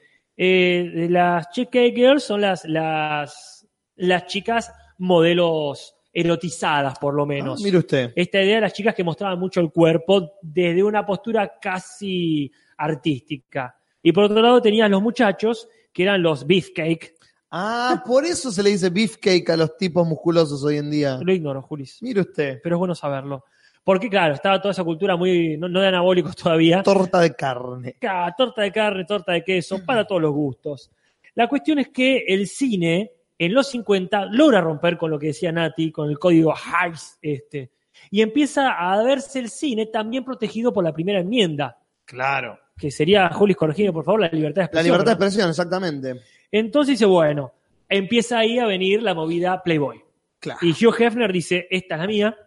Eh, de las Cheesecake Girls son las, las, las chicas modelos erotizadas, por lo
Ah,
menos.
mire usted.
Esta idea de las chicas que mostraban mucho el cuerpo desde una postura casi artística. Y por otro lado tenías los muchachos, que eran los beefcake.
Ah, por eso se le dice beefcake a los tipos musculosos hoy en día.
Lo ignoro, Julis.
Mire usted.
Pero es bueno saberlo. Porque, claro, estaba toda esa cultura muy. no, no de anabólicos (laughs) todavía.
Torta de carne.
Ca- torta de carne, torta de queso, para todos los gustos. La cuestión es que el cine en los 50 logra romper con lo que decía Nati, con el código Hayes este, y empieza a verse el cine también protegido por la primera enmienda,
Claro.
que sería, Julis, corregime por favor, la libertad de
La
expresión.
libertad de
¿no?
expresión, exactamente.
Entonces dice, bueno, empieza ahí a venir la movida Playboy.
Claro.
Y Hugh Hefner dice, esta es la mía.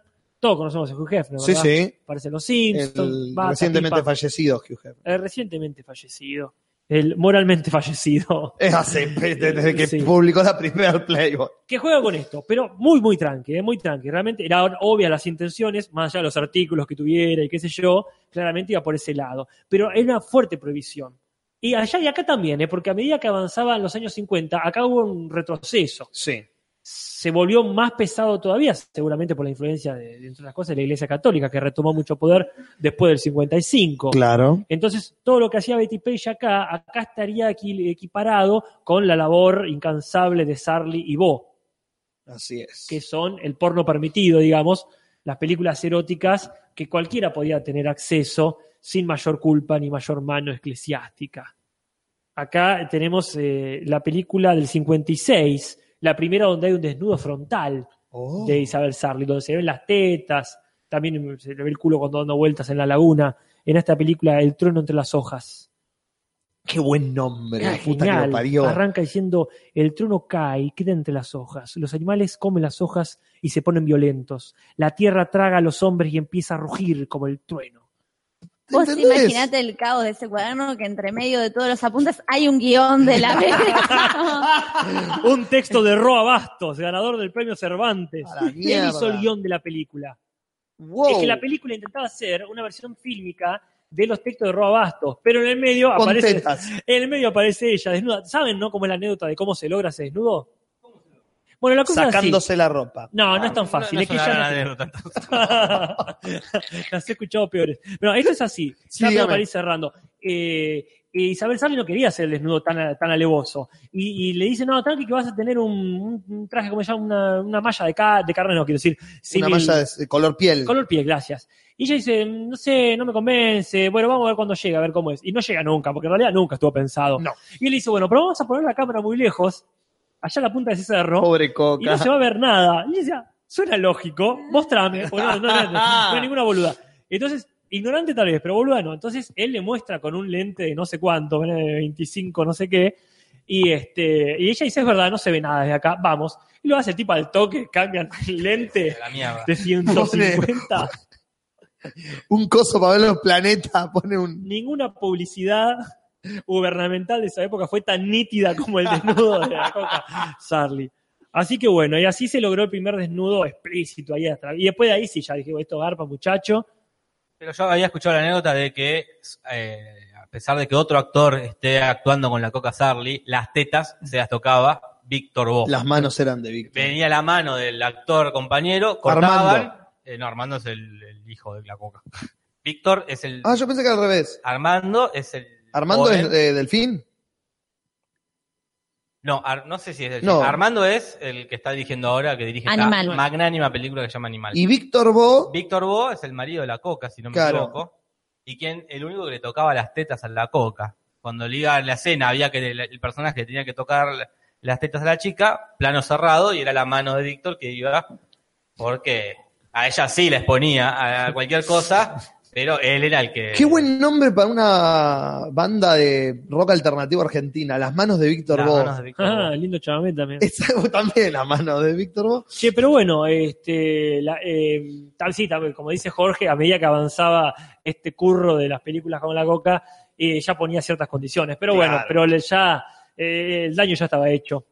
Todos conocemos a Hugh Hefner,
Sí,
¿verdad?
sí.
Parecen los
El
Simpsons. Bata,
recientemente
Pipa.
fallecido Hugh Hefner.
Eh, recientemente fallecido. El moralmente fallecido.
Eh, Es hace, desde que
Sí.
publicó la primera Playboy.
Que juega con esto, pero muy, muy tranqui, eh, muy tranqui. Realmente eran obvias las intenciones, más allá de los artículos que tuviera y qué sé yo, claramente iba por ese lado. Pero era una fuerte prohibición. Y allá y acá también, eh, porque a medida que avanzaban los años 50, acá hubo un retroceso.
Sí.
se volvió más pesado todavía, seguramente por la influencia de, de entre otras cosas, de la Iglesia Católica, que retomó mucho poder después del 55.
Claro.
Entonces, todo lo que hacía Betty Page acá, acá estaría equi- equiparado con la labor incansable de Sarli y Bo,
Así es.
que son el porno permitido, digamos, las películas eróticas que cualquiera podía tener acceso sin mayor culpa ni mayor mano eclesiástica. Acá tenemos eh, la película del 56, la primera donde hay un desnudo frontal
Oh.
de Isabel Sarli, donde se ven las tetas, también se le ve el culo cuando dando vueltas en la laguna, en esta película El trueno entre las hojas.
Qué buen nombre,
Ah,
la puta que
genial.
lo parió.
Arranca diciendo, el trueno cae y queda entre las hojas. Los animales comen las hojas y se ponen violentos. La tierra traga a los hombres y empieza a rugir como el trueno.
¿Te
Vos
entendés?
imaginate el caos de ese cuaderno que entre medio de todos los apuntes hay un guión de la
Un texto de Roa Bastos, ganador del premio Cervantes.
A la
Él hizo
mierda.
el guión de la película.
Wow.
Es que la película intentaba hacer una versión fílmica de los textos de Roa Bastos, pero en el medio
Con
aparece
tetas.
En el medio aparece ella desnuda. ¿Saben, no? Cómo es la anécdota de cómo se logra ese desnudo. Bueno, la cosa es así.
Sacándose la ropa.
No, Ah, no es tan fácil. es que ya no- (laughs) Las he escuchado peores. Pero esto es así.
Sí,
Rápido
dígame.
para ir cerrando. Eh, eh, Isabel Sarli no quería hacer el desnudo tan, a- tan alevoso. Y, y le dice, no, tranqui, que vas a tener un, un- un traje, como se llama, una, una malla de, ca- de carne, no, quiero decir.
Una
símil-
malla de de color piel.
Color piel, gracias. Y ella dice, no sé, no me convence, bueno, vamos a ver cuándo llega, a ver cómo es. Y no llega nunca, porque en realidad nunca estuvo pensado.
No.
Y él dice, bueno, pero vamos a poner la cámara muy lejos, allá a la punta de ese cerro,
Pobre
y no
Coca.
se va a ver nada. Y decía, suena lógico, mostrame, porque no, no, no, no, no hay ninguna boluda. Entonces, ignorante tal vez, pero boluda no. Entonces, él le muestra con un lente de no sé cuánto, de 25, no sé qué, y, este, y ella dice, es verdad, no se ve nada desde acá, vamos. Y lo hace el tipo al toque, cambian el lente
La mierda.
de 150.
Un coso para ver los planetas. (laughs) Pone un.
Ninguna publicidad gubernamental de esa época fue tan nítida como el desnudo de la coca Sarli. Así que bueno, y así se logró el primer desnudo explícito ahí atrás. Y después de ahí sí, ya dije, esto garpa, muchacho.
Pero yo había escuchado la anécdota de que, eh, a pesar de que otro actor esté actuando con la Coca Sarli, las tetas se las tocaba Víctor Bo.
Las manos eran de Víctor.
Venía la mano del actor compañero, cortaban.
Armando.
Eh, no, Armando es el, el hijo de la Coca. (laughs) Víctor es el.
Ah, yo pensé que al revés.
Armando es el.
Armando
joven.
es eh, delfín.
No, Ar- no sé si es el.
No.
Armando es el que está dirigiendo ahora, que dirige esta
Animal.
magnánima película que se llama Animal.
Y Víctor Bo.
Víctor Bo es el marido de la Coca, si no me
Claro.
equivoco. Y quien, el único que le tocaba las tetas a la Coca. Cuando le iba a la escena, había que el, el personaje tenía que tocar la- las tetas a la chica, plano cerrado, y era la mano de Víctor que iba, porque a ella sí les ponía a cualquier cosa, pero él era el que.
Qué buen nombre para una banda de rock alternativo argentina. Las manos de Víctor
las
Bo.
manos de Víctor Bo.
Ah, (laughs) lindo chamamé también.
Esa- (laughs) también las manos de Víctor Bo.
(laughs) Che, pero bueno, este, la- eh, tal sí, tal- como dice Jorge, a medida que avanzaba este curro de las películas con la coca, eh, ya ponía ciertas condiciones. Pero bueno,
Claro.
pero le- ya eh, el daño ya estaba hecho.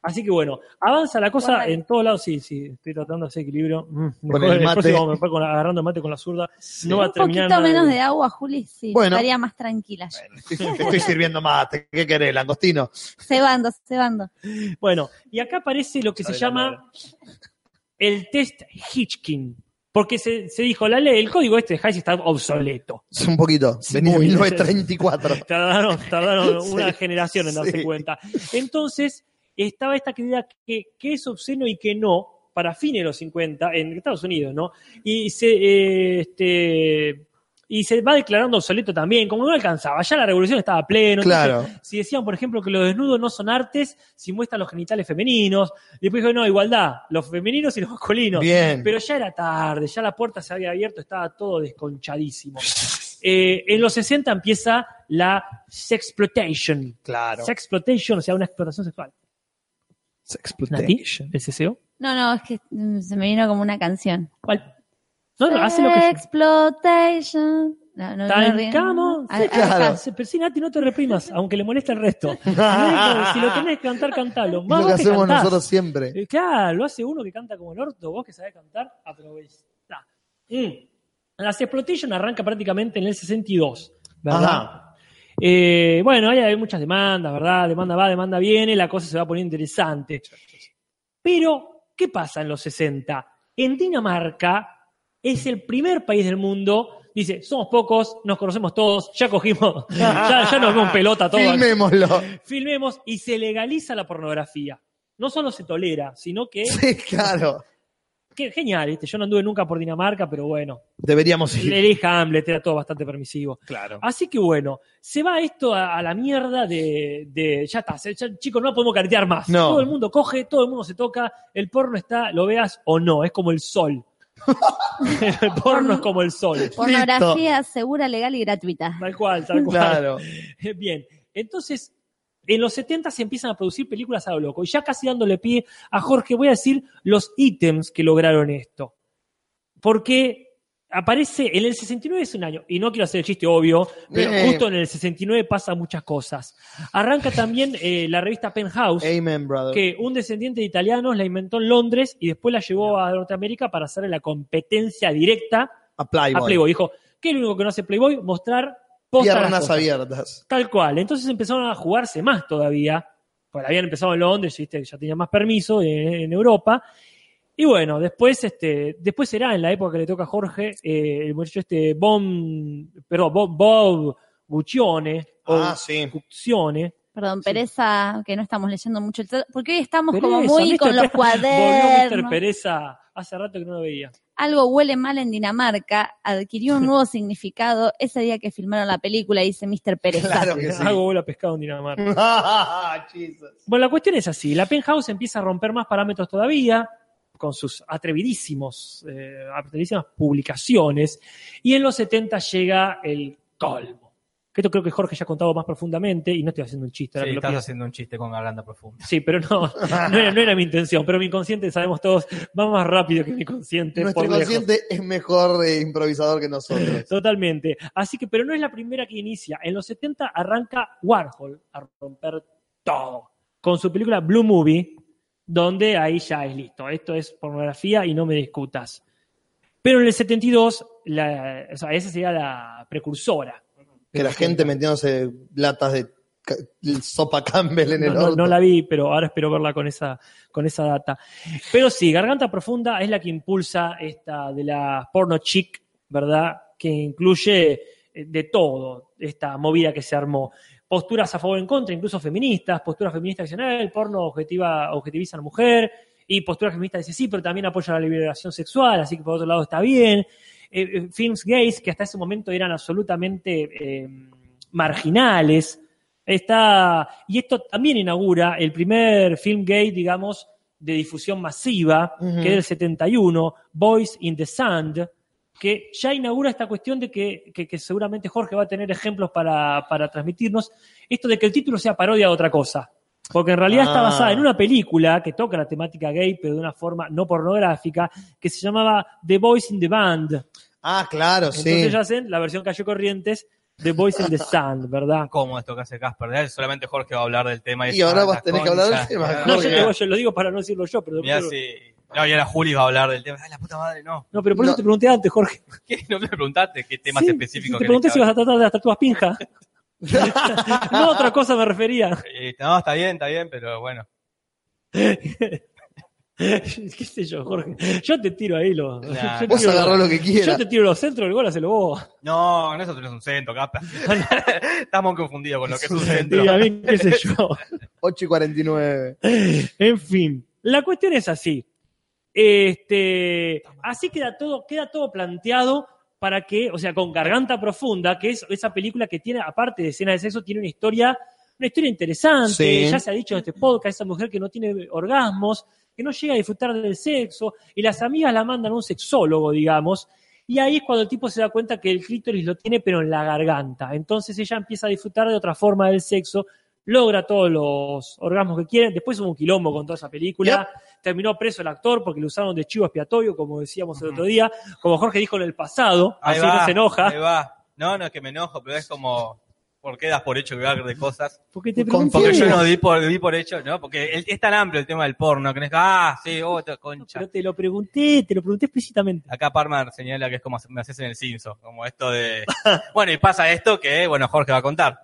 Así que bueno, avanza la cosa
Guarda.
en todos lados. Sí, sí, estoy tratando de hacer equilibrio. Mm,
Con el mate.
próximo me fue con- agarrando el mate con la zurda. No va a
Un
terminar.
poquito
nada
menos de agua, Juli, sí.
Bueno.
Estaría más tranquila. yo.
Estoy, estoy sirviendo mate. ¿Qué querés, langostino?
Cebando, cebando.
Bueno, y acá aparece lo que se
Sale la
llama el test Hitchkin. Porque se, se dijo, la ley, el código este de Hayes está obsoleto.
Es un poquito. Venía de
muy.
1934.
Tardaron,
(laughs)
tardaron
Sí,
una generación en darse
sí.
cuenta. Entonces, estaba esta idea que, que es obsceno y que no, para fines de los 50, en Estados Unidos, ¿no? Y se, eh, este, y se va declarando obsoleto también, como no alcanzaba, ya la revolución estaba a pleno. entonces,
Claro.
si decían, por ejemplo, que los desnudos no son artes si muestran los genitales femeninos, después dijo, no, igualdad, los femeninos y los masculinos.
Bien.
Pero ya era tarde, ya la puerta se había abierto, estaba todo desconchadísimo. Eh, en los 60 empieza la sexploitation.
Claro.
Sexploitation, o sea, una explotación sexual. ¿Nati?
Sexploitation.
¿El CCO?
No, no, es que mm, se me vino como una canción.
¿Cuál? No, no, hace lo que yo.
Exploitation. No, no, no ríen.
Tancamos.
Ah,
Sí,
ah,
claro.
ah,
Pero sí, Nati, no te reprimas, aunque le moleste
(laughs)
al resto. Si, no- si lo tenés que cantar, cantalo.
Es
Más
lo que
vos que
hacemos
cantás.
nosotros siempre.
Eh, Claro, lo hace uno que canta como el orto, vos que sabés cantar, aprovechá. Mm. La Exploitation arranca prácticamente en el 62, ¿verdad?
Ajá.
Eh, bueno, ahí hay muchas demandas, ¿verdad? Demanda va, demanda viene, la cosa se va poniendo interesante. Pero, ¿qué pasa en los 60? En Dinamarca es el primer país del mundo. Dice, somos pocos, nos conocemos todos, ya cogimos, (laughs) ya, ya nos vemos pelota todos.
Filmémoslo.
Filmemos y se legaliza la pornografía. No solo se tolera, sino que...
Sí, claro.
que genial, ¿viste? yo no anduve nunca por Dinamarca, pero bueno,
Deberíamos ir.
le dije a Hamlet, era todo bastante permisivo.
Claro.
Así que bueno, se va esto a, a la mierda de, de- ya está, se- ya, chicos, no podemos caretear más.
No.
Todo el mundo coge, todo el mundo se toca, el porno está, lo veas o no, es como
(laughs)
el sol. el porno es como el sol.
Pornografía segura, legal y gratuita.
Tal cual, tal cual.
Claro.
(laughs) Bien, entonces, en los 70 se empiezan a producir películas a lo loco. Y ya casi dándole pie a Jorge, voy a decir los ítems que lograron esto. Porque aparece, en el 69 es un año, y no quiero hacer el chiste obvio, pero
Eh.
justo en el 69 pasa muchas cosas. Arranca también eh, la revista Penthouse,
Amen, brother.
que un descendiente de italianos la inventó en Londres y después la llevó a Norteamérica para hacerle la competencia directa
A Playboy.
a Playboy. Dijo, ¿qué es lo único que no hace Playboy? Mostrar posta las
Piernas
cosas.
abiertas.
Tal cual. Entonces empezaron a jugarse más todavía. Pues habían empezado en Londres, ¿viste? ya tenían más permiso eh, en Europa. Y bueno, después, este, después será en la época que le toca a Jorge, eh, el muchacho este Bom, perdón, Bob, Bob Guccione, o
Ah, sí.
Guccione.
Perdón, pereza, que no estamos leyendo mucho el tra- porque hoy estamos como
Pereza,
muy
Mr.
con los
Pereza. Volvió Mr.
cuadernos.
Pereza hace rato que no lo veía.
Algo huele mal en Dinamarca, adquirió un nuevo significado ese día que filmaron la película, dice Mr. Pereza.
Claro que sí. Ah,
Algo vuela pescado en Dinamarca.
Jesus.
Bueno, la cuestión es así. La penthouse empieza a romper más parámetros todavía con sus atrevidísimos, eh, atrevidísimas publicaciones. Y en los 70 llega el colmo. Que esto creo que Jorge ya ha contado más profundamente y no estoy haciendo un chiste. ahora
Sí,
que lo
estás
pienso.
haciendo un chiste con garganta profunda.
Sí, pero no, no, era, no era mi intención. Pero mi inconsciente, sabemos todos, va más rápido que mi consciente.
Nuestro
por lejos.
consciente es mejor eh, improvisador que
(laughs)
nosotros.
Totalmente. Así que, pero no es la primera que inicia. En los 70 arranca Warhol a romper todo con su película Blue Movie, donde ahí ya es listo. Esto es pornografía y no me discutas. Pero en el 72, la, o sea, esa sería la precursora.
Que la gente metiéndose latas de ca- sopa Campbell en
No,
el
no-
orto.
no la vi, pero ahora espero verla con esa, con esa data. Pero sí, Garganta Profunda es la que impulsa esta de la porno chic, ¿verdad? Que incluye eh, de todo esta movida que se armó. Posturas a favor o en contra, incluso feministas, posturas feministas que dicen, "Ah, el porno objetiva, objetiviza a la mujer, y posturas feministas que dicen, sí, pero también apoya la liberación sexual, así que por otro lado está bien. Eh, eh, films gays que hasta ese momento eran absolutamente eh, marginales, Está, y esto también inaugura el primer film gay, digamos, de difusión masiva,
Ujú.
que es del 71, Boys in the Sand, que ya inaugura esta cuestión de que, que- que seguramente Jorge va a tener ejemplos para, para transmitirnos, esto de que el título sea parodia de otra cosa. Porque en realidad está
Ah.
basada en una película que toca la temática gay, pero de una forma no pornográfica, que se llamaba The Boys in the Band.
Ah, claro, sí.
Entonces ya hacen la versión Calle Corrientes, The Boys in the Sand, ¿verdad?
¿Cómo esto que hace Casper? Dale, Solamente Jorge va a hablar del tema.
Y ahora
Ah,
vas a
la
tener que hablar del
concha. (laughs)
tema,
Ah,
No,
Jorge.
yo, te voy- yo lo digo para no decirlo yo, pero,
Mirá
pero-
si... No, y ahora Juli va a hablar del tema. Ay, la puta madre, no. (laughs)
no, pero por eso
No.
te pregunté antes, Jorge.
¿Qué? ¿No me preguntaste qué temas
Sí,
específicos
Te
querés
pregunté si
que
ibas a tratar de las tatuas pinja.
(laughs)
no, a otra cosa me refería. (laughs)
hable? Eh, No, está bien, está bien, pero bueno.
¿Qué sé yo, Jorge? Yo te tiro ahí los.
Nah.
yo te
Vos
tiro
agarrá
los-
lo que
Yo
quieras.
te tiro los centros del gol, hacelo vos.
No, no, eso no es un centro, Casper. (laughs) Estamos confundidos con lo que es un centro.
Y a mí, qué sé yo.
8 y 49.
En fin, la cuestión es así. Este, así queda todo, queda todo planteado para que, o sea, con Garganta Profunda, que es esa película que tiene, aparte de escenas de sexo, tiene una historia, una historia interesante.
Sí.
Ya se ha dicho en este podcast, esa mujer que no tiene orgasmos, que no llega a disfrutar del sexo, y las amigas la mandan a un sexólogo, digamos, y ahí es cuando el tipo se da cuenta que el clítoris lo tiene, pero en la garganta. Entonces ella empieza a disfrutar de otra forma del sexo, logra todos los orgasmos que quieren. Después hubo un quilombo con toda esa película. Terminó preso el actor porque lo usaron de chivo expiatorio, como decíamos el otro día, como Jorge dijo en el pasado,
Ahí
así no se enoja.
Ahí va. No, no es que me enojo, pero es como. ¿Por qué das por hecho que va a haber de cosas?
Porque te
Con-
pregunté,
Porque yo
Sí.
no di por, di por hecho, ¿no? Porque el- es tan amplio el tema del porno que no es que, ah, sí, otra concha.
pero te lo pregunté, te lo pregunté explícitamente.
Este, Acá Parma señala que es como me (laughs) haces en el cinzo, como esto de. Bueno, y pasa esto que, bueno, Jorge va a contar.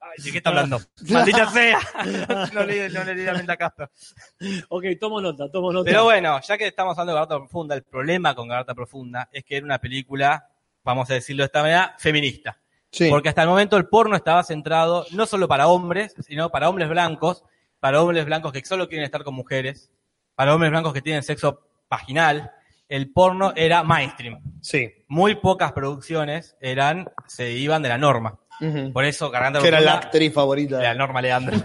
Ah,
Ay, ¿De qué está hablando? (laughs) Maldita sea. No le, no le di la mente a Casper.
Ok, tomo nota, tomo nota.
Pero bueno, ya que estamos hablando de Garganta Profunda, el problema con Garganta Profunda es que era una película, vamos a decirlo de esta manera, feminista.
Sí.
Porque hasta el momento el porno estaba centrado no solo para hombres, sino para hombres blancos, para hombres blancos que solo quieren estar con mujeres, para hombres blancos que tienen sexo vaginal. El porno era mainstream.
Sí.
Muy pocas producciones eran, se iban de la norma.
Ujú.
Por eso Garganta
Que era la
Profunda
actriz favorita. (laughs)
la Norma Leandro.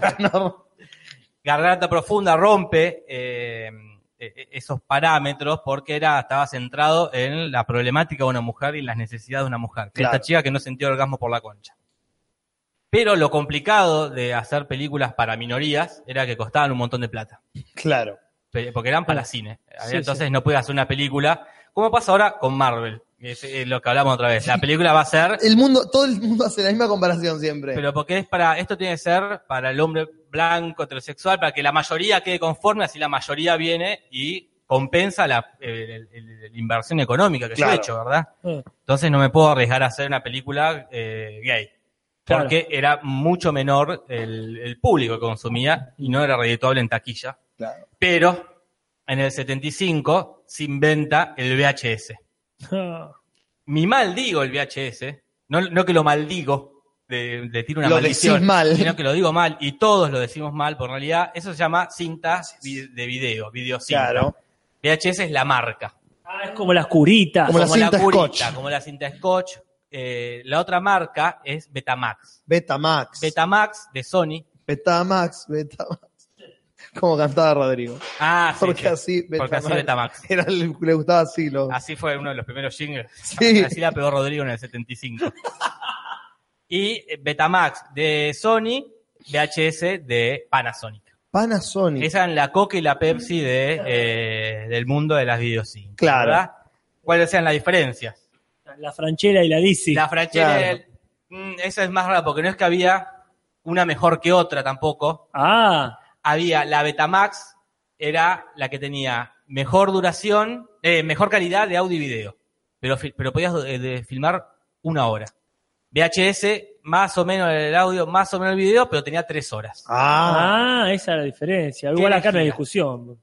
Garganta Profunda rompe eh, eh, esos parámetros porque era, estaba centrado en la problemática de una mujer y las necesidades de una mujer.
Claro.
Esta chica que no sentía orgasmo por la concha. Pero lo complicado de hacer películas para minorías era que costaban un montón de plata.
Claro.
Pe- Porque eran para cine.
Sí,
Entonces no podías hacer una película. Como pasa ahora con Marvel? que Es eh, lo que hablamos otra vez. La película va a ser
El mundo, todo el mundo hace la misma comparación siempre.
pero porque es para, esto tiene que ser para el hombre blanco, heterosexual, para que la mayoría quede conforme, así la mayoría viene y compensa la, el- el- el- la inversión económica que yo
Claro.
he hecho, ¿verdad?
Eh,
Entonces no me puedo arriesgar a hacer una película eh, gay.
Claro.
Porque era mucho menor el, el público que consumía y no era redituable en taquilla.
Claro.
Pero en el 75 se inventa el VHS.
ah,
Mi maldigo el VHS, no, no que lo maldigo, le, le tiro una
Lo
maldición,
decís mal.
sino que lo digo mal y todos lo decimos mal, porque en realidad eso se llama cintas vi- de video, videocinta.
Claro.
VHS es la marca,
ah, es como las curitas.
Como la cinta Scotch.
como la cinta Scotch. Eh, la otra marca es Betamax.
Betamax.
Betamax de Sony.
Betamax, Betamax. Como cantaba Rodrigo.
Ah, sí,
Porque
sí.
así
porque así Betamax.
Era, el- le gustaba así lo.
Así fue uno de los primeros jingles.
Sí.
Así la pegó Rodrigo en el 75. y eh, Betamax de Sony, VHS de Panasonic.
Panasonic.
Esa eran la Coca y la Pepsi de, eh, del mundo de las videocintas.
Claro.
¿verdad? ¿Cuáles sean las diferencias?
La franchera y la Dizzy.
La franchera,
Claro.
mm, esa es más rara porque no es que había una mejor que otra tampoco.
Ah,
Había la Betamax, era la que tenía mejor duración, eh, mejor calidad de audio y video. Pero, fi- pero podías eh, de filmar una hora. VHS, más o menos el audio, más o menos el video, pero tenía tres horas.
Ah,
ah, esa es la diferencia.
¿Qué
Igual acá no hay
elegía?
discusión.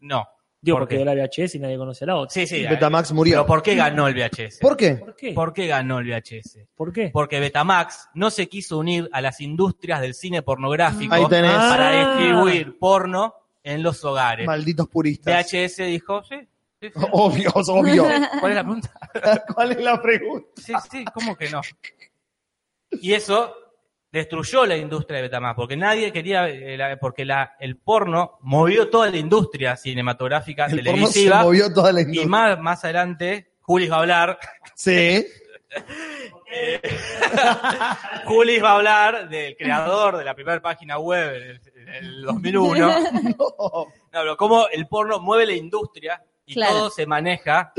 No.
Digo,
¿Por
porque
qué?
la VHS y nadie conoce a la otra.
Sí, sí.
Betamax murió.
Pero ¿por qué ganó el VHS?
¿Por qué?
¿Por qué?
¿Por qué ganó el VHS?
¿Por qué?
Porque Betamax no se quiso unir a las industrias del cine pornográfico
Ahí tenés.
para
Ah.
distribuir porno en los hogares.
Malditos puristas.
VHS dijo, sí, sí, sí.
(laughs) Obvio,
(laughs)
obvio.
¿Cuál es la pregunta?
¿Cuál es la pregunta?
Sí, sí, ¿cómo que no? Y eso destruyó la industria de Betamax, porque nadie quería, eh, la- porque la, el porno movió toda la industria cinematográfica,
El porno se
televisiva,
movió toda la
y
industria.
más, más adelante, Julis va a hablar, (laughs)
Sí.
Julis va a hablar del creador de la primera página web en el, en el 2001.
No.
No, pero cómo el porno mueve la industria y
Claro.
todo se maneja,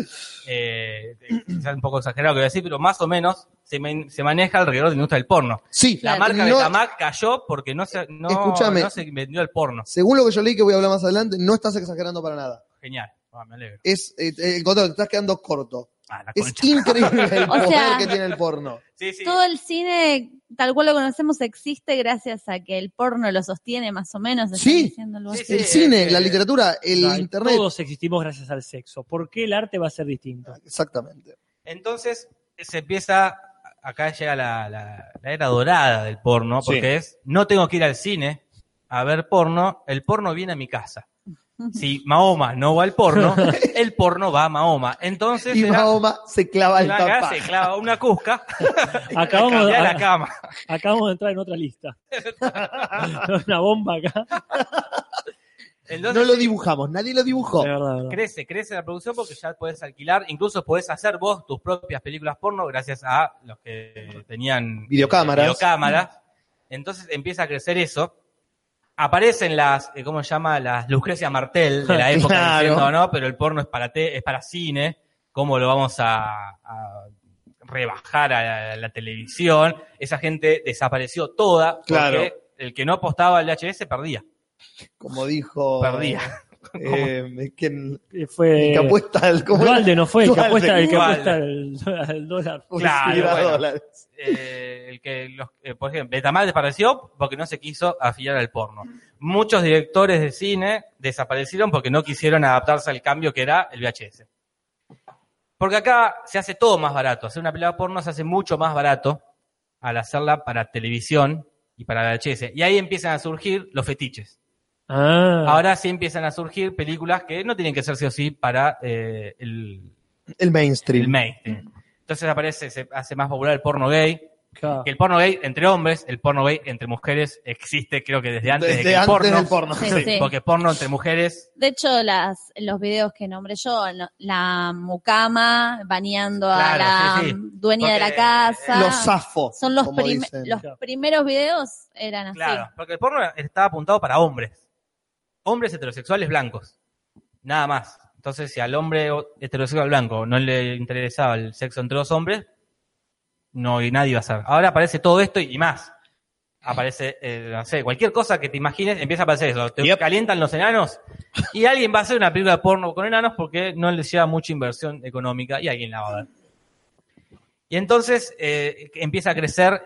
eh, quizás un poco exagerado que voy a decir, pero más o menos se, man- se maneja alrededor de la industria del porno.
Sí.
La marca
No-
Betamax cayó porque no se, no,
Escúchame.
no se vendió el porno.
Según lo que yo leí, que voy a hablar más adelante, no estás exagerando para nada.
Genial. Ah, me alegro.
Es, eh, el contrario, te estás quedando corto.
Ah, la
Es
concha.
increíble
(laughs)
el poder
sea-
que tiene el porno.
Sí, sí.
Todo el cine, tal cual lo conocemos, existe gracias a que el porno lo sostiene más o menos. están
Sí.
diciendo algo
Sí,
así.
El
eh,
cine,
eh,
la literatura, el
Ay,
internet.
Todos existimos gracias al sexo. ¿Por qué el arte va a
(laughs)
ser distinto?
Exactamente.
Entonces se empieza, acá llega la, la- la era dorada del porno, porque es, no tengo que ir al cine a ver porno, el porno viene a mi casa. Si Mahoma no va
(laughs)
al porno, el porno va a Mahoma. Entonces
Y
era-
Mahoma se clava el
una
tapa.
casa, clava una cusca,
Acabamos,
cambiá la
a-
cama.
(laughs) acabamos de entrar en
(laughs)
otra lista. (laughs) Una bomba acá.
Entonces
No lo dibujamos, nadie lo dibujó.
Es verdad, es verdad.
crece, crece la producción porque ya puedes alquilar, incluso podés hacer vos tus propias películas porno gracias a los que tenían
Videocámaras.
eh, videocámaras. Entonces empieza a crecer eso. Aparecen las, eh, ¿cómo se llama? Las Lucrecia Martel
(laughs)
de la época
Claro.
diciendo, no, pero el porno es para te, es para cine, ¿cómo lo vamos a, a rebajar a la, a la televisión? Esa gente desapareció toda porque
Claro.
el que no apostaba al VHS perdía.
Como dijo.
Perdía. Eh,
Eh, es que el,
Fue.
el que apuesta al. ¿cómo era?
Dualde no fue, el que
Dualde.
apuesta, el que
Dualde.
apuesta al, al dólar.
Claro,
Tira
bueno.
dólares.
eh, el que los, eh, por ejemplo, Betamal desapareció porque no se quiso afiliar al porno. Muchos directores de cine desaparecieron porque no quisieron adaptarse al cambio que era el VHS. Porque acá se hace todo más barato. Hacer una película porno se hace mucho más barato al hacerla para televisión y para VHS. Y ahí empiezan a surgir los fetiches.
Ah,
Ahora sí empiezan a surgir películas que no tienen que ser sí o sí para eh, el,
El mainstream.
el mainstream. Entonces aparece, se hace más popular el porno gay,
claro.
que el porno gay entre hombres, el porno gay entre mujeres existe creo que desde antes de
Desde
que el
antes
porno,
del porno.
Sí, sí.
porque porno entre mujeres
De hecho, las, los videos que nombré yo, no- la mucama bañando
Claro,
a la
sí, sí.
dueña de la
Porque,
casa.
Los zafos.
son los,
como
prim-
dicen.
los primeros videos eran así.
claro, porque el porno está apuntado para hombres, hombres heterosexuales blancos, nada más. Entonces si al hombre o- heterosexual blanco no le interesaba el sexo entre dos hombres, no y nadie va a hacer. Ahora aparece todo esto y más. Aparece, eh, no sé, cualquier cosa que te imagines, empieza a aparecer eso. Te calientan los enanos y alguien va a hacer una película de porno con enanos porque no les lleva mucha inversión económica y alguien la va a ver. Y entonces eh, empieza a crecer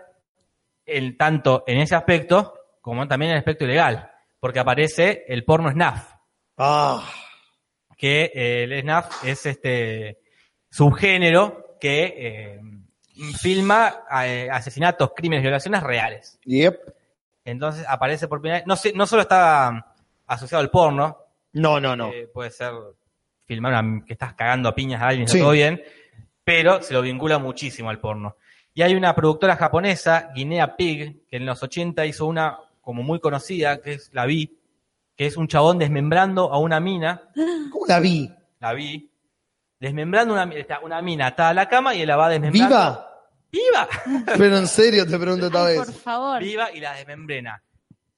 el, tanto en ese aspecto como también en el aspecto ilegal, porque aparece el porno SNAF,
Ah,
que eh, el SNAF es este subgénero que eh, filma eh, asesinatos, crímenes, violaciones reales.
yep.
Entonces aparece por primera vez, no, sé- no solo está asociado al porno,
No, no, no.
eh, puede ser filmar una- que estás cagando a piñas a alguien, está
Sí.
todo bien, pero se lo vincula muchísimo al porno. Y hay una productora japonesa, Guinea Pig, que en los 80 hizo una como muy conocida, que es La Vi, que es un chabón desmembrando a una mina,
¿Cómo la vi?
La Vi, desmembrando una, mi- está una mina atada a la cama y él la va desmembrando.
¿Viva?
¡Viva!
Pero en serio te pregunto esta
Ay,
vez.
por favor,
Viva y la desmembrena.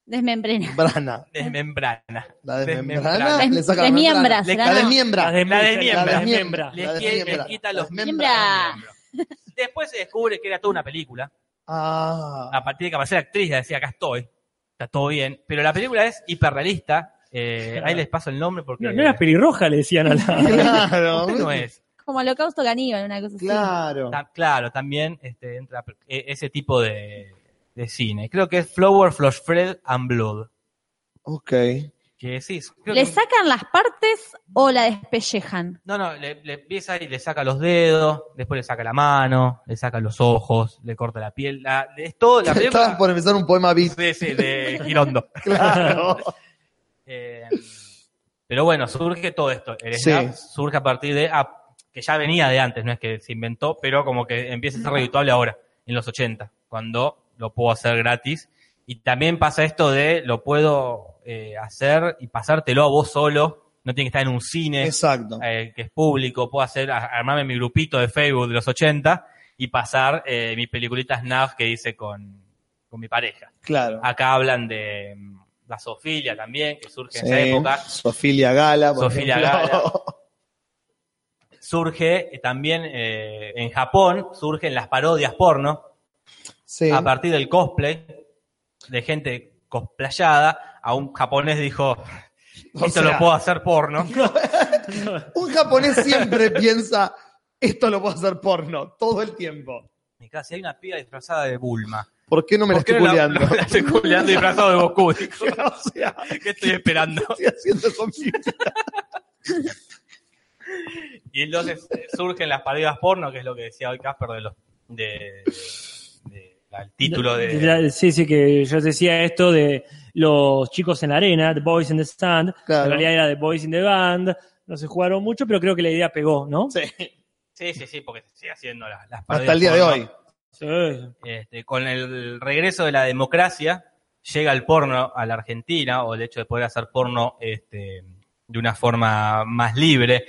desmembrena.
Brana.
Desmembrana.
La desmembrana. (laughs)
Des-
Le saca la
desmiembra,
membrana.
será,
La
¿no?
desmiembra.
La de
La de miembra.
La
La miembra.
de miembra.
Les,
La
qui- les
desmiembra,
quita
la
los
desmembra.
miembros. Después se descubre que era toda una película.
Ah.
a partir de que apareció la actriz, le decía, acá estoy, está todo bien. Pero la película es hiperrealista. eh,
Claro.
Ahí les paso el nombre porque este
No, no era pelirroja, le decían a la.
Claro.
(laughs) no es.
Como holocausto caníbal, una cosa así.
Claro.
Ta- claro, también este, entra eh, ese tipo de, de cine. Creo que es Flower, Flush, Fred and Blood.
Ok.
Que sí, creo
¿Le
que-
sacan las partes o la despellejan?
no, no, le, le empieza y le saca los dedos, después le saca la mano, le saca los ojos, le corta la piel. la- es
(laughs)
todo, la
Estabas
película
por empezar un poema
(laughs)
beat.
Sí, sí, de Girondo.
Claro.
Eh, pero bueno, surge todo esto. El
Sí.
snap surge a partir de. ah, que ya venía de antes, no es que se inventó, pero como que empieza a ser redituable ahora, en los 80, cuando lo puedo hacer gratis. Y también pasa esto de lo puedo eh, hacer y pasártelo a vos solo. No tiene que estar en un cine
Exacto.
eh, que es público. Puedo hacer, a- armarme mi grupito de Facebook de los 80 y pasar eh, mi peliculita Snap que hice con, con mi pareja.
Claro.
Acá hablan de mm, la zoofilia también, que surge en esa
Sí.
época.
Sofilia Gala. por
Sofilia
ejemplo.
Surge eh, también eh, en Japón, surgen las parodias porno
(laughs) Sí.
a partir del cosplay de gente cosplayada. A un japonés dijo,
(laughs) O
esto
sea,
lo puedo hacer porno.
Un japonés siempre piensa, esto lo puedo hacer porno, todo el tiempo.
Y casi hay una piba disfrazada de Bulma.
¿Por qué no (laughs) me la
¿Por qué
estoy
no la-
culeando?
(laughs) la estoy culeando disfrazado de
(laughs)
Goku. dijo.
o sea,
¿Qué estoy esperando?
estoy haciendo con mi vida?
Y entonces eh, surgen las parodias porno, que es lo que decía hoy Casper de los, de, de- el título de,
Ya, Sí, sí, que yo decía esto de los chicos en la arena, The Boys in the Sand.
Claro.
En realidad era The Boys in the Band. No se jugaron mucho, pero creo que la idea pegó, ¿no?
Sí,
Sí, sí, sí, porque se sigue haciendo las, las parodias
hasta el día de
porno.
hoy.
Sí.
Este, con el regreso de la democracia, llega el porno a la Argentina, o el hecho de poder hacer porno este, de una forma más libre.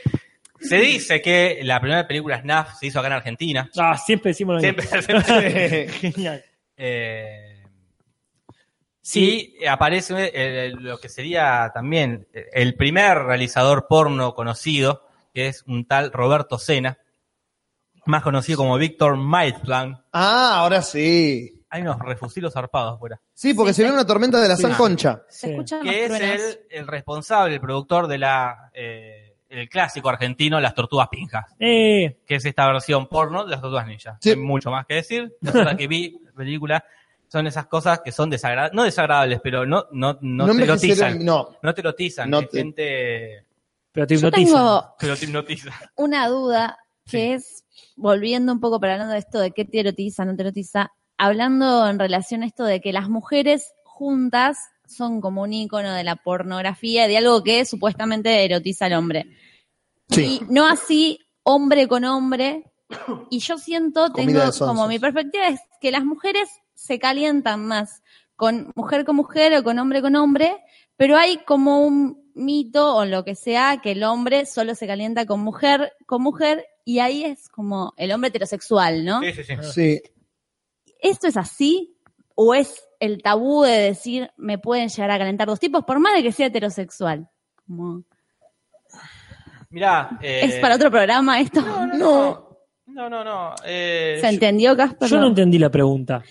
Se dice que la primera película SNAF se hizo acá en Argentina.
Ah, siempre decimos lo mismo.
Siempre, siempre. (laughs)
Genial.
Eh, sí, aparece eh, lo que sería también eh, el primer realizador porno conocido, que es un tal Roberto Sena, más conocido como Víctor Maitland.
Ah, ahora sí.
hay unos refusilos zarpados fuera.
Sí, porque se viene una tormenta de la San Concha.
Se escuchan los
Que es
truenos.
el, el responsable, el productor de la eh, el clásico argentino Las Tortugas Pinjas.
Eh,
que es esta versión porno de las tortugas ninja.
Sí.
No hay mucho más que decir. La otra que vi, película, son esas cosas que son desagradables, no desagradables, pero no, no, no, te
envejecieron-
lotizan.
no.
No te lotizan,
No
que
te-
gente
pero te
Yo
hipnotiza.
tengo
que lo te hipnotiza.
una duda que es, volviendo un poco para hablando de esto de qué te erotiza, no te erotiza, hablando en relación a esto de que las mujeres juntas son como un icono de la pornografía, de algo que supuestamente erotiza al hombre.
Sí.
Y no así hombre con hombre. Y yo siento,
Comida
tengo
de sonsos.
como mi perspectiva es que las mujeres se calientan más con mujer con mujer o con hombre con hombre, pero hay como un mito o lo que sea que el hombre solo se calienta con mujer con mujer y ahí es como el hombre heterosexual, (laughs) ¿no?
Sí, sí, sí.
Sí.
¿Esto es así o es el tabú de decir me pueden llegar a calentar dos tipos por más de que sea heterosexual? Como,
Mirá, eh,
¿Es para otro programa esto?
No.
No, no, no. eh,
¿Se entendió, Casper?
Yo no entendí la pregunta.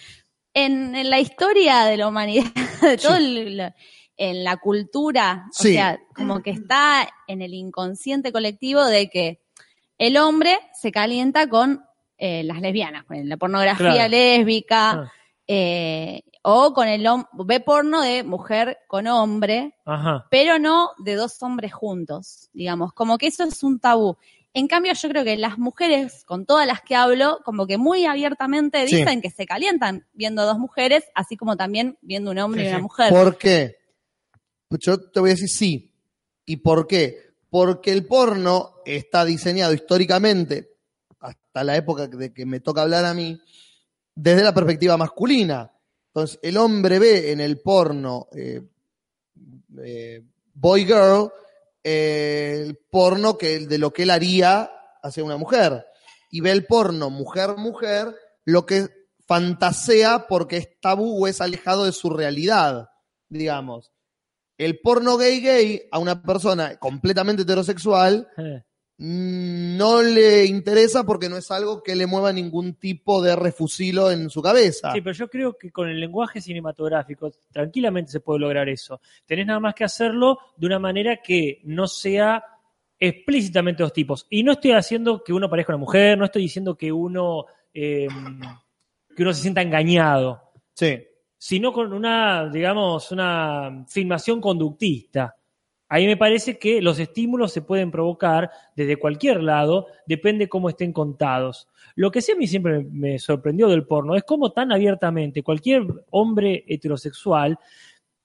en, en la historia de la humanidad, (laughs) de todo el- la- en la cultura, o
Sí.
sea, como que está en el inconsciente colectivo de que el hombre se calienta con eh, las lesbianas, con la pornografía
Claro.
lésbica,
Ah.
eh, o con el hom- ve porno de mujer con hombre,
Ajá.
pero no de dos hombres juntos, digamos, como que eso es un tabú. En cambio, yo creo que las mujeres, con todas las que hablo, como que muy abiertamente
Sí.
dicen que se calientan viendo dos mujeres, así como también viendo un hombre
Sí,
y
sí.
una mujer.
¿Por qué? Pues Yo te voy a decir sí. ¿Y por qué? Porque el porno está diseñado históricamente, hasta la época de que me toca hablar a mí, desde la perspectiva masculina. Entonces, el hombre ve en el porno eh, eh, boy girl eh, el porno que, de lo que él haría hacia una mujer. Y ve el porno mujer-mujer lo que fantasea porque es tabú o es alejado de su realidad digamos, el porno gay gay a una persona completamente heterosexual
Eh,
mm, no le interesa porque no es algo que le mueva ningún tipo de refusilo en su cabeza.
Sí, pero yo creo que con el lenguaje cinematográfico tranquilamente se puede lograr eso. Tenés nada más que hacerlo de una manera que no sea explícitamente dos tipos. Y no estoy haciendo que uno parezca una mujer, no estoy diciendo que uno, eh, que uno se sienta engañado.
Sí.
sino con una, digamos, una filmación conductista. Ahí me parece que los estímulos se pueden provocar desde cualquier lado, depende cómo estén contados. Lo que sí a mí siempre me me sorprendió del porno es cómo tan abiertamente cualquier hombre heterosexual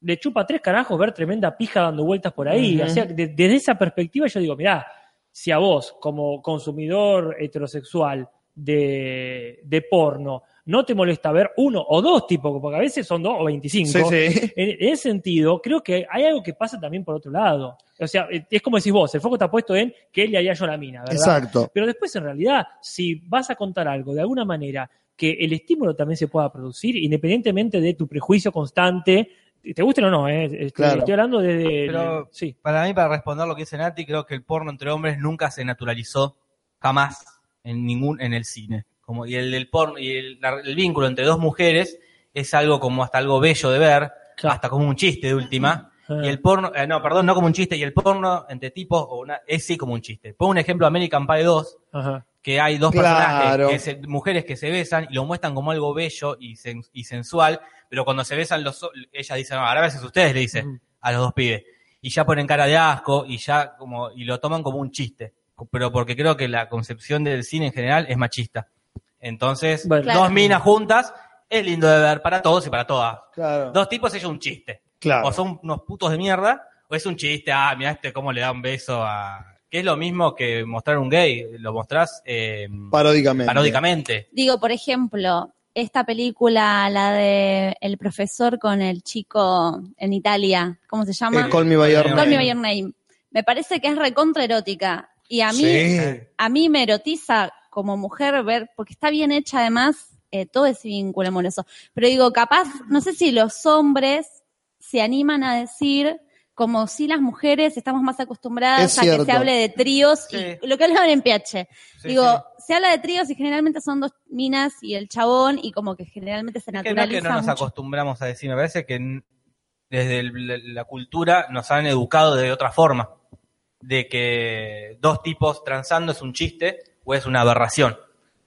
le chupa tres carajos ver tremenda pija dando vueltas por ahí.
Ujú.
O sea, de- desde esa perspectiva yo digo, mirá, si a vos, como consumidor heterosexual de, de porno, no te molesta ver uno o dos tipos, porque a veces son dos o veinticinco.
sí.
En en ese sentido, creo que hay algo que pasa también por otro lado. O sea, eh, es como decís vos, el foco está puesto en que él le haría yo la mina, ¿verdad?
Exacto.
Pero después, en realidad, si vas a contar algo de alguna manera que el estímulo también se pueda producir, independientemente de tu prejuicio constante, te guste o no, ¿eh? Este,
Claro.
estoy hablando desde...
Pero-
sí.
Para mí, para responder lo que dice Nati, creo que el porno entre hombres nunca se naturalizó, jamás, en ningún, en el cine. Como, y el, el porno, y el, la- el vínculo entre dos mujeres es algo como hasta algo bello de ver,
Claro.
hasta como un chiste de última.
Ah.
Y el porno, eh, no, perdón, no como un chiste, y el porno entre tipos o una, es sí como un chiste. Pongo un ejemplo, American Pie 2,
Ajá.
que hay dos
Claro.
personajes, que se- mujeres que se besan y lo muestran como algo bello y, sen- y sensual, pero cuando se besan los, o- ella dice, no, ahora veces ustedes, le dice
Ujú.
a los dos pibes. Y ya ponen cara de asco y ya como, y lo toman como un chiste. Pero porque creo que la concepción del cine en general es machista. Entonces,
Bueno.
Claro.
dos minas juntas es lindo de ver para todos y para todas.
Claro.
Dos tipos es un chiste. O
claro.
son unos putos de mierda, o es un chiste, ah, mirá este cómo le da un beso a... Que es lo mismo que mostrar un gay, lo mostrás eh,
Paródicamente.
paródicamente.
Digo, por ejemplo, esta película, la de el profesor con el chico en Italia, ¿cómo se llama?
Eh, call me by your
Call
Call
name.
Me By Your Name. Me parece que es recontra erótica. Y a mí,
Sí.
a mí me erotiza como mujer ver, porque está bien hecha además eh, todo ese vínculo amoroso. Pero digo, capaz, no sé si los hombres se animan a decir, como si las mujeres estamos más acostumbradas
Es
a que se
cierto.
hable de tríos y lo que hablan en PH.
Sí,
Digo, se habla de tríos y generalmente son dos minas y el chabón y como que generalmente
que
se
no,
naturaliza
que no nos
mucho.
acostumbramos a decir, me parece que n- desde el- la, la cultura nos han educado de otra forma, de que dos tipos transando es un chiste o es una aberración.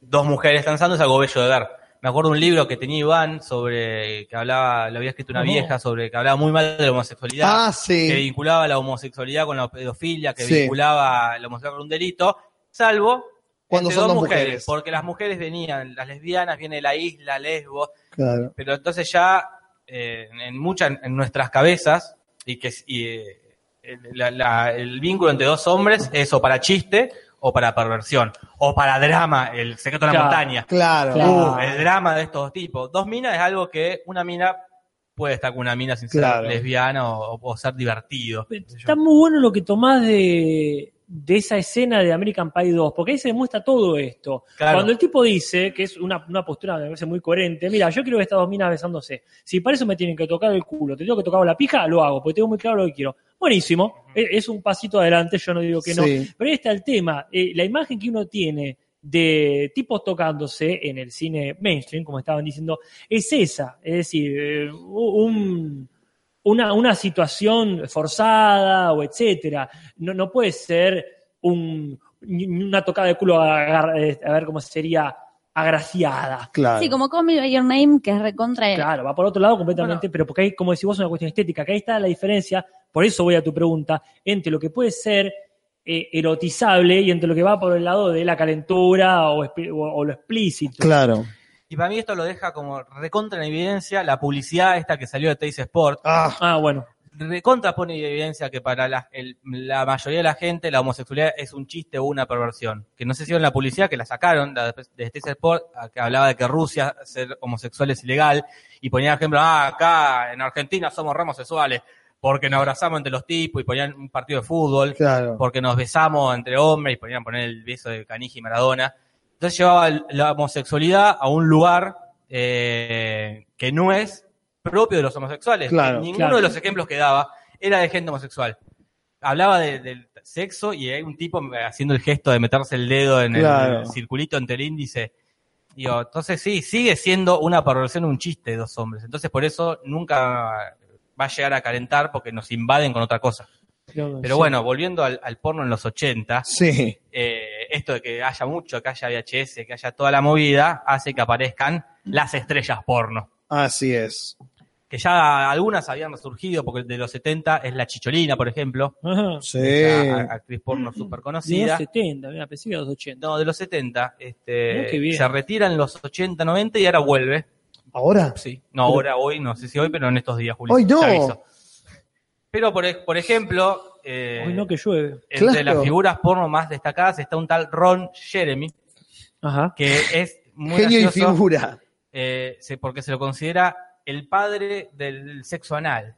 Dos mujeres transando es algo bello de ver. Me acuerdo un libro que tenía Iván sobre que hablaba, lo había escrito una
No.
vieja sobre que hablaba muy mal de la homosexualidad,
Ah, sí.
que vinculaba la homosexualidad con la pedofilia, que
Sí.
vinculaba la homosexualidad con un delito, salvo
Cuando
entre
son
dos
dos
mujeres,
mujeres.
porque las mujeres venían, las lesbianas viene la isla, lesbos,
Claro.
pero entonces ya eh, en muchas en nuestras cabezas y que es- y, eh, el- la- la- el vínculo entre dos hombres es o para chiste o para perversión o para drama el secreto de la
Claro,
montaña
Claro.
Claro.
Uh, el drama de estos dos tipos dos minas es algo que una mina puede estar con una mina sin ser
Claro.
lesbiana o, o ser divertido qué sé yo.
Pues, Está muy bueno lo que tomás de, de esa escena de American Pie 2, porque ahí se demuestra todo esto.
Claro.
Cuando el tipo dice, que es una, una postura me parece muy coherente, mira, yo quiero ver estas dos minas besándose. Si para eso me tienen que tocar el culo, te tengo que tocar la pija, lo hago, porque tengo muy claro lo que quiero. Buenísimo, e- es un pasito adelante, yo no digo que no.
Sí.
Pero ahí está el tema, eh, la imagen que uno tiene de tipos tocándose en el cine mainstream, como estaban diciendo, es esa, es decir, eh, un, una, una situación forzada o etcétera. No, no puede ser un, ni- ni una tocada de culo, agar- eh, a, ver cómo sería, agraciada.
Claro.
Sí, como Call Me By Your Name, que es recontra eh,
Claro, va por otro lado completamente, pero porque hay, como decís vos, una cuestión estética, que ahí está la diferencia, por eso voy a tu pregunta, entre lo que puede ser eh, erotizable y entre lo que va por el lado de la calentura o, expli- o- o lo explícito.
Claro.
y para mí esto lo deja como recontra en evidencia la publicidad esta que salió de Teis Sport
Ah,
Ah, bueno.
recontra pone en evidencia que para la, el- la mayoría de la gente la homosexualidad es un chiste o una perversión. Que no sé si vieron la publicidad que la sacaron la de, de Stacy Sport, a- que hablaba de que Rusia ser homosexual es ilegal y ponía ejemplo, ah, acá en Argentina somos re homosexuales porque nos abrazamos entre los tipos y ponían un partido de fútbol
claro.
porque nos besamos entre hombres y ponían poner el beso de Canigi y Maradona. Entonces llevaba el- la homosexualidad a un lugar eh, que no es propio de los homosexuales.
Claro,
Ninguno
claro.
de los ejemplos que daba era de gente homosexual. Hablaba de- del sexo y hay un tipo haciendo el gesto de meterse el dedo en el-
Claro.
el circulito entre el índice. Digo, entonces sí, sigue siendo una perversión, un chiste de dos hombres. Entonces por eso nunca va a llegar a calentar porque nos invaden con otra cosa. Pero
sí.
bueno, volviendo al, al porno en los 80,
Sí.
eh, esto de que haya mucho, que haya VHS, que haya toda la movida, hace que aparezcan las estrellas porno.
Así es.
Que ya algunas habían resurgido, porque de los 70 es la Chicholina, por ejemplo,
Ajá.
Sí.
esa a- actriz
Mm.
porno súper
De los
conocida.
70, mira, pensé que de los 80.
No, de los 70,
Mirá qué
este,
bien.
se retira en los 80, 90 y ahora vuelve.
¿Ahora?
Sí, no ahora, hoy, no sé si hoy, pero en estos días, Julio.
¡Ay, no!
te aviso. Pero, por, ej- por ejemplo, eh,
Hoy no que llueve.
Claro.
entre las figuras porno más destacadas está un tal Ron Jeremy,
Ajá.
que es muy
Genio
gracioso,
y figura.
eh, se- porque se lo considera el padre del sexo anal.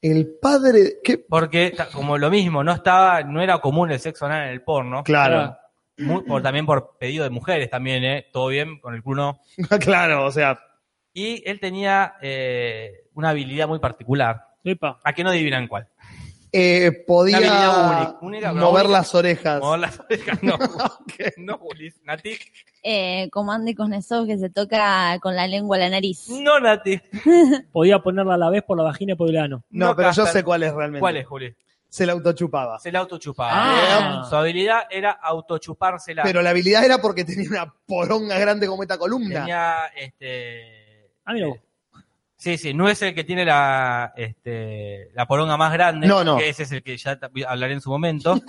El padre. ¿Qué?
Porque, ta- como lo mismo, no estaba, no era común el sexo anal en el porno.
Claro.
Mu- por- también por pedido de mujeres también, ¿eh? Todo bien, con el culo.
claro, o sea.
Y él tenía eh, una habilidad muy particular.
Epa.
¿A que no adivinan cuál?
eh,
Una
podía
habilidad única- única, no,
mover
única.
las orejas.
Mover las orejas, no.
(laughs)
No, Julis. Nati.
eh, como Andy Kuznetsov que se toca con la lengua a la nariz.
No, Nati.
Podía ponerla a la vez por la vagina y por el ano.
No,
No,
pero yo
Casper.
sé cuál es realmente.
¿Cuál es, Juli?
Se la autochupaba.
Se la autochupaba.
Ah.
Su habilidad era autochupársela.
Pero la habilidad era porque tenía una poronga grande como esta columna.
Tenía, este...
Ah, mira vos.
Sí, sí, no es el que tiene la, este, la poronga más grande.
No, no.
Que ese es el que ya ta- hablaré en
(laughs)
su momento.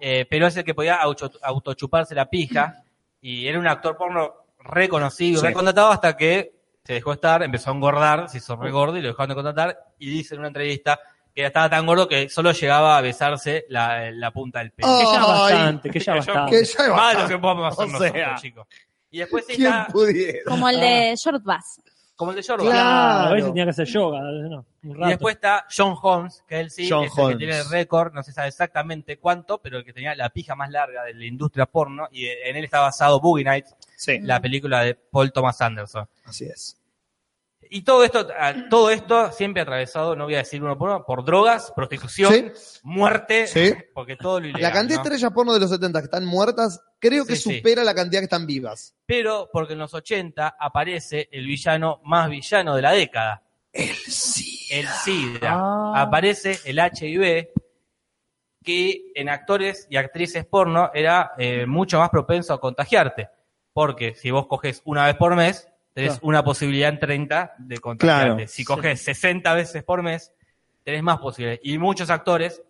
Eh, pero es el que podía aucho- autochuparse la pija. Y era un actor porno reconocido,
Sí.
recontratado hasta que se dejó estar, empezó a engordar, se hizo re gordo y lo dejaron de contratar. Y dice en una entrevista que estaba tan gordo que solo llegaba a besarse la, la punta del pelo.
Que ya
Ay.
bastante, que
(laughs)
ya
Que yo-
bastante.
Que ya es
Más de lo
bastante.
que podemos
Oh,
hacer
O
nosotros,
sea.
chicos. Y después sí
¿Quién
está
pudiera?
Como el de Short Bus.
como el de Jordan.
Claro, a veces
Claro.
tenía que hacer yoga, no, un rato.
Y después está John Holmes, que él sí
John
es el
Holmes.
que tiene el récord, no se sabe exactamente cuánto, pero el que tenía la pija más larga de la industria porno, y
Mm.
en él está basado Boogie Nights,
Sí,
la película de Paul Thomas Anderson.
así es.
Y todo esto, a- todo esto siempre atravesado, no voy a decir uno por uno, por drogas, prostitución, muerte,
Sí.
porque todo lo ilegal.
La cantidad
¿no?
de estrellas porno de los 70 que están muertas, creo que
Sí, sí.
supera la cantidad que están vivas.
Pero porque en los 80 aparece el villano más villano de la década. El SIDA.
Ah.
Aparece el HIV, que en actores y actrices porno era eh, mucho más propenso a contagiarte. Porque si vos coges una vez por mes, tenés
Claro.
una posibilidad en 30 de contagiarte.
Claro.
Si coges 60 veces por mes, tenés más posibilidades. Y muchos actores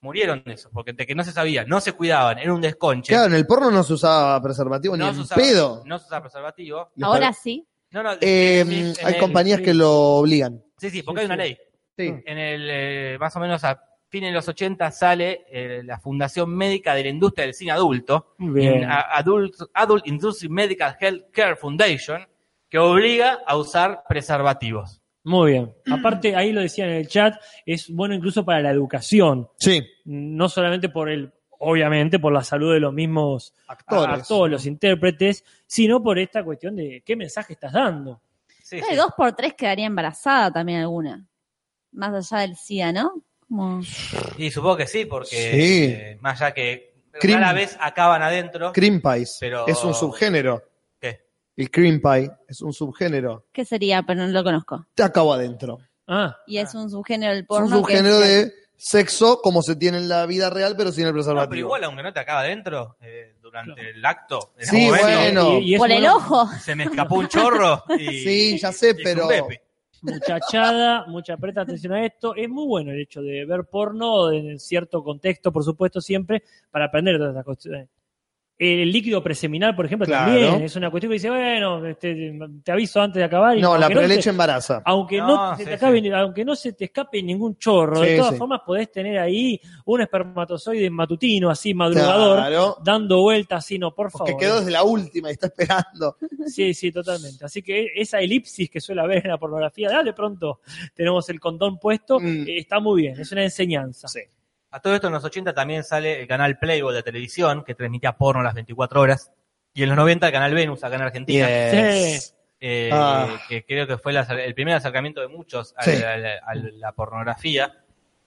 murieron de eso, porque de que no se sabía, no se cuidaban, era un desconche.
Claro, en el porno no se usaba preservativo
no
ni
se
en
usaba-
pedo.
no se usa preservativo.
Les
Ahora
pare-
sí.
No, no,
Eh,
en el- en
hay
el-
compañías que lo obligan.
Sí, sí, porque hay una ley.
Sí.
En el, eh, más o menos a fines de los 80 sale eh, la Fundación Médica de la Industria del Cine Adulto,
Bien.
en a- Adult, Adult Industry Medical Health Care Foundation, que obliga a usar preservativos.
Muy bien. Aparte, ahí lo decía en el chat, es bueno incluso para la educación,
Sí,
no solamente por el, obviamente, por la salud de los mismos
actores.
actores, los intérpretes, sino por esta cuestión de qué mensaje estás dando.
Sí,
Creo que
sí.
dos por tres quedaría embarazada también alguna. Más allá del SIDA, ¿no? Como-
Y supongo que sí, porque
Sí.
eh, más ya que
Crim-
rara vez acaban adentro.
Cream pies.
Pero-
Es un subgénero.
¿Qué?
El cream pie es un subgénero.
¿Qué sería? Pero no lo conozco.
Te acabo adentro.
Ah,
Y es un subgénero del
Es
porno.
un
que es-
subgénero de sexo como se tiene en la vida real, pero sin el
No, pero
preservativo.
igual, aunque no te acaba adentro, eh, durante el acto, en
Sí,
algún momento,
bueno.
Ah. Y- y es
Por el
bueno-
ojo. (laughs)
se me escapó
(laughs)
un chorro. Y,
Sí, ya sé,
y es un
pero-
pepe.
muchachada, mucha presta atención a esto. Es muy bueno el hecho de ver porno en cierto contexto, por supuesto, siempre, para aprender todas estas cuestiones. El líquido preseminal, por ejemplo,
Claro.
también es una cuestión que dice, bueno, este, te aviso antes de acabar. y
No, la
aunque te-
preleche embaraza.
aunque no,
No,
se
sí,
te acabe,
sí.
aunque no se te escape ningún chorro, de
Sí,
todas
sí.
formas podés tener ahí un espermatozoide matutino, así madrugador,
Claro.
dando vueltas, así no, por
Porque
favor.
quedó desde la última y está esperando.
Sí, sí, totalmente. Así que esa elipsis que suele haber en la pornografía, dale pronto, tenemos el condón puesto,
Mm.
eh, está muy bien, es una enseñanza.
Sí.
A todo esto en los 80 también sale el canal Playboy de televisión, que transmitía porno las 24 horas. Y en los 90 el canal Venus, acá en Argentina,
Yes.
eh,
Ah.
que creo que fue el, acer- el primer acercamiento de muchos a,
Sí.
la, a la- a la pornografía,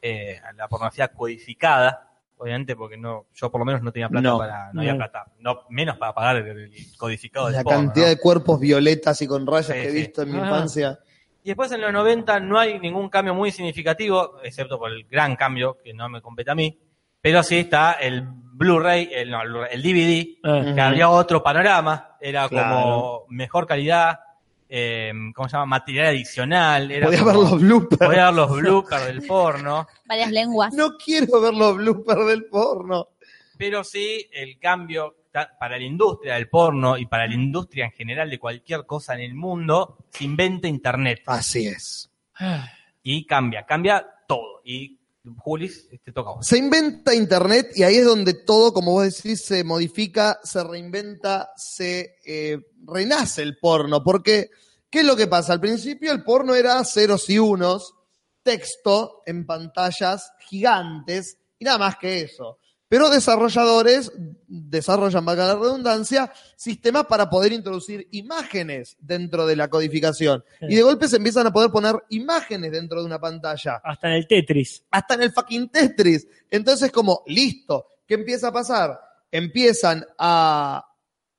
eh, a la pornografía codificada, obviamente, porque no yo por lo menos no tenía plata
No.
para, no había
No.
plata, no, menos para pagar el, el codificado de
La
porno,
cantidad
¿no?
de cuerpos violetas y con rayas
Sí,
que he
sí.
visto en mi
Ah.
infancia.
Y después en los 90 no hay ningún cambio muy significativo, excepto por el gran cambio que no me compete a mí, pero sí está el Blu-ray, el, no, el Blu-ray, el DVD,
Mm.
Ah,
que había otro panorama, era
Claro.
como mejor calidad, eh, ¿cómo se llama? Material adicional. Era
Podía ver
como-
los bloopers.
podía ver los bloopers del porno,
Varias lenguas.
No quiero ver los bloopers del porno.
pero sí el cambio ta- para la industria del porno y para la industria en general de cualquier cosa en el mundo, se inventa Internet.
Así es.
y cambia, cambia todo. Y Julis, te toca a vos.
Se inventa Internet y ahí es donde todo, como vos decís, se modifica, se reinventa, se eh, renace el porno. Porque, ¿qué es lo que pasa? Al principio el porno era ceros y unos, texto en pantallas gigantes y nada más que eso. Pero desarrolladores desarrollan, valga la redundancia, sistemas para poder introducir imágenes dentro de la codificación. Y de golpe se empiezan a poder poner imágenes dentro de una pantalla
Hasta en el Tetris.
hasta en el fucking Tetris. Entonces, como, listo, ¿qué empieza a pasar? Empiezan a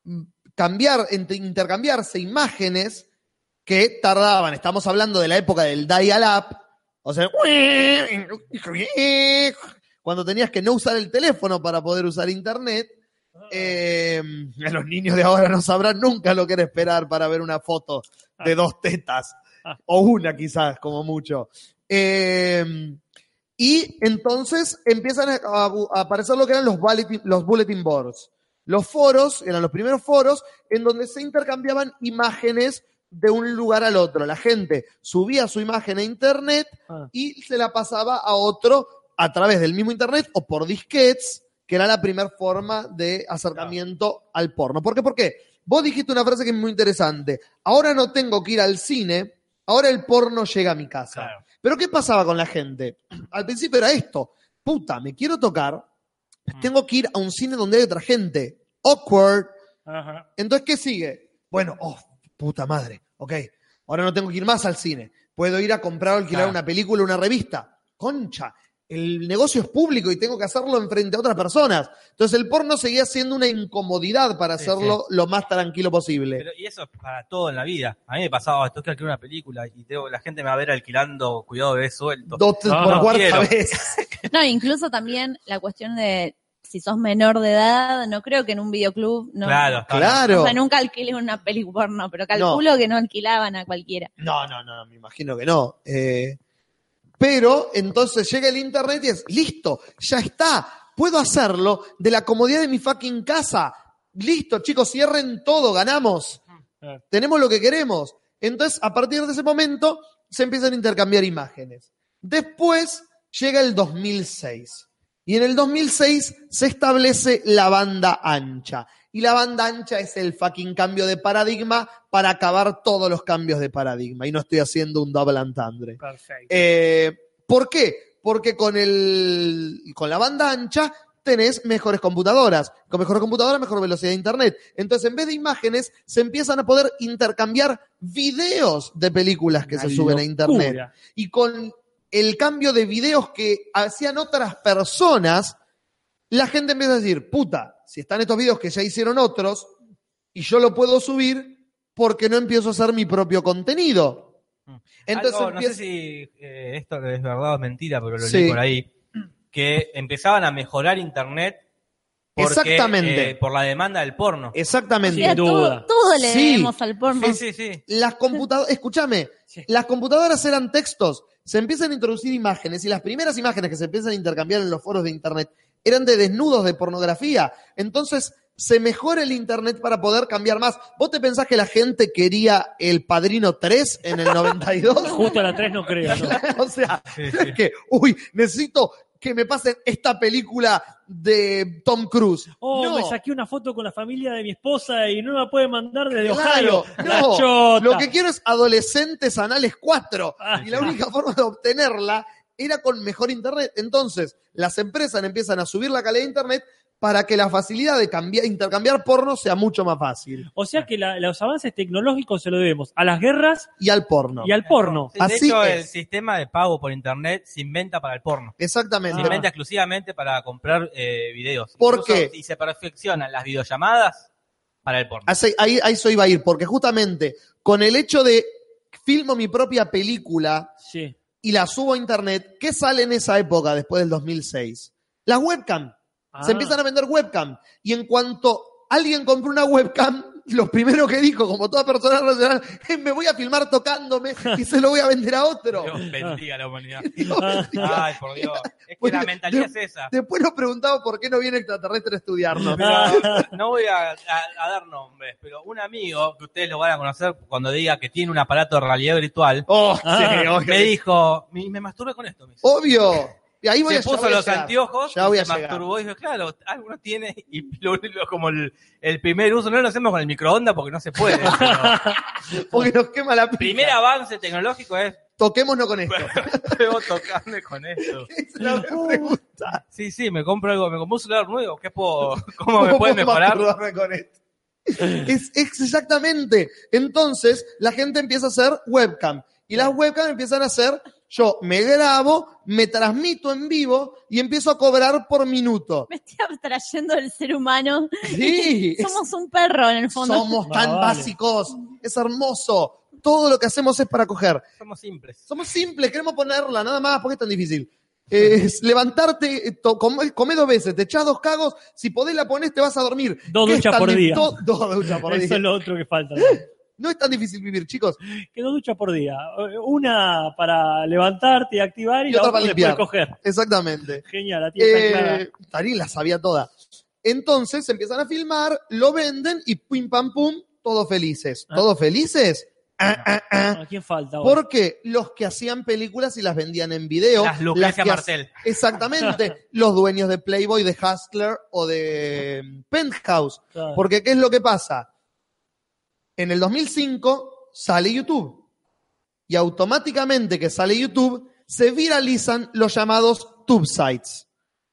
mm, cambiar, ent- intercambiarse imágenes que tardaban, estamos hablando de la época del dial-up, o sea, cuando tenías que no usar el teléfono para poder usar internet, eh, (laughs) los niños de ahora no sabrán nunca lo que era esperar para ver una foto de dos tetas, o una quizás, como mucho. Eh, y entonces empiezan a, a- a aparecer lo que eran los bulletin, los bulletin boards. Los foros, eran los primeros foros, en donde se intercambiaban imágenes de un lugar al otro. La gente subía su imagen a internet
Ah.
y se la pasaba a otro a través del mismo internet o por disquets, que era la primera forma de acercamiento al porno. ¿Por qué? Porque vos dijiste una frase que es muy interesante. Ahora no tengo que ir al cine, ahora el porno llega a mi casa.
Claro.
Pero ¿qué pasaba con la gente? (clears throat) Al principio era esto, puta, me quiero tocar, tengo que ir a un cine donde hay otra gente. Awkward.
Ajá.
Entonces, ¿qué sigue? Bueno, oh, puta madre, ok. Ahora no tengo que ir más al cine. Puedo ir a comprar o alquilar
Claro.
una película, una revista. Concha, el negocio es público y tengo que hacerlo enfrente a otras personas. Entonces el porno seguía siendo una incomodidad para
Sí,
hacerlo lo más tranquilo posible.
Pero- y eso es para todo en la vida. A mí me pasaba, esto que alquilar una película y tengo- la gente me va a ver alquilando, cuidado bebé suelto.
Dos, tres,
No,
por
no
cuarta
quiero.
vez.
No, incluso también la cuestión de si sos menor de edad, no creo que en un videoclub. No,
Claro, está bien.
Claro.
O sea, nunca alquilé una peli porno, pero calculo que no alquilaban a cualquiera.
No, no, no, no, me imagino que no. Eh, pero entonces llega el internet y es, listo, ya está, puedo hacerlo de la comodidad de mi fucking casa. Listo, chicos, cierren todo, ganamos.
Ah.
Tenemos lo que queremos. Entonces, a partir de ese momento, se empiezan a intercambiar imágenes. Después llega el 2006. Y en el 2006 se establece la banda ancha. Y la banda ancha es el fucking cambio de paradigma para acabar todos los cambios de paradigma. Y no estoy haciendo un double entendre.
Perfecto.
Eh, ¿Por qué? Porque con, el, con la banda ancha tenés mejores computadoras. Con mejor computadora, mejor velocidad de internet. Entonces, en vez de imágenes, se empiezan a poder intercambiar videos de películas que
Una
se suben a internet.
locura.
Y con el cambio de videos que hacían otras personas, la gente empieza a decir, puta, si están estos videos que ya hicieron otros y yo lo puedo subir, porque no empiezo a hacer mi propio contenido? Entonces
Mm. Algo,
empieza-
No sé si eh, esto es verdad o es mentira, pero lo
Sí.
leí por ahí. Que empezaban a mejorar internet porque,
Exactamente.
eh, por la demanda del porno.
Exactamente.
O sea,
Sin
todo,
duda.
todo le
Sí.
debemos al porno.
Sí, sí, sí.
Las computadoras, escúchame,
Sí.
las computadoras eran textos, se empiezan a introducir imágenes y las primeras imágenes que se empiezan a intercambiar en los foros de Internet eran de desnudos de pornografía. Entonces se mejora el Internet para poder cambiar más. ¿Vos te pensás que la gente quería el Padrino 3 en el 92?
Justo a la 3 (laughs) no creo. ¿no?
(laughs) o sea,
Sí, sí.
que, uy, necesito que me pasen esta película de Tom Cruise.
Oh,
no.
me saqué una foto con la familia de mi esposa y no me la puede mandar desde
Claro,
Ohio. La
no.
chota.
Lo que quiero es adolescentes anales 4.
Ah,
y la
sí.
única forma de obtenerla era con mejor internet. Entonces, las empresas empiezan a subir la calidad de internet para que la facilidad de cambiar, intercambiar porno sea mucho más fácil.
O sea que la- los avances tecnológicos se lo debemos a las guerras
Y al porno.
y al porno.
Sí, de
Así
hecho, el
es.
sistema de pago por internet se inventa para el porno. Se
Exactamente.
Ah.
inventa exclusivamente para comprar eh, videos.
¿Por
Incluso
qué?
Y se perfeccionan las videollamadas para el porno.
Así- ahí, ahí eso iba a ir, porque justamente con el hecho de filmo mi propia película
Sí.
y la subo a internet, ¿qué sale en esa época después del 2006? Las webcam. Se
Ah.
empiezan a vender webcam. Y en cuanto alguien compró una webcam, lo primero que dijo, como toda persona racional, es me voy a filmar tocándome y se lo voy a vender a otro. (laughs)
Dios Ah. bendiga la humanidad.
Dios bendiga.
Ay, por Dios. Es que
Bueno,
la mentalidad es esa.
Después nos preguntamos por qué no viene extraterrestre a estudiarnos.
Ah.
(laughs)
Mira, no voy a, a- a dar nombres, pero un amigo que ustedes lo van a conocer cuando diga que tiene un aparato de realidad virtual,
Oh, sí,
Ah,
obvio.
me dijo, me, me masturbé con esto. me dice.
Obvio. Y ahí voy a
se
ya voy
puso
a
los
llegar.
anteojos,
Ya voy
y
a
se
llegar.
masturbó y dijo, claro, alguno tiene, y (laughs) lo, lo- como el, el primer uso, no lo hacemos con el microondas porque no se puede.
(laughs)
pero
Porque nos quema la
el
pica.
primer avance tecnológico es, (laughs)
Toquémonos con esto.
puedo tocarme con esto.
Es la
Uh.
pregunta.
Sí, sí, me compro algo, me compré un celular nuevo, ¿qué puedo, (laughs) cómo me
(laughs)
puede mejorar?
masturbarme con esto? Es, es exactamente. Entonces, la gente empieza a hacer webcam. Y las webcam empiezan a hacer, yo me grabo, me transmito en vivo y empiezo a cobrar por minuto.
Me estoy abstrayendo del ser humano.
Sí, es-
(laughs) Somos un perro en el fondo.
somos tan
Ah, vale.
básicos. Es hermoso. Todo lo que hacemos es para coger.
Somos simples.
Somos simples, queremos ponerla, nada más, porque es tan difícil. Eh, es levantarte, eh, to- come, come dos veces, te echás dos cagos, si podés la ponés, te vas a dormir.
Dos
¿Qué es
duchas
tan
por
dif-
día.
do- (laughs) dos duchas por
Eso
día.
es lo otro que falta. ¿no?
No es tan difícil vivir, chicos.
Que dos duchas por día. Una para levantarte y activar y,
Y
la
otra
otra
para
después
limpiar.
coger.
Exactamente.
Genial, la tía está clara.
Eh, Tarín la sabía toda. Entonces empiezan a filmar, lo venden y pim pam pum, todos felices.
Ah.
¿Todos felices? Ah, ah, ah.
¿A quién falta? ahora?
Porque los que hacían películas y las vendían en video.
Las Lucrecia
que ha-
Martel.
Exactamente. los dueños de Playboy, de Hustler o de mm, Penthouse.
Claro.
Porque ¿qué es lo que pasa? En el 2005 sale YouTube. Y automáticamente que sale YouTube, se viralizan los llamados tube sites.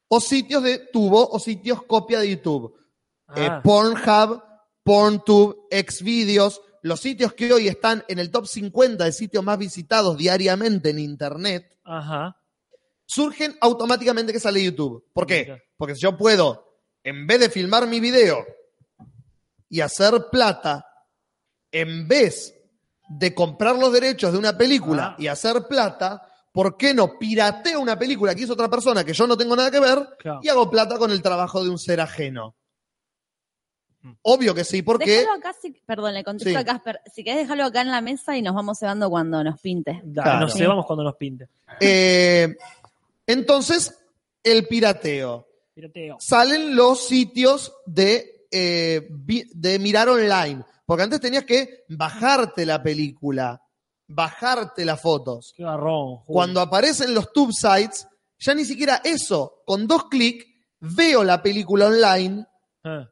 O sitios de tubo o sitios copia de YouTube.
Ah,
Eh, Pornhub, PornTube, Xvideos, los sitios que hoy están en el top 50 de sitios más visitados diariamente en Internet,
Ajá.
surgen automáticamente que sale YouTube. ¿Por qué? Porque si yo puedo, en vez de filmar mi video y hacer plata, en vez de comprar los derechos de una película y hacer plata, ¿por qué no pirateo una película que hizo otra persona que yo no tengo nada que ver
Claro.
y hago plata con el trabajo de un ser ajeno? Obvio que sí, porque...
Déjalo acá, si- perdón, le contesto
Sí.
a Casper. Si querés, dejarlo acá en la mesa y nos vamos cebando cuando nos pinte.
Dale,
Claro.
Nos cebamos cuando nos pinte.
eh, entonces, el pirateo.
Pirateo.
salen los sitios de, eh, vi- de mirar online. Porque antes tenías que bajarte la película, bajarte las fotos.
Qué garrón. Juli.
Cuando aparecen los tube sites, ya ni siquiera eso. Con dos clics veo la película online
Ah,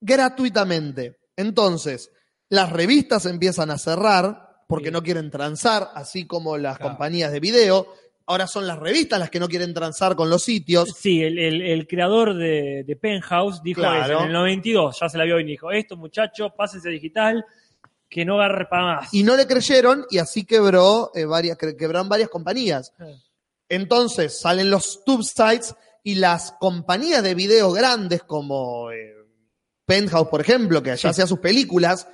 gratuitamente. Entonces, las revistas empiezan a cerrar porque no quieren transar, así como las compañías de video. Ahora son las revistas las que no quieren transar con los sitios.
Sí, el, el- el creador de, de Penthouse dijo
Claro.
eso, en el 92, ya se la vio y dijo, esto muchachos, pásense a digital, que no garpa más.
y no le creyeron y así quebró eh, varias cre- quebraron varias compañías.
Sí.
Entonces salen los tube sites y las compañías de video grandes como eh, Penthouse, por ejemplo, que allá hacía sus películas,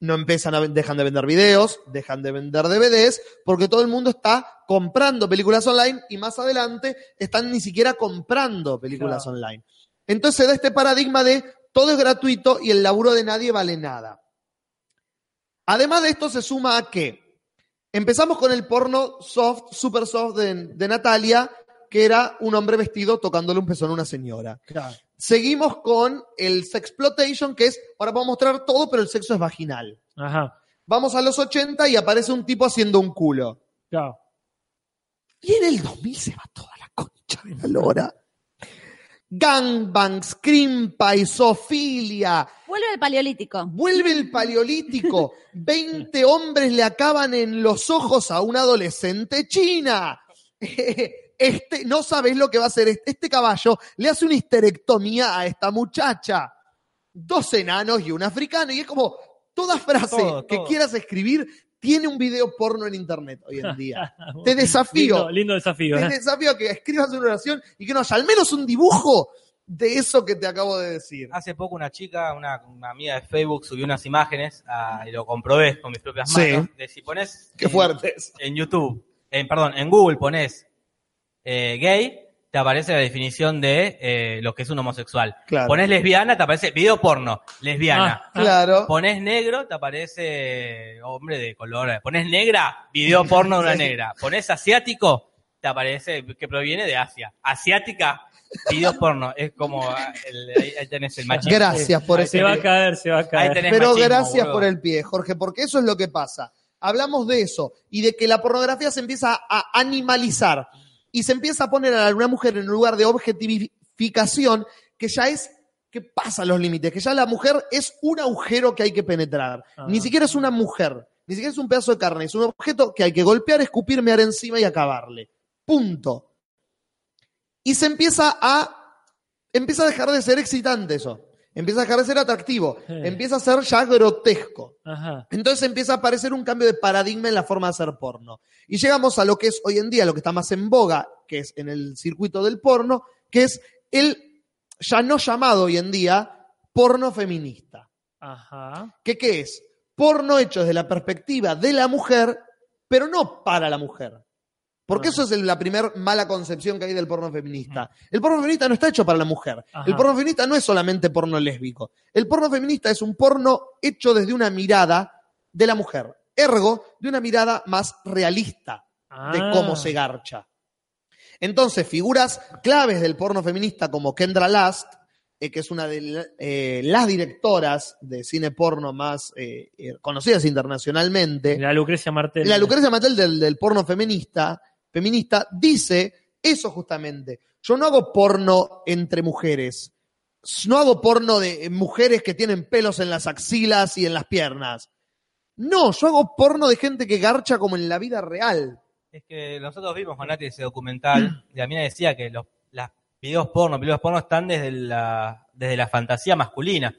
no empiezan a ven- dejan de vender videos, dejan de vender DVDs, porque todo el mundo está comprando películas online y más adelante están ni siquiera comprando películas
Claro.
online. Entonces se da este paradigma de todo es gratuito y el laburo de nadie vale nada. Además de esto se suma a que empezamos con el porno soft, super soft de, de Natalia, que era un hombre vestido tocándole un pezón a una señora. Seguimos con el sexploitation, que es, ahora vamos a mostrar todo, pero el sexo es vaginal.
Ajá,
Vamos a los 80 y aparece un tipo haciendo un culo.
claro.
Y en el 2000 se va toda la concha de la lora. Gangbang, scream, paisofilia,
Vuelve al paleolítico.
Vuelve el paleolítico. 20 hombres le acaban en los ojos a una adolescente china. (laughs) Este, no sabes lo que va a hacer este, este caballo. Le hace una histerectomía a esta muchacha. Dos enanos y un africano. Y es como, toda frase
Todo,
que
todo.
quieras escribir tiene un video porno en internet hoy
(laughs)
en día. (laughs) Te desafío.
Lindo, lindo desafío.
Te
¿eh?
desafío a que escribas una oración y que no haya al menos un dibujo de eso que te acabo de decir.
Ah,
Hace poco una chica, una, una amiga de Facebook, subió unas imágenes ah, y lo comprobé con mis propias
Sí.
manos. De si pones
Qué
en-
fuertes.
en YouTube, en, perdón, en Google pones eh, gay, te aparece la definición de eh, lo que es un homosexual.
Claro.
Pones lesbiana, te aparece video porno,
Ah.
lesbiana.
Ah, Claro.
Pones negro, te aparece hombre de color. Pones negra, video porno de una
Sí.
negra. Pones asiático, te aparece que proviene de Asia. Asiática, video porno. Es como ah, el, ahí- ahí tenés el machismo.
Gracias por
Ahí
ese
se va a caer, se va a
Ahí
caer.
tenés
Pero
machismo,
gracias
boludo.
por el pie, Jorge, porque eso es lo que pasa. Hablamos de eso y de que la pornografía se empieza a animalizar y se empieza a poner a una mujer en un lugar de objetivificación que ya es que pasa los límites, que ya la mujer es un agujero que hay que penetrar.
Ah.
Ni siquiera es una mujer, ni siquiera es un pedazo de carne, es un objeto que hay que golpear, escupir, mear encima y acabarle. Punto. Y se empieza a empieza a dejar de ser excitante eso. Empieza a dejar de ser atractivo.
Sí.
Empieza a ser ya grotesco.
Ajá.
Entonces empieza a aparecer un cambio de paradigma en la forma de hacer porno. Y llegamos a lo que es hoy en día, lo que está más en boga, que es en el circuito del porno, que es el ya no llamado hoy en día porno feminista.
Ajá.
¿Qué, qué es? Porno hecho desde la perspectiva de la mujer, pero no para la mujer. Porque
Ah.
eso es el- la primera mala concepción que hay del porno feminista. El porno feminista no está hecho para la mujer.
Ajá.
El porno feminista no es solamente porno lésbico. El porno feminista es un porno hecho desde una mirada de la mujer. Ergo, de una mirada más realista de
Ah.
cómo se garcha. Entonces, figuras claves del porno feminista como Kendra Last, eh, que es una de la- eh, las directoras de cine porno más eh, eh, conocidas internacionalmente,
La Lucrecia Martel.
la Lucrecia Matel del, del porno feminista, feminista dice eso justamente. Yo no hago porno entre mujeres. No hago porno de eh, mujeres que tienen pelos en las axilas y en las piernas. No, yo hago porno de gente que garcha como en la vida real.
Es que nosotros vimos con Nati
(clears throat)
ese documental y a mí me decía que los las videos porno, películas porno están desde la, desde la fantasía masculina.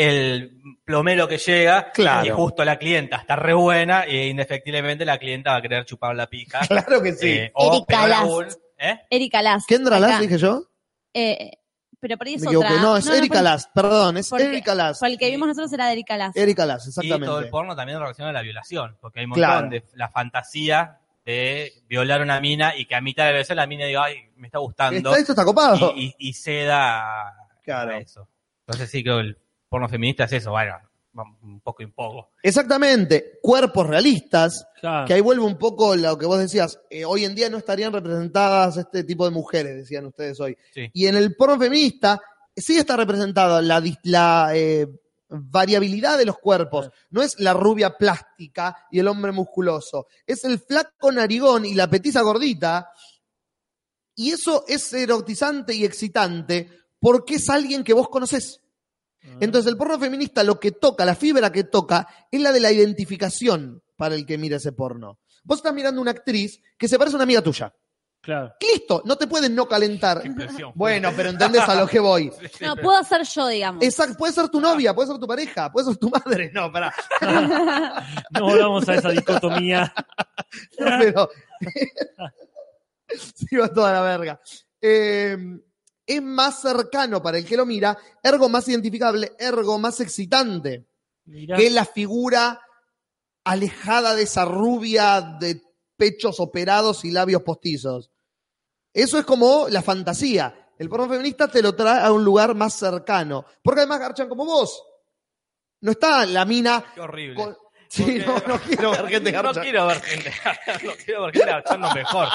el plomero que llega
Claro.
y justo la clienta está re buena e indefectiblemente la clienta va a querer chupar la pija.
Claro que (laughs) sí.
Eh, o,
Erika
peor
Last.
aún, ¿eh?
Erika Last.
¿Kendra
acá.
Last dije yo?
Eh, pero por ahí es
Me equivoqué.
otra.
No, es Erika
por-
Last, perdón, es
porque-
Erika Last.
porque el que vimos nosotros era de Erika Last.
Erika Last,
Y todo el
exactamente.
porno también relaciona a la violación, porque hay un montón
Claro.
de la fantasía de violar a una mina y que a mitad de la veces la mina diga, ay, me está gustando.
Está- esto está copado.
Y, y- y ceda a-
Claro.
a eso. Entonces sí, creo que el porno feminista es eso, bueno, va un poco y un poco.
Exactamente, cuerpos realistas,
Ah.
Claro.
que ahí vuelve un poco lo que vos decías, eh, hoy en día no estarían representadas este tipo de mujeres, decían ustedes hoy.
Sí.
Y en el porno feminista sí está representada la, dis- la, eh, variabilidad de los cuerpos. No es la rubia plástica y el hombre musculoso. Es el flaco narigón y la petiza gordita. Y eso es erotizante y excitante porque es alguien que vos conocés.
Ah,
Entonces el porno feminista lo que toca, la fibra que toca, es la de la identificación para el que mira ese porno. Vos estás mirando una actriz que se parece a una amiga tuya.
Claro.
Listo, no te pueden no calentar.
Impresión.
Bueno, pero entendés a lo que voy.
No, puedo ser yo, digamos.
Exacto, puede ser tu novia, puede ser tu pareja, puede ser tu madre. No, pará.
No volvamos a
(laughs)
esa dicotomía.
No, pero. (laughs) se iba toda la verga. Eh, es más cercano para el que lo mira, ergo más identificable, ergo más excitante.
Mirá.
que la figura alejada de esa rubia de pechos operados y labios postizos. Eso es como la fantasía. El porno feminista te lo trae a un lugar más cercano. Porque además garchan como vos. No está la mina.
Qué horrible.
con-
(laughs)
Sí,
Porque-
no, no quiero ver gente
No
garchar.
quiero ver gente, no quiero ver gente agachando mejor.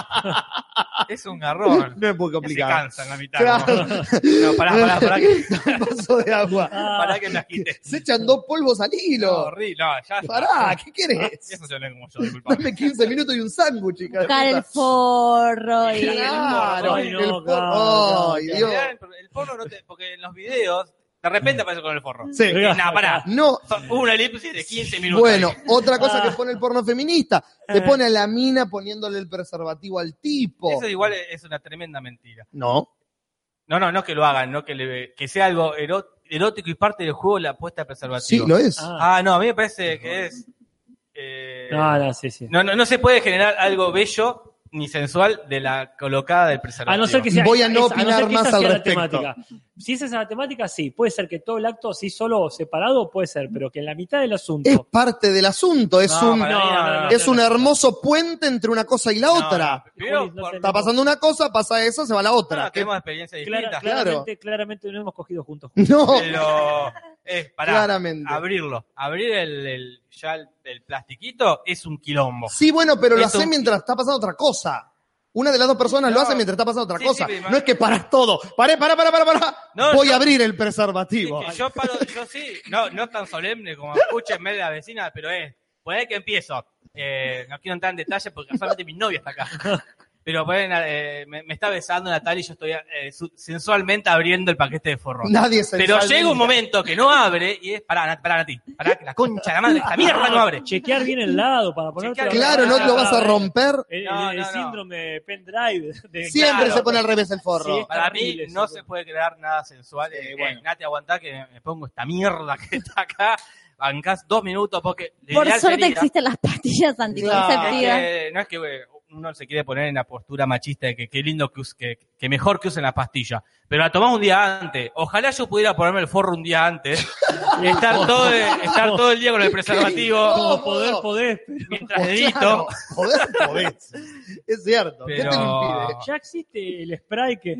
Es un garrón.
No es muy
Que se
complicado.
cansa en la mitad.
Claro.
¿no? No, pará, pará, pará. Que,
(laughs) Un vaso de agua.
Ah,
pará que me agite.
Se echan dos polvos al hilo.
horrible. No, ya está.
Pará, ¿qué
(laughs)
querés?
Eso se lo como yo, disculpa.
Dame 15 minutos y un sándwich, hija de
Buscar el
puta.
forro. y-
Claro,
Ay, no,
el por-
claro,
Ay,
claro.
Dios.
Mirá, El porno no te. Porque en los videos, de repente aparece con el forro.
Sí.
Y nada, pará.
No,
Son una elipsis de 15 minutos.
Bueno, otra cosa
Ah.
que pone el porno feminista, te
Eh.
pone a la mina poniéndole el preservativo al tipo.
Eso igual e-, es una tremenda mentira.
No.
No, no, no que lo hagan, no que, le- que sea algo ero- erótico y parte del juego la puesta
Sí,
preservativa.
lo es.
Ah,
Ah, no, a mí me parece que es. eh,
no, Ah, no, sí, sí.
No, no, no se puede generar algo bello ni sensual de la colocada del preservativo.
A no ser que sea
Voy a
esa-
no
esa- no
opinar
ser que
más
esa
al
sea la
respecto.
temática. Si es esa la temática, sí. Puede ser que todo el acto así solo o separado puede ser, pero que en la mitad del asunto.
Es parte del asunto, es
No,
un
para mí no, no, no,
es
no,
un
no.
hermoso puente entre una cosa y la
No,
otra.
no, primero,
Juli, no
por-
te-
Está pasando una cosa, pasa eso, se va la
no,
otra.
no, tenemos experiencias
Clara-
distintas.
claramente, claramente no hemos cogido juntos.
(laughs) No,
Pero es para
Claramente.
abrirlo. Abrir el, el- ya el, el plastiquito es un quilombo.
sí, bueno, pero lo
Eso-
hace mientras está pasando otra cosa. Una de las dos personas lo
No.
hace mientras está pasando otra
Sí,
cosa.
sí, me
no es que paras todo. Paré, pará, pará, pará, pará.
No,
Voy
yo-
a abrir el
Sí,
preservativo.
que yo paro, yo sí, no, no tan solemne como escúchenme la vecina, pero es, poner que empiezo. Eh, no quiero entrar en detalle porque casualmente mi novia está acá. Pero ponen, eh, me, me está besando Natalia y yo estoy eh, su- sensualmente abriendo el paquete de forro.
Nadie se
Pero llega un momento que no abre y es, pará, Nat- pará, Nati, pará, que la concha, de la madre, esta mierda no abre.
Chequear bien el lado para ponerte.
Chequear-
Claro, no lo vas a
Ah,
romper.
El,
No,
el
no, no.
síndrome pendrive. de-
Siempre
Claro. pues.
se pone al revés el forro.
Sí.
Para mí
Terrible,
no
sí.
se puede crear nada sensual.
Sí,
Eh,
bueno.
eh, Nati, aguantá que me pongo esta mierda que está acá. Bancás dos minutos porque... lo
Por
ideal
suerte
sería-
existen las pastillas
Es
anticonceptivas.
que no es que eh, uno se quiere poner en la postura machista de que qué lindo que, us- que, que mejor que usen las pastillas. Pero la tomás un día antes. Ojalá yo pudiera ponerme el forro un día antes.
(laughs)
y estar todo, estar todo el día con el preservativo
(laughs) Como poder, poder.
mientras
Claro,
edito.
poder
(laughs)
podés. Es cierto. ¿Qué te lo
Pero-
impide?
Ya existe el spray
(laughs)
que,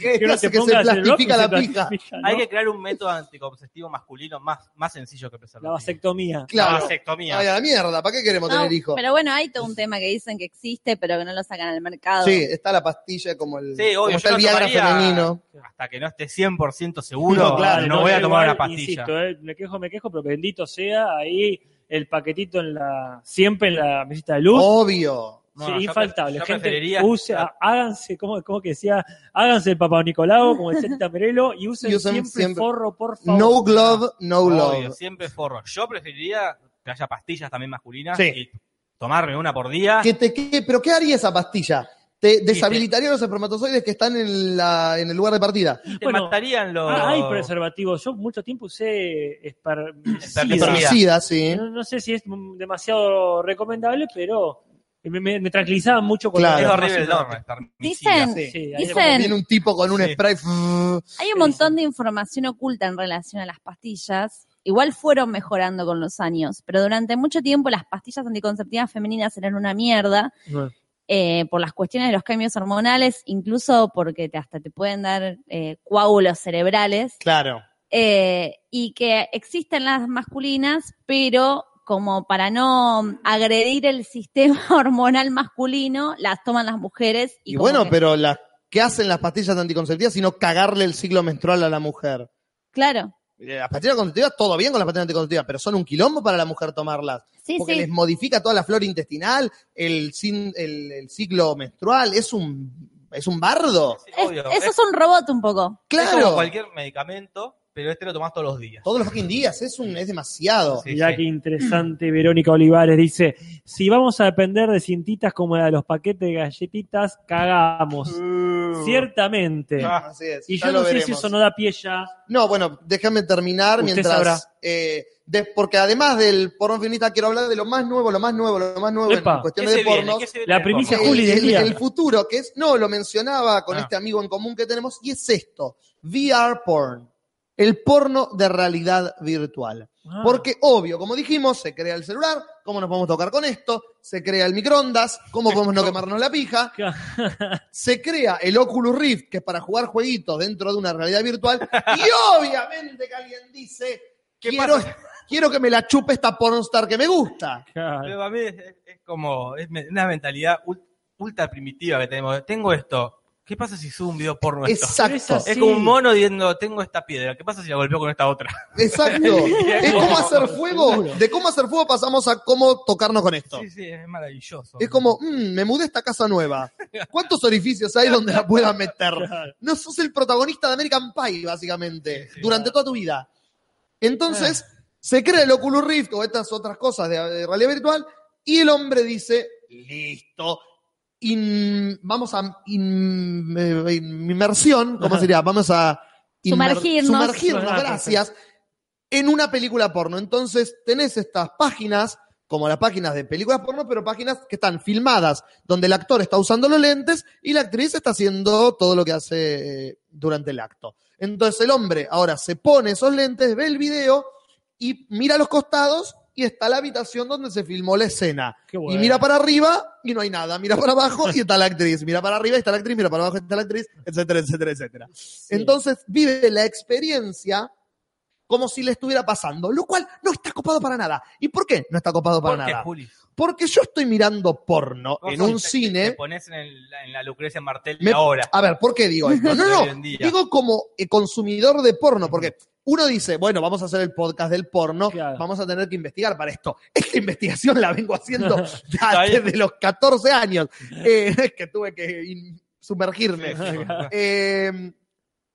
¿Qué
que no
hace
te
que se
pongas el bloque y
plastifica
se
la pija?
plastifica, ¿no?
Hay que crear un método anticonceptivo masculino más, más sencillo que el
La
preservativo.
vasectomía.
La
Claro.
vasectomía.
Ay, a la mierda, ¿para qué queremos
No,
tener hijos?
pero bueno, hay todo un tema que dicen que existe, pero que no lo sacan al mercado.
Sí, está la pastilla como el,
Sí,
como
obvio,
está
yo
el
no
Viagra
tomaría-
femenino.
Hasta que no esté 100% seguro,
No,
no,
claro,
Vale,
voy a
yo
tomar
igual,
una pastilla.
Insisto, eh, me quejo, me quejo, pero bendito sea ahí el paquetito en la siempre en la mesita de luz.
Obvio.
No,
Sí,
yo pre-
infaltable.
yo
Gente,
preferiría-
use, a- háganse, como que decía? Háganse el Papá Nicolau, como decía Tita Merelo, y usen,
Y usen
siempre,
siempre-
forro, por favor.
No glove, no
Obvio,
love.
siempre forro. Yo preferiría que haya pastillas también masculinas
Sí.
y tomarme una por día.
Que te, que- ¿Pero qué haría esa pastilla? Te deshabilitaría los espermatozoides que están en, la- en el lugar de partida.
Te matarían los.
Ah, hay preservativos. Yo mucho tiempo usé
(clears throat)
espermicida.
Espermicida, sí.
No, no sé si es m- demasiado recomendable, pero me, me- me tranquilizaba mucho con
Claro.
Es horrible el nombre.
Dicen,
Sí, ahí
dicen,
Viene un tipo con un
Sí.
spray.
hay un montón de información oculta en relación a las pastillas. Igual fueron mejorando con los años, pero durante mucho tiempo las pastillas anticonceptivas femeninas eran una mierda eh, por las cuestiones de los cambios hormonales, incluso porque te- hasta te pueden dar eh, coágulos cerebrales.
Claro.
eh, y que existen las masculinas, pero como para no agredir el sistema (laughs) hormonal masculino, las toman las mujeres. Y,
Y,
como
bueno,
que-
pero la, ¿qué hacen las pastillas anticonceptivas sino cagarle el ciclo menstrual a la mujer?
Claro.
Eh, Las pastillas anticonceptivas, todo bien con las pastillas anticonceptivas, pero son un quilombo para la mujer tomarlas.
Sí,
porque
sí.
les modifica toda la flora intestinal, el, sin- el, el ciclo menstrual, es un, es un bardo.
Es-
Obvio,
eso
es-
es un robot un poco.
Es como
Claro,
cualquier medicamento, pero este lo tomás todos los días.
todos los fucking días, es, un, es demasiado.
Sí,
Mirá
sí. (clears throat)
qué interesante, Verónica Olivares dice, si vamos a depender de cintitas como la de los paquetes de galletitas, cagamos. Ciertamente.
Uh. Ah,
Así es,
y
ya
yo no
lo
sé si
veremos.
eso no da pie ya.
No, bueno, déjame terminar
Usted sabrá.
mientras. eh, de- porque además del porno feminista quiero hablar de lo más nuevo, lo más nuevo, lo más nuevo
Epa.
en cuestión
¿Qué
de
se viene?
pornos.
¿Qué se viene
La
en el
primicia,
porno?
Juli.
el,
del
el-
día.
el futuro, que es. No, lo mencionaba con
Ah.
este amigo en común que tenemos, y es esto: VR porn. El porno de realidad virtual.
Ah,
Porque, obvio, como dijimos, se crea el celular, cómo nos podemos tocar con esto, se crea el microondas, cómo podemos no quemarnos la pija, se crea el Oculus Rift, que es para jugar jueguitos dentro de una realidad
(laughs)
virtual, y obviamente que alguien dice,
¿Qué
quiero,
pasa?
quiero que me la chupe esta pornstar que me gusta.
claro.
Pero para mí es, es como es me- una mentalidad ul- ultra primitiva que tenemos. Tengo esto. ¿Qué pasa si subo un video porno a esto?
Exacto,
Esa-
Es como
Sí.
un mono diciendo, tengo esta piedra. ¿Qué pasa si la golpeo con esta otra? (laughs)
exacto. Es como hacer fuego.
Seguro.
De cómo hacer fuego pasamos a cómo tocarnos con esto.
Sí, sí, es maravilloso.
Es como, "Mm, me mudé a esta casa nueva. ¿Cuántos orificios hay donde la pueda meter? No sos el protagonista de American Pie, básicamente, durante toda tu vida. Entonces, se crea el Oculus Rift o estas otras cosas de, de realidad virtual y el hombre dice, listo, in- vamos a in- eh, in- inmersión, ¿cómo
Ajá.
sería? Vamos a inmer-
Sumergirnos.
sumergirnos,
Ah,
gracias, en una película porno. Entonces, tenés estas páginas como las páginas de películas porno, pero páginas que están filmadas, donde el actor está usando los lentes y la actriz está haciendo todo lo que hace eh, durante el acto. Entonces el hombre ahora se pone esos lentes, ve el video y mira a los costados y está la habitación donde se filmó la escena.
Qué bueno.
Y mira para arriba y no hay nada. Mira para abajo y está la actriz. Mira para arriba y está la actriz. Mira para abajo y está la actriz, etcétera, etcétera, etcétera. Entonces vive la experiencia como si le estuviera pasando, lo cual no está copado para nada. ¿Y por qué no está copado para
¿Por qué,
nada?
Juli?
Porque yo estoy mirando porno
Vos
en
sos- pues.
un
te-
cine.
Te pones en, el- en la Lucrecia Martel
Me-
ahora.
A ver, ¿por qué digo
(laughs)
esto? No,
Hoy
no,
en día.
digo como eh, consumidor de porno, porque uno dice, bueno, vamos a hacer el podcast del porno,
Claro.
vamos a tener que investigar para esto. (laughs) Esta investigación la vengo
(laughs)
haciendo ya
bien.
desde los 14 años, eh, (laughs) que tuve que in- sumergirme. Eh,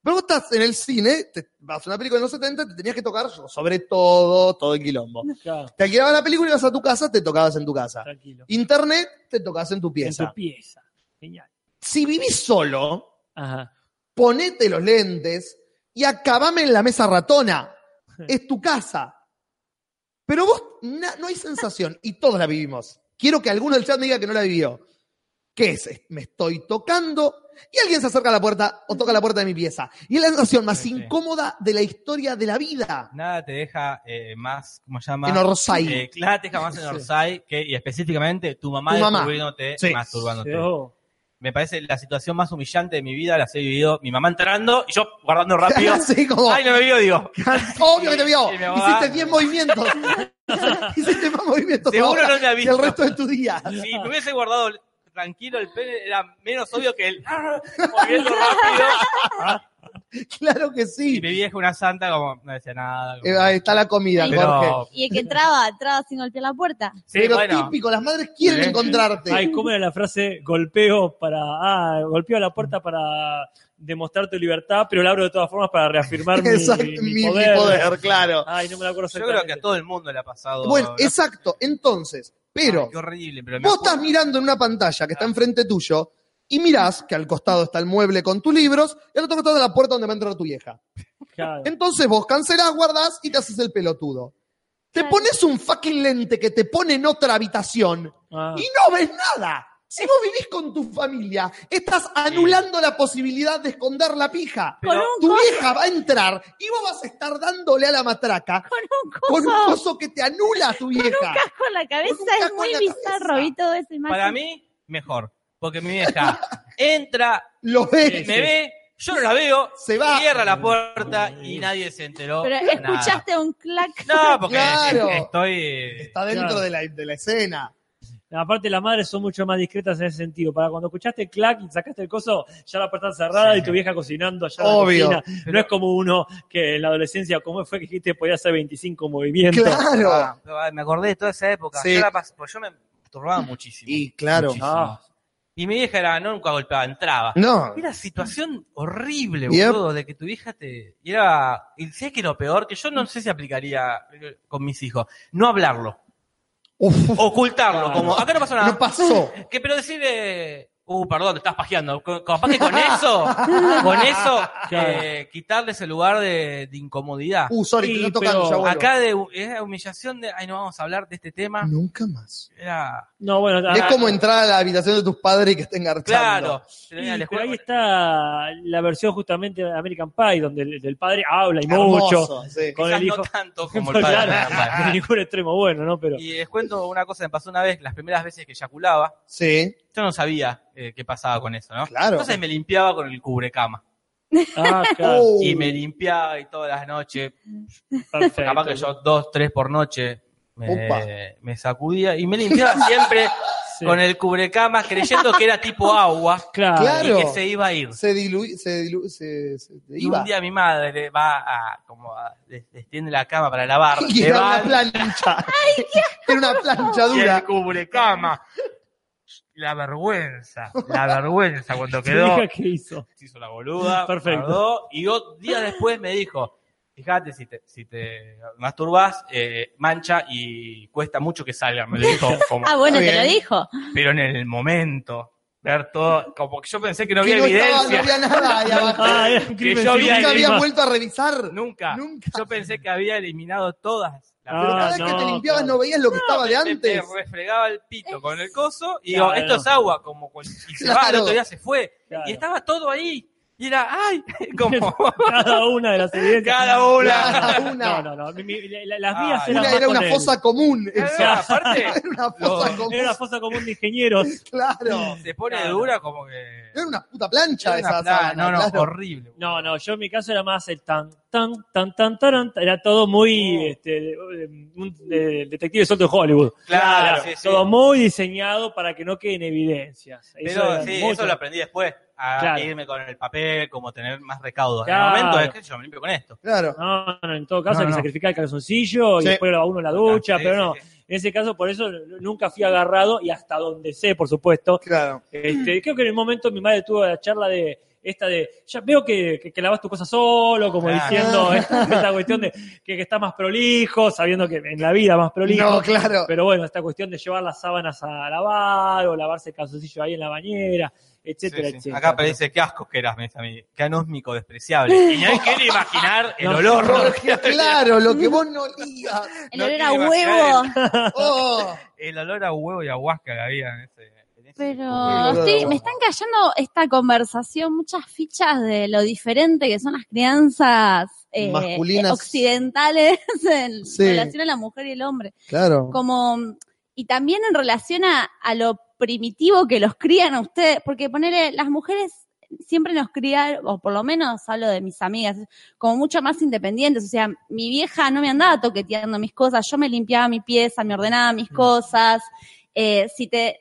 pero vos estás en el cine, te, vas a una película de los 70, te tenías que tocar sobre todo, todo el quilombo.
Claro,
Te alquilabas la película, ibas a tu casa, te tocabas en tu casa.
tranquilo.
Internet, te tocabas en tu pieza.
En tu pieza. Genial.
Si vivís solo,
Ajá.
ponete los lentes y acabame en la mesa ratona. Es tu casa. Pero vos, na- no hay sensación, y todos la vivimos. Quiero que alguno del chat me diga que no la vivió. ¿Qué es? Me estoy tocando y alguien se acerca a la puerta o toca la puerta de mi pieza. Y es la sensación más
Sí, sí.
incómoda de la historia de la vida.
Nada te deja eh, más, ¿cómo se llama?
En Orsay. (laughs)
Eh, nada te deja más en Orsay que, y específicamente, tu mamá
Tu mamá.
descubriéndote,
Sí.
masturbándote.
Quedó.
Me parece la situación más humillante de mi vida, las he vivido mi mamá entrando y yo
(laughs)
guardando rápido.
Así como,
Ay, no me vio,
(laughs)
digo.
obvio que te vio.
Y mi mamá-
Hiciste 10 movimientos. (laughs) Hiciste más movimientos
Seguro
ahora
no me ha
que
visto.
el resto de tu día. (laughs)
Si me hubiese guardado tranquilo el pene, era menos obvio que el ah, (laughs)
(laughs)
moviendo rápido.
Claro que
Y
sí.
mi vieja una santa como no decía nada. como-
Eh, ahí está la comida,
Pero-
Jorge.
Y el que traba, traba sin golpear la puerta.
sí,
pero
bueno,
típico, las madres quieren
Sí.
encontrarte. (laughs)
Ay, ¿cómo era la frase? Golpeo para. Ah, golpeo la puerta para demostrar tu libertad, pero la abro de todas formas para (laughs) reafirmar mi,
exacto,
mi
mi, mi
poder.
poder. claro.
Ay, no me la acuerdo
yo creo que
exactamente.
a todo el mundo le ha pasado.
Bueno,
¿no?
exacto. Entonces,
Ay,
pero
qué horrible, pero me
vos
acuerdo-
estás mirando en una pantalla que está enfrente tuyo y mirás que al costado está el mueble con tus libros y al otro costado de la puerta donde va a entrar tu vieja.
Claro. (laughs)
Entonces vos cancelás, guardás y te haces el pelotudo. Te pones un fucking lente que te pone en otra habitación
Ah.
y no ves nada. Si vos vivís con tu familia, estás anulando la posibilidad de esconder la pija.
Con un
tu
coso.
vieja va a entrar y vos vas a estar dándole a la matraca
Con un coso.
con un coso que te anula a tu
Con
vieja.
un casco en la cabeza
Con un casco
es muy
en la
bizarro,
cabeza.
vi todo esa imagen.
Para mí, mejor. Porque
(laughs)
mi vieja entra,
Lo
me
ves.
ve, yo no la veo,
Se va.
cierra la puerta y nadie se enteró.
Pero
nada.
escuchaste un clac.
No, porque
Claro.
estoy.
Está dentro
Claro.
de, la, de la escena.
Aparte, las madres son mucho más discretas en ese sentido. Para cuando escuchaste el clac y sacaste el coso, ya la puerta cerrada
Sí.
y tu vieja cocinando allá en la
Obvio.
cocina.
Pero-
no es como uno que en la adolescencia, como fue que dijiste, podía hacer 25 movimientos.
Claro.
Ay, Me acordé de toda esa época.
Sí.
Yo, la pas- pues yo me turbaba muchísimo.
Y claro.
Muchísimo.
Ah.
Y mi vieja era, no, nunca golpeaba, entraba.
No.
Era situación horrible,
Yep.
boludo, de que tu vieja te. Y era. Y sé que lo peor, que yo no sé si aplicaría eh, con mis hijos. No hablarlo.
Uf,
Ocultarlo.
Claro.
Como, acá no pasó nada.
no pasó.
que pero decirle. Uh, perdón, te estás pajeando. Co- Capaz que con eso,
(laughs)
con eso,
Claro.
eh, quitarle ese lugar de, de incomodidad.
Uh, sorry, te
Sí,
estoy tocando,
pero
ya vuelvo.
Acá de era humillación de, ay, no vamos a hablar de este tema.
Nunca más.
Era,
No, bueno,
Es
ah,
como entrar a la habitación de tus padres y que estén garchando.
claro.
sí,
Pero, mira, les
pero
juro-
ahí está la versión justamente de American Pie, donde el, el padre habla y mucho.
Hermoso, sí.
Con
quizás
el hijo.
no
(laughs)
tanto como el padre.
Claro,
nada más.
ningún extremo bueno, ¿no? Pero
Y les cuento una cosa que me pasó una vez, las primeras veces que eyaculaba,
Sí,
yo no sabía eh, qué pasaba con eso, ¿no?
Claro.
Entonces me limpiaba con el cubrecama.
(laughs)
Ah, claro,
Oh.
Y me limpiaba y todas las noches,
perfecto.
capaz que yo dos, tres por noche,
Opa.
me, me sacudía y me limpiaba
(laughs)
siempre
Sí.
con el cubrecama creyendo que era tipo agua
Claro.
Claro.
y que se iba a ir.
se dilu- se, dilu- se, se-
Y
iba.
un día mi madre va a, como a, le- le extiende la cama para lavar,
(laughs) (laughs) Y era una
levanta
plancha. Era una plancha
y el
dura.
cubrecama. La vergüenza, la vergüenza
(laughs)
cuando
¿Tu
quedó.
hija qué hizo?
Se hizo la boluda,
Perfecto.
guardó, y dos días después me dijo, fíjate, si te, si te masturbas, eh, mancha y cuesta mucho que salga. Me lo
(laughs)
dijo como,
Ah, bueno,
Está
te lo
bien.
dijo.
pero en el momento, ver todo, como que yo pensé que no
Que
había
no, estaba, no
evidencia.
había nada ahí abajo.
Ah, era un crimen
yo
sin
había-
Nunca
lágrimas.
había vuelto a revisar.
Nunca.
Nunca.
Yo pensé que había eliminado todas. las
Ah,
Pero cada
frutas.
vez que te
no,
limpiabas
claro.
no veías lo que estaba de
Te-
antes.
Te refregaba el pito con el coso y
Claro.
digo, esto es agua, como cual- y se va, el
Claro.
otro día se fue.
Claro.
Y estaba todo ahí. Y era, ay,
(laughs)
(laughs) como
Cada una de las evidencias.
cada una. Ah,
Cada
No,
una.
no, no. mi- mi- la- la- las mías
Ay.
eran
Una
más
era
con
una
él.
fosa común.
Claro,
Eso.
aparte,
Era una fosa
lo-
común.
(laughs) Era una fosa común de ingenieros.
Claro.
se pone
Claro.
dura como que.
Era una puta plancha
Era una
esa
pla-
sábana,
no, no,
claro.
horrible.
No, no, yo en mi caso era más el tan, tan, tan, tan, taran, tan. Era todo muy
Oh.
este, un eh, detective suelto de Hollywood.
Claro,
Era
sí, sí.
Todo muy diseñado para que no queden evidencias. Eso
Pero
era
sí,
mucho.
eso lo aprendí después. A
Claro.
irme con el papel, como tener más recaudos. En
Claro.
el momento es que yo me limpio con esto.
Claro.
No, no, en todo caso
No,
hay que
no.
sacrificar el calzoncillo
Sí.
y después a uno la ducha,
Sí,
pero
sí,
no.
sí.
En ese caso, por eso n- nunca fui agarrado y hasta donde sé, por supuesto.
Claro.
Este, creo que en el momento mi madre tuvo la charla de esta de, ya veo que, que, que lavas tu cosa solo, como
Claro.
diciendo (laughs) esta, esta cuestión de que, que estás más prolijo, sabiendo que en la vida más prolijo.
No, claro. (laughs)
Pero bueno, esta cuestión de llevar las sábanas a lavar o lavarse el calzoncillo ahí en la bañera, etcétera,
Sí, sí.
etcétera.
Acá
Pero-
parece que asco que eras, me dice a mí. Qué anósmico, despreciable. Y no quiero imaginar el
(laughs) No,
olor. (laughs)
Claro, lo que vos no olías.
El
No
olor a
quiero
huevo.
imaginar
Oh.
El olor a huevo y a huasca que había en ese. en ese-
Pero
olor a
sí,
huevo.
me están cayendo esta conversación muchas fichas de lo diferente que son las crianzas eh,
Masculinas.
occidentales (laughs) en
Sí.
relación a la mujer y el hombre.
Claro.
Como, y también en relación a, a lo primitivo que los crían a ustedes, porque ponerle, las mujeres siempre nos crían, o por lo menos hablo de mis amigas, como mucho más independientes. O sea, mi vieja no me andaba toqueteando mis cosas, yo me limpiaba mi pieza, me ordenaba
Mm.
mis cosas. Eh, si te.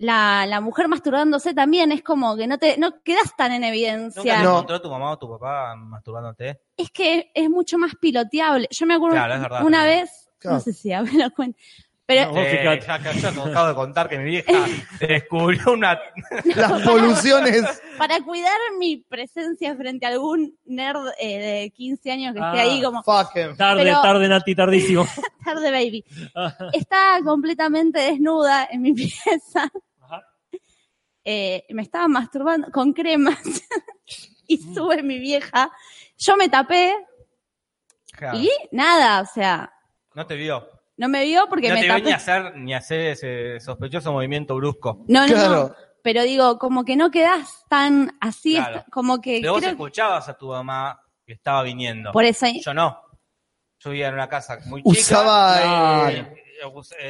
La, la mujer masturbándose también es como que no te no quedas tan en
¿Nunca
evidencia.
te
No.
encontró tu mamá o tu papá masturbándote?
Es que es mucho más piloteable. Yo me acuerdo
Claro, es verdad.
una vez,
Claro.
no sé si me (laughs) lo cuento, pero
No, vos
Eh,
fijate.
ya que yo te acabo de contar que mi
(laughs)
vieja descubrió una.
Las poluciones.
para cuidar mi presencia frente a algún nerd eh, de 15 años que esté
Ah.
ahí como
Fucking.
Tarde,
Pero-
tarde, Nati, tardísimo.
tarde baby. (laughs) Está completamente desnuda en mi pieza.
Ajá.
eh, me estaba masturbando con cremas (laughs) y
Mm.
sube mi vieja. Yo me tapé
Claro.
y nada, o sea,
No te vio.
no me vio porque
no
me
te
tapé.
vio ni hacer, ni hacer ese sospechoso movimiento brusco.
No, no, no. Pero digo, como que no quedás tan así, es-
Claro.
como que
Pero vos
Eh, creo-
escuchabas a tu mamá que estaba viniendo.
Por eso ahí-
Yo no. Yo vivía en una casa muy chica.
Usaba,
Y-
eh,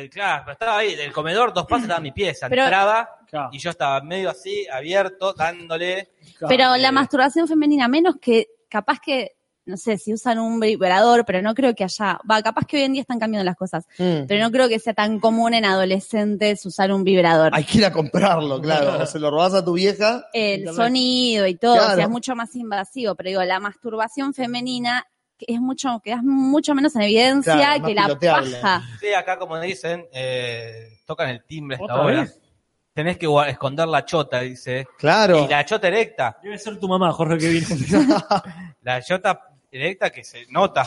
y- y- claro, pero estaba ahí, el comedor, dos pasos estaba mi pieza.
Pero-
entraba y yo estaba medio así, abierto, dándole.
Pero la
Eh,
masturbación femenina, menos que capaz que, no sé, si usan un vibrador, pero no creo que allá, va, capaz que hoy en día están cambiando las cosas,
Mm.
pero no creo que sea tan común en adolescentes usar un vibrador.
Hay que ir a comprarlo, claro. O se lo robás a tu vieja.
El sonido y todo,
Claro.
o sea, es mucho más invasivo, pero digo, la masturbación femenina que es mucho, quedas mucho menos en evidencia
Claro, es más
que la
piloteable.
paja.
Sí, acá como dicen, eh, tocan el timbre hasta
¿Otra
ahora.
vez?
Tenés que gua- esconder la chota, dice.
Claro.
Y la chota erecta.
Debe ser tu mamá,
(laughs)
Jorge, que vino.
La chota erecta que se nota.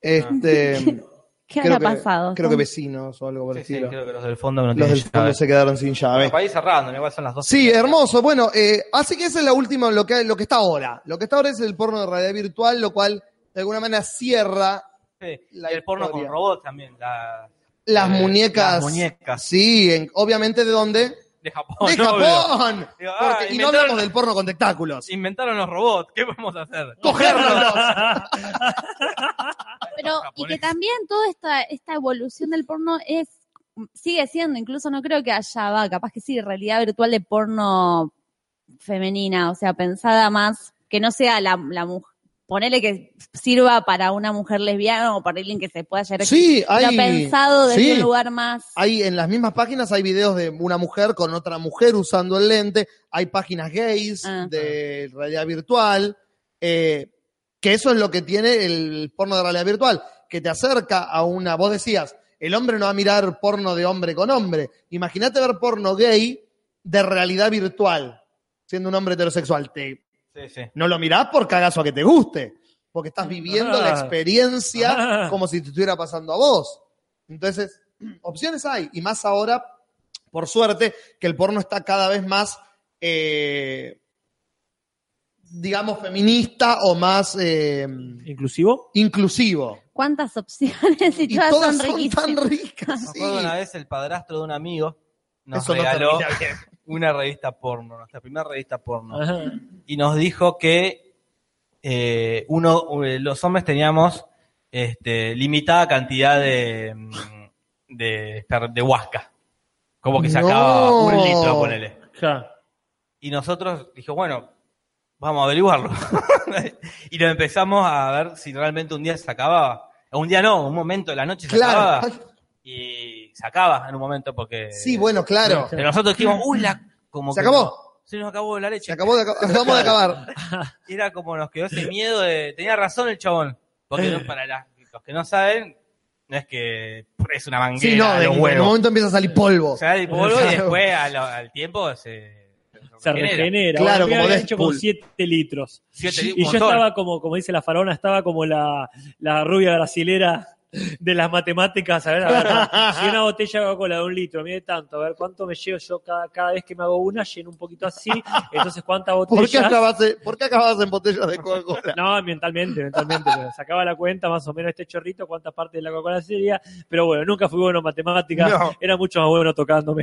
Este,
¿Qué
creo
habrá
que-
pasado?
Creo que vecinos o algo por el
Sí, sí,
estilo.
creo que los del fondo no
Los
tienen
del fondo
llave.
se quedaron sin llave.
Bueno, para ir cerrando, igual son las dos.
Sí, hermoso. Bueno, eh, así que esa es la última, lo que, lo que está ahora. Lo que está ahora es el porno de realidad virtual, lo cual de alguna manera cierra
Sí,
la
y el porno
historia.
con robots también, la
las
eh,
muñecas.
las muñecas.
Sí, en- obviamente de dónde?
de Japón. (laughs)
de
¿no?
Japón.
Digo, ah,
Porque- y no
inventaron-
hablamos del porno con tentáculos.
Inventaron los robots, ¿qué podemos hacer?
¡Cogérnoslos!
Pero, y que también toda esta, esta evolución del porno es, sigue siendo, incluso no creo que haya, va, capaz que sí, realidad virtual de porno femenina, o sea, pensada más, que no sea la, la mujer, ponele que sirva para una mujer lesbiana o para alguien que se pueda llegar a-
Sí,
pero
hay-
pensado desde
sí.
un lugar más,
Hay en las mismas páginas hay videos de una mujer con otra mujer usando el lente, hay páginas gays
Ah.
de realidad virtual, eh, que eso es lo que tiene el porno de realidad virtual, que te acerca a una, vos decías, el hombre no va a mirar porno de hombre con hombre, imagínate ver porno gay de realidad virtual, siendo un hombre heterosexual, te,
Sí, sí.
no lo mirás por cagazo a que te guste, porque estás viviendo la
Ah.
experiencia
Ah.
como si te estuviera pasando a vos. Entonces, (clears throat) opciones hay, y más ahora, por suerte, que el porno está cada vez más, eh, digamos, feminista o más eh,
¿Inclusivo?
inclusivo.
cuántas opciones (laughs) y,
Y
todas,
todas
son
son
riquísimas.
tan ricas.
Me
sí.
acuerdo una vez el padrastro de un amigo nos
Eso no
regaló
termina bien.
(laughs) una revista porno, nuestra primera revista porno.
Ajá.
Y nos dijo que eh, uno, eh, los hombres teníamos este, limitada cantidad de, mm, de, per- de huasca. Como que sacaba
No.
un litro, ponele.
Ja.
Y nosotros dijo, bueno, vamos a averiguarlo. (laughs) y lo empezamos a ver si realmente un día se acababa. O Un día no, un momento de la noche se
Claro.
acababa. Y se acaba en un momento porque...
Sí, bueno, claro.
Pero nosotros dijimos, uy, la... Como
Se
que
acabó.
Se nos acabó la leche.
Se acabó de, acab- acabamos de acabar.
Era como nos quedó ese miedo de... Tenía razón el chabón.
Eh.
Porque no- para las- los que no saben, no es que es una manguera
Sí, no,
de
de,
los
en un
huevos.
momento empieza a salir polvo.
O sea, el polvo y
Claro.
después al, al tiempo se...
Se regenera.
Claro,
Bueno,
como
había
Deadpool.
hecho con 7 litros.
Siete,
Y
un
yo
montón.
estaba como, como dice la farona, estaba como la, la rubia brasilera de las matemáticas. A ver, a ver,
(laughs)
a ver, si una botella de Coca-Cola de un litro, mide tanto, a ver cuánto me llevo yo cada, cada vez que me hago una, lleno un poquito así. Entonces,
(laughs)
¿cuántas
¿Por qué,
botellas?
acabas ¿Por qué acababas en botellas de Coca-Cola?
No, mentalmente, mentalmente. pero sacaba la cuenta más o menos este chorrito, cuántas partes de la Coca-Cola sería. Pero bueno, nunca fui bueno en matemáticas.
No.
Era mucho más bueno tocándome.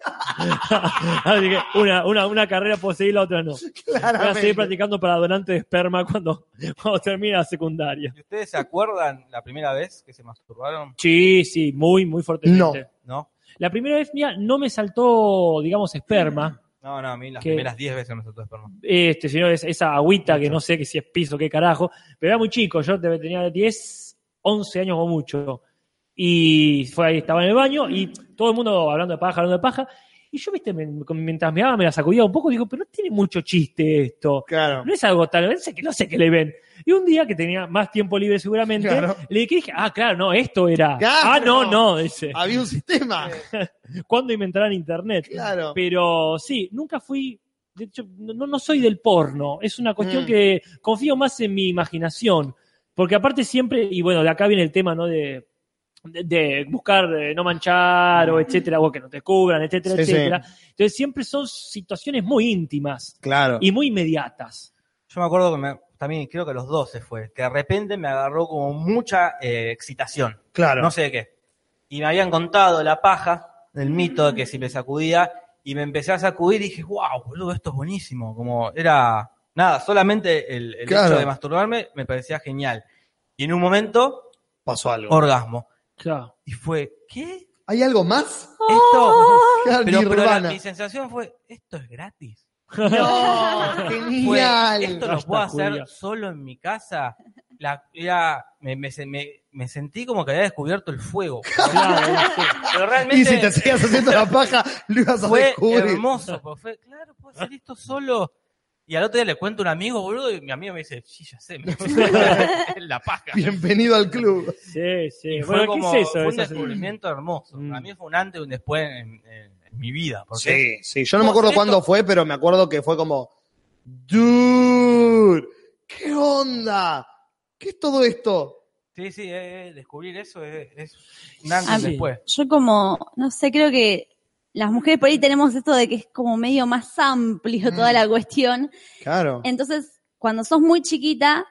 (laughs) Así que una, una, una carrera puedo seguir, la otra no. Voy a
(laughs) Claramente.
seguir practicando para donante de esperma cuando, (laughs) cuando termine la secundaria.
¿Y ustedes se acuerdan la primera vez que se masturbaron?
Sí, sí, muy, muy fuertemente.
¿No?
La primera vez mía no me saltó, digamos, esperma.
No, no, a mí las
¿Qué?
primeras 10 veces me saltó esperma.
Este, sino es- esa agüita que no sé que si es piso, qué carajo. Pero era muy chico, yo debe- tenía 10, 11 años o mucho. Y fue ahí, estaba en el baño y todo el mundo hablando de paja, hablando de paja. Y yo, viste, me- me- mientras miraba, me la sacudía un poco y digo, pero no tiene mucho chiste esto.
Claro.
No es algo tal, no sé, que- no sé qué le ven. Y un día que tenía más tiempo libre seguramente,
Claro.
le dije, ah, claro, no, esto era.
Claro.
Ah, no, no, dice.
Había un sistema.
¿Cuándo inventarán internet?
Claro.
Pero sí, nunca fui, de hecho, no, no soy del porno. Es una cuestión
Mm.
que confío más en mi imaginación. Porque aparte siempre, y bueno, de acá viene el tema, ¿no? De, de, de buscar eh, no manchar o etcétera, o que no te cubran, etcétera,
Mm. Sí, sí.
etcétera. Entonces siempre son situaciones muy íntimas
Claro.
y muy inmediatas.
Yo me acuerdo que me- también creo que a los 12 fue, que de repente me agarró como mucha eh, excitación,
claro.
no sé de qué. Y me habían contado la paja del mito de que si me sacudía y me empecé a sacudir y dije, wow, boludo, esto es buenísimo. Como era, nada, solamente el, el
Claro.
hecho de masturbarme me parecía genial. Y en un momento,
Pasó algo.
orgasmo.
Claro.
Y fue, ¿qué?
¿Hay algo más?
Esto,
Claro,
pero, pero la-
Nirvana.
mi sensación fue, esto es gratis.
No,
Fue,
genial.
esto lo
Hashtag
puedo hacer
judía.
solo en mi casa. La, era- me, me se- me- me sentí como que había descubierto el fuego.
Claro,
Pero
Y si te
realmente
seguías haciendo la paja, lo ibas a
fue
descubrir.
hermoso. porque fue, claro, puedo hacer esto solo. Y al otro día le cuento a un amigo, boludo, y mi amigo me dice, sí, ya
(laughs)
sé, me (laughs) la paja.
Bienvenido al club.
Sí, sí.
Y
Eh, Bueno,
fue
¿qué
como
es eso?
fue un
Esas-
descubrimiento hermoso.
Mm.
Para mí fue un antes y un después en, en- en mi vida. Porque
Sí, sí. Yo no me
Vos,
acuerdo
esto-
cuándo fue, pero me acuerdo que fue como, dude, ¿qué onda? ¿Qué es todo esto?
Sí, sí, eh, eh, descubrir eso es, es un antes
Ah,
y
sí.
después.
Yo como, no sé, creo que las mujeres por ahí tenemos esto de que es como medio más amplio
Mm.
toda la cuestión.
Claro.
Entonces, cuando sos muy chiquita,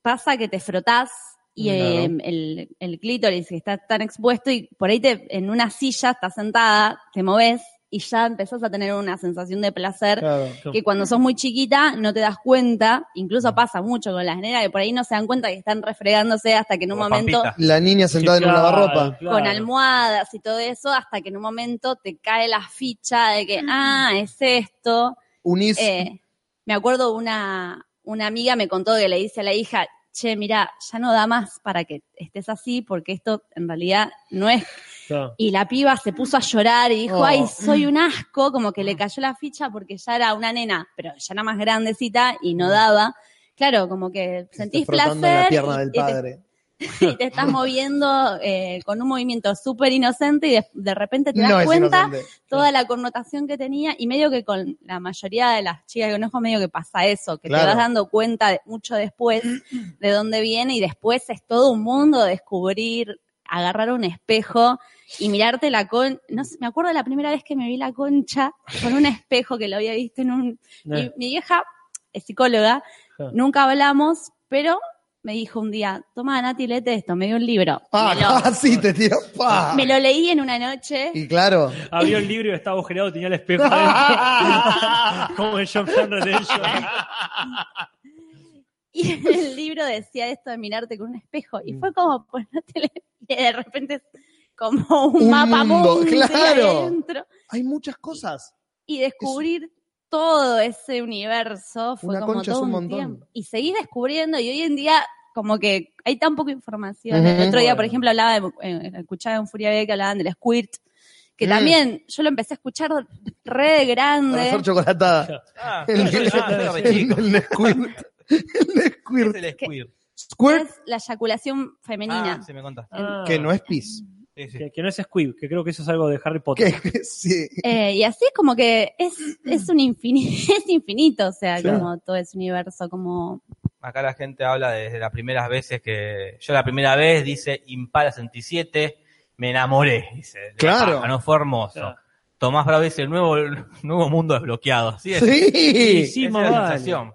pasa que te frotás y eh, el, el clítoris que está tan expuesto y por ahí te, en una silla estás sentada, te moves y ya empezás a tener una sensación de placer
Claro.
que cuando sos muy chiquita no te das cuenta, incluso pasa mucho con las nenas que por ahí no se dan cuenta que están refregándose hasta que en un
Como
momento
Pampita.
La niña sentada en un
Claro,
lavarropa.
claro.
con almohadas y todo eso, hasta que en un momento te cae la ficha de que, ah, es esto.
Unís.
Eh, me acuerdo una, una amiga me contó que le dice a la hija, che, mira, ya no da más para que estés así, porque esto en realidad no es.
Claro.
Y la piba se puso a llorar y dijo,
Oh.
ay, soy un asco, como que le cayó la ficha porque ya era una nena, pero ya era más grandecita y no daba. Claro, como que sentís
Está frotando
placer
la pierna
y-
del
y te-
padre.
y te estás moviendo eh, con un movimiento súper inocente y de, de repente te das
No es
cuenta
inocente.
toda la connotación que tenía y medio que con la mayoría de las chicas que conozco medio que pasa eso, que
Claro.
te vas dando cuenta de- mucho
(clears throat)
después de dónde viene y después es todo un mundo descubrir, agarrar un espejo y mirarte la con, no sé, me acuerdo de la primera vez que me vi la concha con un espejo que lo había visto en
(laughs)
un, mi,
Eh.
mi vieja es psicóloga,
Ah.
Ajá.
nunca hablamos, pero me dijo un día, toma Nati, léete esto, me dio un libro.
Ah,
(laughs) me,
(laughs)
lo,
sí, te tiró. pa.
me lo leí en una noche.
Y claro.
Abrió el libro y estaba agujereado, tenía el espejo adentro. Como en John Fan Redemption.
Y en el libro decía esto de mirarte con un espejo. Y
Mm.
fue como ponértele. Y de repente es como un,
Un
mapa
mundo,
mundi
claro.
adentro.
Hay muchas cosas.
Y descubrir todo ese universo fue
Una
como
concha es
todo
un
un,
montón.
tiempo. Y seguí descubriendo. Y hoy en día, como que hay tan poca información.
Ujú.
El otro día, por
Bueno.
ejemplo, hablaba de, eh, escuchaba en Furia B que hablaban del squirt. Que
Mm.
también yo lo empecé a escuchar re de
Para hacer (laughs)
grande.
chocolatada.
Ah,
El,
yo era re chico.
el Nesquirt. El
¿Qué
Nesquirt.
es el squirt?
Squirt,
Es la eyaculación femenina.
Ah, sí, me contaste.
Ah,
(laughs) que no es pis.
Sí, sí.
que, que no es Squib, que creo que eso es algo de Harry Potter.
Que, (laughs) que sí.
Eh, y así es como que es, es un infinito, (laughs) es infinito, o sea,
Claro.
como todo ese universo, como
Acá la gente habla desde las primeras veces que. Yo la primera vez dice Impala 67, me enamoré, dice. de la
Claro.
paja, no fue hermoso.
Claro.
Tomás Bravo dice, nuevo, nuevo mundo desbloqueado. Así es.
Sí.
Sí,
Esa
más
es la
(clears throat)
vale.
sensación.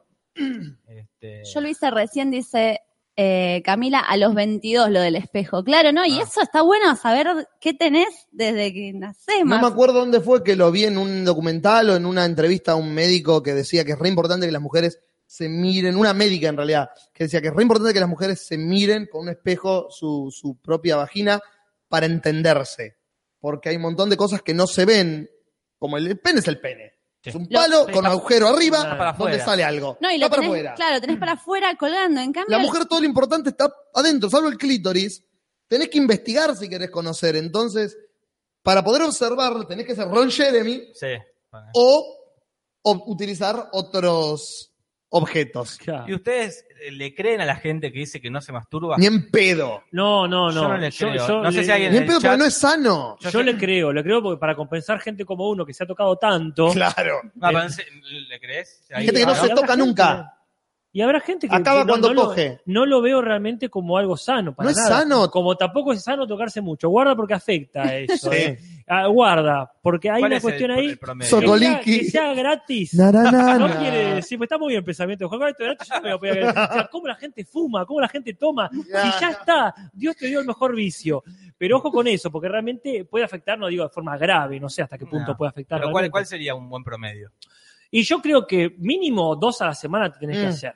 Este,
yo lo hice recién, dice eh, Camila, a los 22 lo del espejo, claro, ¿no? Y
Ah.
eso está bueno saber qué tenés desde que nacés,
No
más.
me acuerdo dónde fue que lo vi en un documental o en una entrevista a un médico que decía que es re importante que las mujeres se miren, una médica en realidad, que decía que es re importante que las mujeres se miren con un espejo su, su propia vagina para entenderse. Porque hay un montón de cosas que no se ven, como el, el pene es el pene.
Sí.
Es un
Lo-
palo con
está-
agujero arriba
está para
donde
afuera.
sale algo.
no, y
Está
lo
para
tenés,
afuera.
claro, lo tenés para afuera colgando, en cambio,
La mujer todo lo importante está adentro, salvo el clítoris. Tenés que investigar si querés conocer. Entonces, para poder observarlo, tenés que ser Ron Jeremy
sí. Bueno.
o, o utilizar otros objetos.
Claro.
¿Y ustedes eh, le creen a la gente que dice que no se masturba?
Oh. Ni en pedo.
No, no, no.
Yo no le creo. No sé
le-
si alguien-
Ni en
el
pedo porque
chat-
no es sano.
Yo le creo, le creo porque para compensar gente como uno que se ha tocado tanto.
Claro.
No, pero en se- Ah, ¿Le crees? Ahí-
Gente que no
ah,
se toca
Habrá gente,
nunca.
¿eh? Y habrá gente que,
Acaba
que no,
cuando
no lo-
coge.
no lo veo realmente como algo sano. Para
No es
nada.
sano.
Como tampoco es sano tocarse mucho. Guarda porque afecta eso.
Sí.
eh. Ah, guarda, porque hay
¿Cuál
una
es el-
cuestión
el
ahí.
promedio?
que sea-
Sokoliki.
Que sea gratis.
Na, na, na,
(laughs) No
na.
quiere decir, pues está muy bien el pensamiento de Juan Carlos, esto es gratis, yo no me voy a pegar. O sea, cómo la gente fuma, cómo la gente toma, si ya está, Dios te dio el mejor vicio. Pero ojo con eso, porque realmente puede afectar, no digo de forma grave, no sé hasta qué punto
No.
puede afectar.
Pero ¿cuál,
realmente.
¿cuál sería un buen promedio?
Y yo creo que mínimo dos a la semana te tenés que
Mm.
hacer.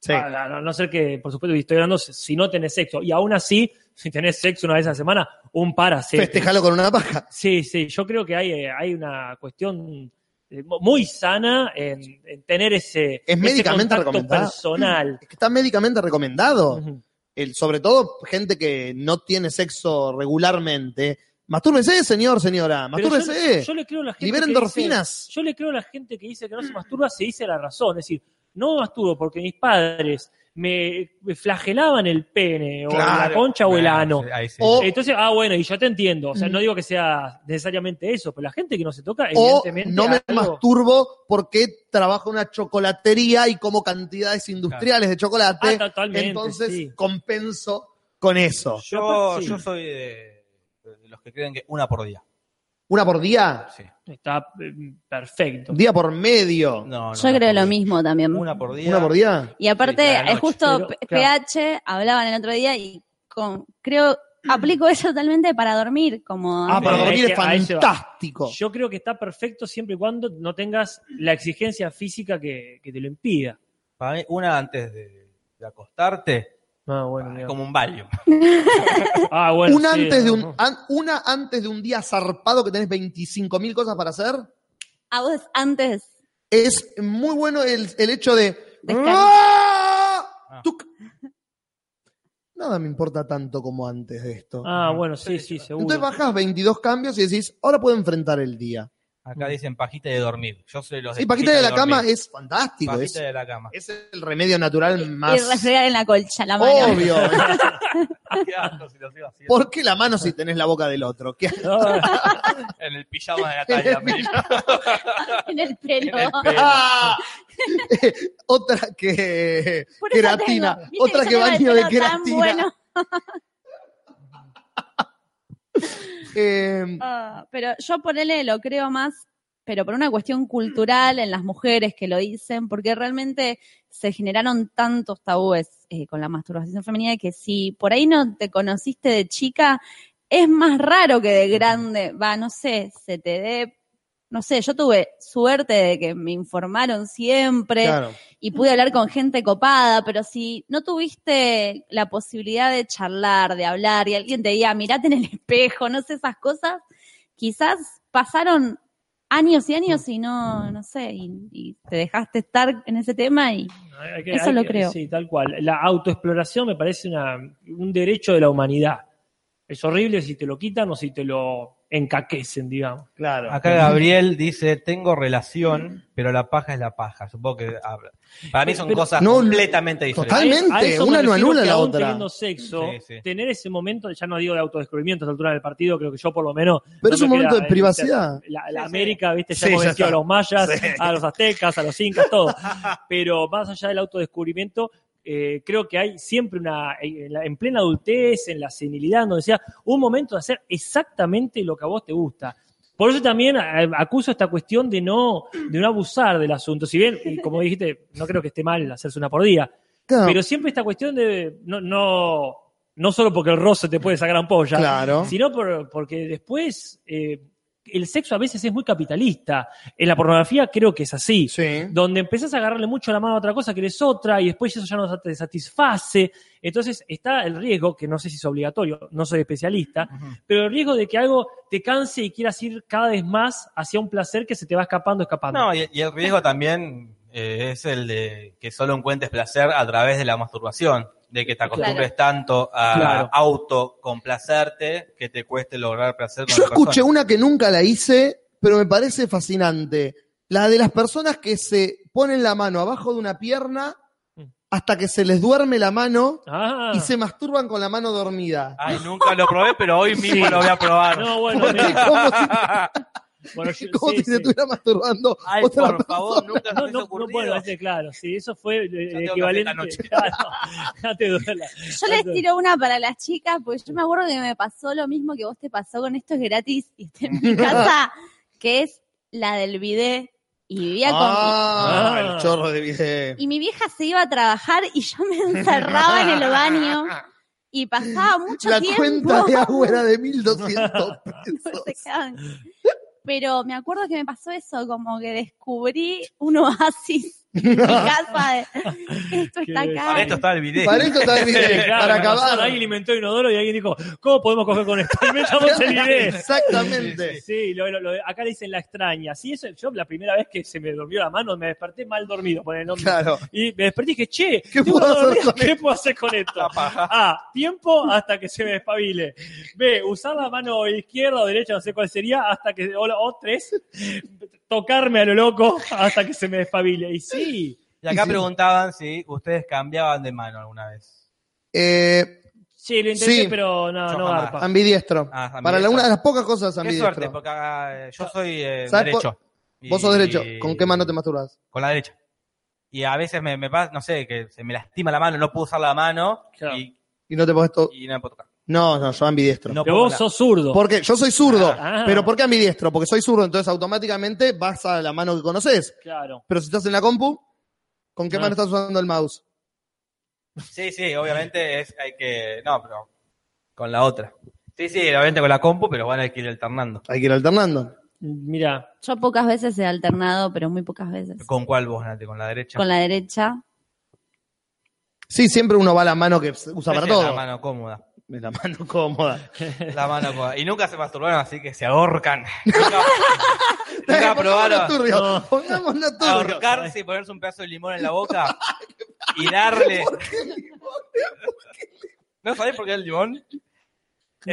Sí.
A, a no- a no ser que, por supuesto, y estoy hablando si- si no tenés sexo. Y aún así, (laughs) si tenés sexo una vez a la semana, un par a
Festejalo con una paja.
Sí, sí, yo creo que hay, eh, hay una cuestión eh, mo- muy sana en, en tener ese, ese
médicamente
contacto
recomendado.
personal.
Es que está médicamente recomendado.
Ujú.
El, sobre todo gente que no tiene sexo regularmente. Mastúrbese, señor, señora.
Pero yo,
Mastúrbese.
yo le creo a la gente
Libera
que dice-
endorfinas.
yo le creo a la gente que dice que no se masturba, se dice la razón. Es decir, no me masturbo porque mis padres me me flagelaban el pene o la
Claro.
concha o el
Bueno,
ano.
sí, ahí sí.
O-
Entonces, ah, bueno, y yo te entiendo. O sea,
Mm.
no digo que sea necesariamente eso, pero la gente que no se toca,
O
evidentemente.
no me
algo- Ah,
masturbo porque trabajo en una chocolatería y como cantidades industriales de
Ah,
chocolate.
totalmente.
entonces
sí.
compenso con eso.
Yo,
sí.
yo soy de, de los que creen que una por día.
Una por día,
Sí.
Está eh, perfecto.
día por medio.
No, no, una
Yo creo
por
lo
día.
mismo también.
Una por día.
Una por día.
Y aparte,
Sí, la noche.
es justo
Pero,
P-
claro.
PH, hablaban el otro día y con, creo, aplico eso totalmente para dormir, como...
Ah, para
es
dormir
que
es
a eso-
fantástico.
Yo creo que está perfecto siempre y cuando no tengas la exigencia física que, que te lo impida.
Para mí, una antes de, de acostarte,
Ah, bueno,
ah,
mira.
como un Valium.
Ah, bueno,
una,
sí,
antes de
no,
un,
no.
an- una antes de un día zarpado que tenés 25.000 cosas para hacer.
A vos antes...
Es muy bueno el, el hecho de...
Descanso.
¡Ah! Tuc. Nada me importa tanto como antes de esto.
Ah, bueno, sí, sí, seguro.
Entonces bajás 22 cambios y decís, ahora puedo enfrentar el día.
Acá dicen pajita de dormir. Yo soy los
Sí, Paquita de la cama es fantástico.
Pajita
Es,
de la cama.
es el remedio natural
Y
más
refregar en la colcha, la mano.
obvio.
(laughs)
(laughs) Qué asco si lo sigo haciendo.
¿Por qué la mano si tenés la boca del otro? ¿Qué-
(laughs)
Ah,
En el pijama de
(laughs)
Natalia. me dijo.
en el
En
pelo.
el pelo.
¡Ah! (laughs) Otra que
Por eso
queratina,
tengo, ¿viste
otra
yo
que
tengo el
baño de
pelo tan
queratina.
bueno.
Eh,
Ah, pero yo por él lo creo más, pero por una cuestión cultural en las mujeres que lo dicen, porque realmente se generaron tantos tabúes eh, con la masturbación femenina que si por ahí no te conociste de chica, es más raro que de grande, va, no sé, se te dé, no sé, yo tuve suerte de que me informaron siempre
claro.
y pude hablar con gente copada, pero si no tuviste la posibilidad de charlar, de hablar, y alguien te diga, mirate en el espejo, no sé, esas cosas, quizás pasaron años y años y no, no sé, y, y te dejaste estar en ese tema y
hay que-
Eso
hay
lo
que-
creo.
Sí, tal cual. La autoexploración me parece una- un derecho de la humanidad. Es horrible si te lo quitan o si te lo encaquecen, digamos.
Claro.
Acá Gabriel dice, tengo relación, pero la paja es la paja. Supongo que habla. Para mí son
Pero-
cosas
no,
completamente diferentes.
total. Totalmente,
A eso
una
me
no
refiero
anula
que
la
aún
otra.
Teniendo sexo,
Sí, sí.
tener ese momento, ya no digo de autodescubrimiento a esta altura del partido, creo que yo por lo menos.
Pero
no
es un
me
momento
queda,
de
eh,
privacidad.
La, la
Sí, sí.
América, viste, ya
Sí,
hemos
ya
vencido a
está.
los mayas,
Sí.
a los aztecas, a los incas,
(laughs)
todo. Pero más allá del autodescubrimiento, eh, creo que hay siempre una, eh, en, la- en plena adultez, en la senilidad, en donde sea, un momento de hacer exactamente lo que a vos te gusta. Por eso también eh, acuso esta cuestión de no, de no abusar del asunto. Si bien, y como dijiste, no creo que esté mal hacerse una por día,
Claro.
pero siempre esta cuestión de no, no, no solo porque el roce te puede sacar ampolla,
Claro.
sino por- porque después eh, el sexo a veces es muy capitalista. En la pornografía creo que es así.
Sí.
Donde empezás a agarrarle mucho la mano a otra cosa, querés otra, y después eso ya no te satisface. Entonces está el riesgo, que no sé si es obligatorio, no soy especialista, pero el riesgo de que algo te canse y quieras ir cada vez más hacia un placer que se te va escapando, escapando.
No, y, y el riesgo también eh, es el de que solo encuentres placer a través de la masturbación, de que te acostumbres tanto a
Claro.
autocomplacerte que te cueste lograr placer con
Yo
la persona.
escuché una que nunca la hice, pero me parece fascinante. La de las personas que se ponen la mano abajo de una pierna hasta que se les duerme la mano
Mm. Ah.
y se masturban con la mano dormida. (laughs)
Ay, nunca lo probé, pero hoy mismo lo voy a probar.
No, bueno, mira.
¿Cómo se-
Bueno, yo-
Como
(laughs) sí,
si se
sí. Ah,
estuviera masturbando.
Ay,
otra
por favor, nunca se
No,
hubiese
no, no
ocurrido.
puedo, ese, claro, sí, eso fue el- el
tengo que hacer esta
equivalente. Claro, (laughs) ya te duela.
Yo les tiro una para las chicas, porque yo me acuerdo que me pasó lo mismo que vos te pasó con esto es gratis y está en mi casa, que es la del bidet. Y vivía con.
Ah,
con-
el chorro de bidet.
Y mi vieja se iba a trabajar y yo me encerraba en el baño y pasaba mucho
La
tiempo.
cuenta
(laughs)
de agua era de
(laughs)
1200 pesos.
Se quedaban- Pero me acuerdo que me pasó eso, como que descubrí un (laughs) oasis en mi casa. de, Esto
Qué
está acá.
Para esto está el video.
Para esto está el bidet,
(laughs) Claro,
para
la razón,
acabar.
Alguien inventó inodoro y alguien dijo, ¿cómo podemos coger con esto? (laughs) Inventamos
(laughs)
el
(laughs)
bidet.
Exactamente.
Sí, lo- lo- lo- acá le dicen la extraña. Sí, eso, yo la primera vez que se me durmió la mano me desperté mal dormido por el nombre.
Claro.
Y me desperté y dije, che,
¿Qué
tengo
puedo
una
hacer
dormida,
con
¿qué puedo hacer
(laughs)
con esto? A, tiempo hasta que se me despabile. B, usar la mano izquierda o derecha, no sé cuál sería, hasta que, o, o tres, tocarme a lo loco hasta que se me despabile. Y sí,
Y acá
Sí.
preguntaban si ustedes cambiaban de mano alguna vez.
Eh,
sí, lo intenté,
Sí.
pero no,
Yo
no
jamás.
garpa.
ambidiestro.
Ah, ambidiestro.
Para la- una de las pocas cosas
Qué suerte,
ambidiestro.
porque ah, yo soy eh,
¿Sabes
derecho.
Vos sos
Y-
derecho. ¿Con qué mano te masturbas?
Con la derecha. Y a veces me, me pasa, no sé, que se me lastima la mano, no puedo usar la mano
Claro.
y,
Y no te pones todo.
y no me puedo tocar.
No, no, yo ambidiestro.
No
Pero
puedo
vos sos zurdo.
Porque yo soy zurdo.
Ah.
¿Pero por qué ambidiestro? Porque soy zurdo, entonces automáticamente vas a la mano que conoces.
Claro.
Pero si estás en la compu, ¿con qué
Ah.
mano estás usando el mouse?
Sí, sí, obviamente es, hay que. No, pero. Con la otra. Sí, sí, obviamente con la compu, pero van a ir alternando.
Hay que ir alternando.
Mira,
Yo pocas veces he alternado, pero muy pocas veces.
¿Con cuál vos, Nate? ¿Con la derecha?
Con la derecha.
Sí, siempre uno va a la mano que se usa para
Esa es
todo.
La mano cómoda.
Es la mano cómoda. (laughs)
La mano cómoda. Y nunca se masturbaron, así que se ahorcan. Nunca, (laughs) nunca
Pongámonos
probaron
turbio. Pongámonos turbio.
ahorcarse y ponerse un pedazo de limón en la
(laughs)
boca y darle. ¿No sabés por qué el limón?
No.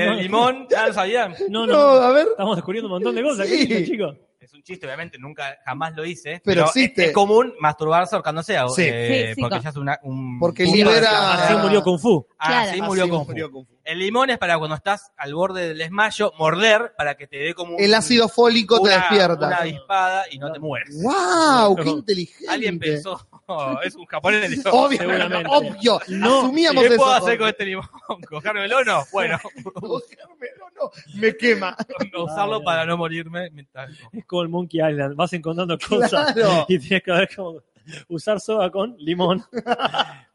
El
(laughs)
limón, ya lo sabían.
(laughs) no,
No,
no,
a ver.
estamos descubriendo un montón de cosas.
Sí.
¿Qué lindo, chicos?
Es un chiste, obviamente, nunca jamás lo hice.
Pero
Pero,
existe.
Es, es común masturbarse ahorcándose. a-
Sí.
eh,
Sí, sí,
porque
con-
ya es una, un.
Porque
un-
libera-
Así murió
(laughs)
Kung Fu.
Ah, Así
Claro.
murió
Así
Kung Fu. El limón es para cuando estás al borde del desmayo, morder para que te dé como un-
El ácido fólico te
una- Una
despierta.
avispada y no te mueres.
¡Wow! ¡Qué
No.
inteligente!
Alguien pensó, (laughs) es un japonés. dijo,
Obviamente,
Seguramente.
obvio.
¿Qué
Asumíamos
puedo
eso.
hacer con
Jorge.
este limón? ¿Cogérmelo o no?
(laughs)
Bueno,
Cogérmelo, no, Me
(laughs)
quema.
usarlo
Ah,
Ay,
para
ay.
no morirme. mientras-
Es como el Monkey Island, vas encontrando cosas
Claro.
(laughs) y tienes que ver cómo usar soda con
(laughs)
limón.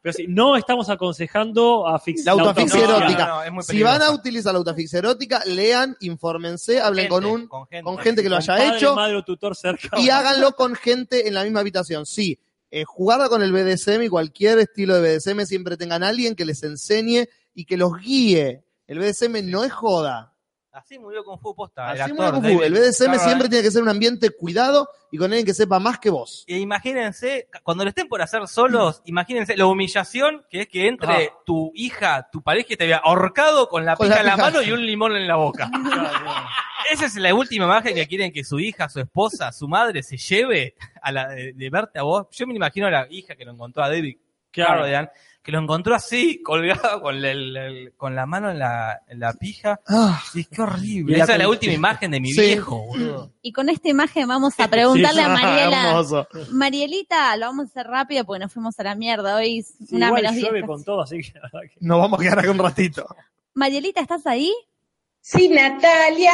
Pero sí, no estamos aconsejando a
La autoasfixia
No, no,
erótica.
no, es muy
Si van a
peligroso.
utilizar la autofixia erótica, lean, infórmense, hablen con
Gente,
un
con gente.
con gente que lo
Con
haya
padre,
hecho
madre o tutor cerca.
y háganlo con gente en la misma habitación. Sí, eh, jugada con el BDSM y cualquier estilo de BDSM siempre tengan alguien que les enseñe y que los guíe. El BDSM no es joda.
Así murió Kung Fu posta. Ah, el
Así
actor,
Kung Fu.
David
El BDSM
Carradine.
siempre tiene que ser un ambiente cuidado y con alguien que sepa más que vos.
E imagínense, cuando lo estén por hacer solos,
Mm.
imagínense la humillación que es que entre tu hija, tu pareja y te vea ahorcado con la
Ah. Con
pija
la
en la
pija.
mano y un limón en la
(laughs)
boca. Esa es la última imagen que quieren que su hija, su esposa, su madre se lleve a la de, de verte a vos. Yo me imagino a la hija que lo encontró a David Carradine, que lo encontró así, colgado con, la- la- la- con la mano en la, en la pija.
Ah,
Sí, qué horrible.
Y la
Esa es la
con-
última imagen de mi
Sí.
viejo, boludo.
Y con esta imagen vamos a preguntarle a
(laughs)
Mariela.
hermoso.
Marielita, lo vamos a hacer rápido porque nos fuimos a la mierda. Hoy es una
Igual
menos diez
llueve
casi.
con todo, así que la verdad que...
Nos vamos a quedar acá un ratito.
Marielita, ¿estás ahí?
Sí, Natalia.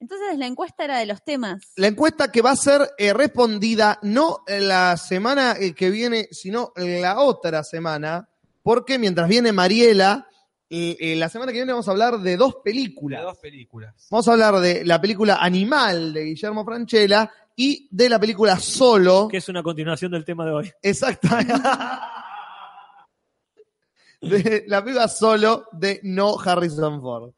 Entonces la encuesta era de los temas.
La encuesta que va a ser eh, respondida no la semana eh, que viene, sino la otra semana, porque mientras viene Mariela, eh, eh, la semana que viene vamos a hablar de dos
De
películas.
dos películas.
Vamos a hablar de la película Animal de Guillermo Franchella y de la película Solo.
que es una continuación del tema de hoy.
Exacta. De la película Solo de no Harrison Ford.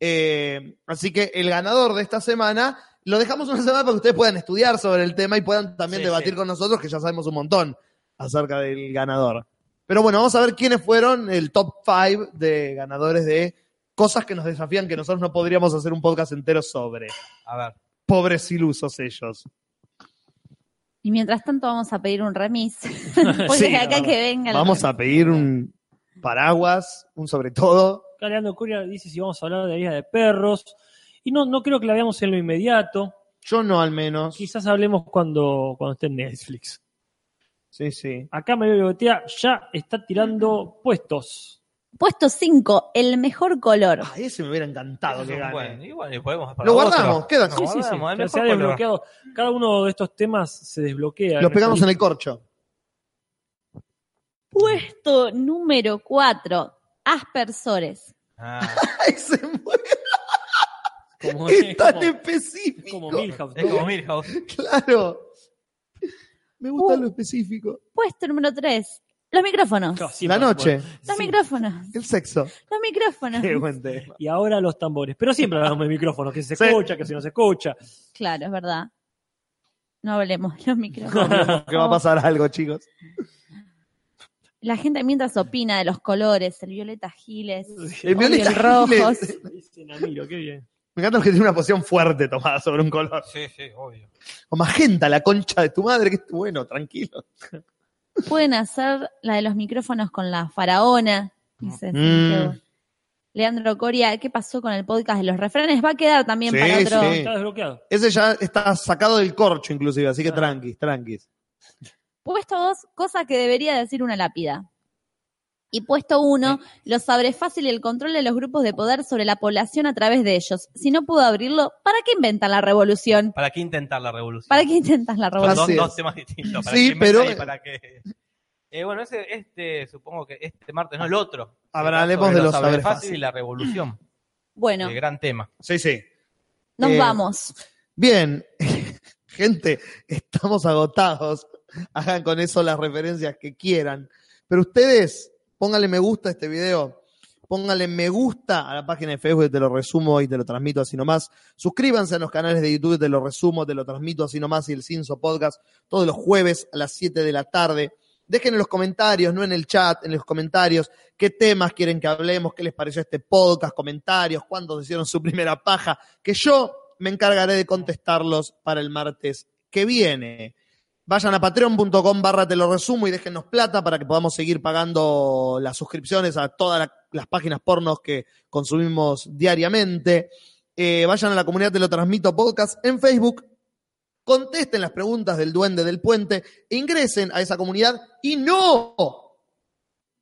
Eh, así que el ganador de esta semana lo dejamos una semana para que ustedes puedan estudiar sobre el tema y puedan también
Sí,
debatir
sí.
con nosotros, que ya sabemos un montón acerca del ganador. Pero bueno, vamos a ver quiénes fueron el top 5 de ganadores de cosas que nos desafían que nosotros no podríamos hacer un podcast entero sobre.
A ver.
Pobres ilusos ellos.
Y mientras tanto vamos a pedir un remis. (laughs)
(laughs)
Porque
Sí,
acá
no.
que venga. el
Vamos a pedir un paraguas, un sobre todo.
Acá Leandro Curia dice si vamos a hablar de vida de perros. Y no, no creo que la veamos en lo inmediato.
Yo no, al menos.
Quizás hablemos cuando, cuando esté en Netflix.
Sí, sí.
Acá Mario Bebotea ya está tirando puestos.
Puesto 5, el mejor color.
Ah, ese me hubiera encantado que gane.
Bueno, y bueno, y podemos para
Lo
otro.
guardamos, queda.
Lo
Sí,
sí, sí.
guardamos, ¿eh? el
Ya se ha
mejor color.
desbloqueado. Cada uno de estos temas se desbloquea. este
Lo pegamos en el corcho. (laughs)
Puesto número 4, aspersores.
Ah,
Ese es muy-
Como,
es tan
como,
específico.
como Milhouse.
es
(laughs)
como Milhouse.
Claro. Me gusta
Uh.
lo específico.
Puesto número 3, los micrófonos.
Claro, siempre.
La noche,
Los
Sí.
micrófonos.
el sexo.
Los micrófonos.
Qué buen tema.
Y ahora los tambores. Pero siempre hablamos de micrófonos, que si se
Sí.
escucha, que si no se escucha.
Claro, es verdad. No hablemos
(laughs)
de los micrófonos.
Que va a pasar algo, chicos.
La gente mientras opina de los colores, el violeta giles,
El
Obvio,
violeta
el rojos.
giles.
Dicen, "Amiro, qué bien.
Me encanta porque tiene una posición fuerte tomada sobre un color.
Sí, sí, obvio.
O magenta, la concha de tu madre, que es bueno, tranquilo.
Pueden hacer la de los micrófonos con la faraona. dice
Mm.
Santiago. Leandro Coria, ¿qué pasó con el podcast de los refranes? Va a quedar también
Sí,
para otro.
sí.
Está desbloqueado.
Ese ya está sacado del corcho, inclusive, así que tranquis, tranquis.
Puesto dos, cosas que debería decir una lápida. Y puesto uno, lo sabré fácil el control de los grupos de poder sobre la población a través de ellos. Si no pudo abrirlo, ¿para qué inventan la revolución?
¿Para qué intentar la revolución?
¿Para qué intentan la
Son
revolución?
dos,
Así es.
dos temas distintos. ¿Para
Sí,
qué inventar
pero-
y para qué? Eh, bueno, ese, este, supongo que este martes, no el otro.
Hablaremos de los saberes
saberes fácil y
fáciles.
la
(clears throat)
revolución.
Bueno,
El gran tema.
Sí, sí.
nos
eh,
vamos.
Bien, (laughs) gente, estamos agotados. Hagan con eso las referencias que quieran. Pero ustedes, pónganle me gusta a este video. Pónganle me gusta a la página de Facebook, te lo resumo y te lo transmito así nomás. Suscríbanse a los canales de YouTube, te lo resumo, te lo transmito así nomás y el Cinso Podcast todos los jueves a las 7 de la tarde. Dejen en los comentarios, no en el chat, en los comentarios, qué temas quieren que hablemos, qué les pareció este podcast, comentarios, cuántos hicieron su primera paja, que yo me encargaré de contestarlos para el martes que viene. Vayan a patreon.com barra te lo resumo y déjennos plata para que podamos seguir pagando las suscripciones a todas la- las páginas pornos que consumimos diariamente. Eh, vayan a la comunidad Te lo transmito podcast en Facebook, contesten las preguntas del duende del puente, ingresen a esa comunidad y no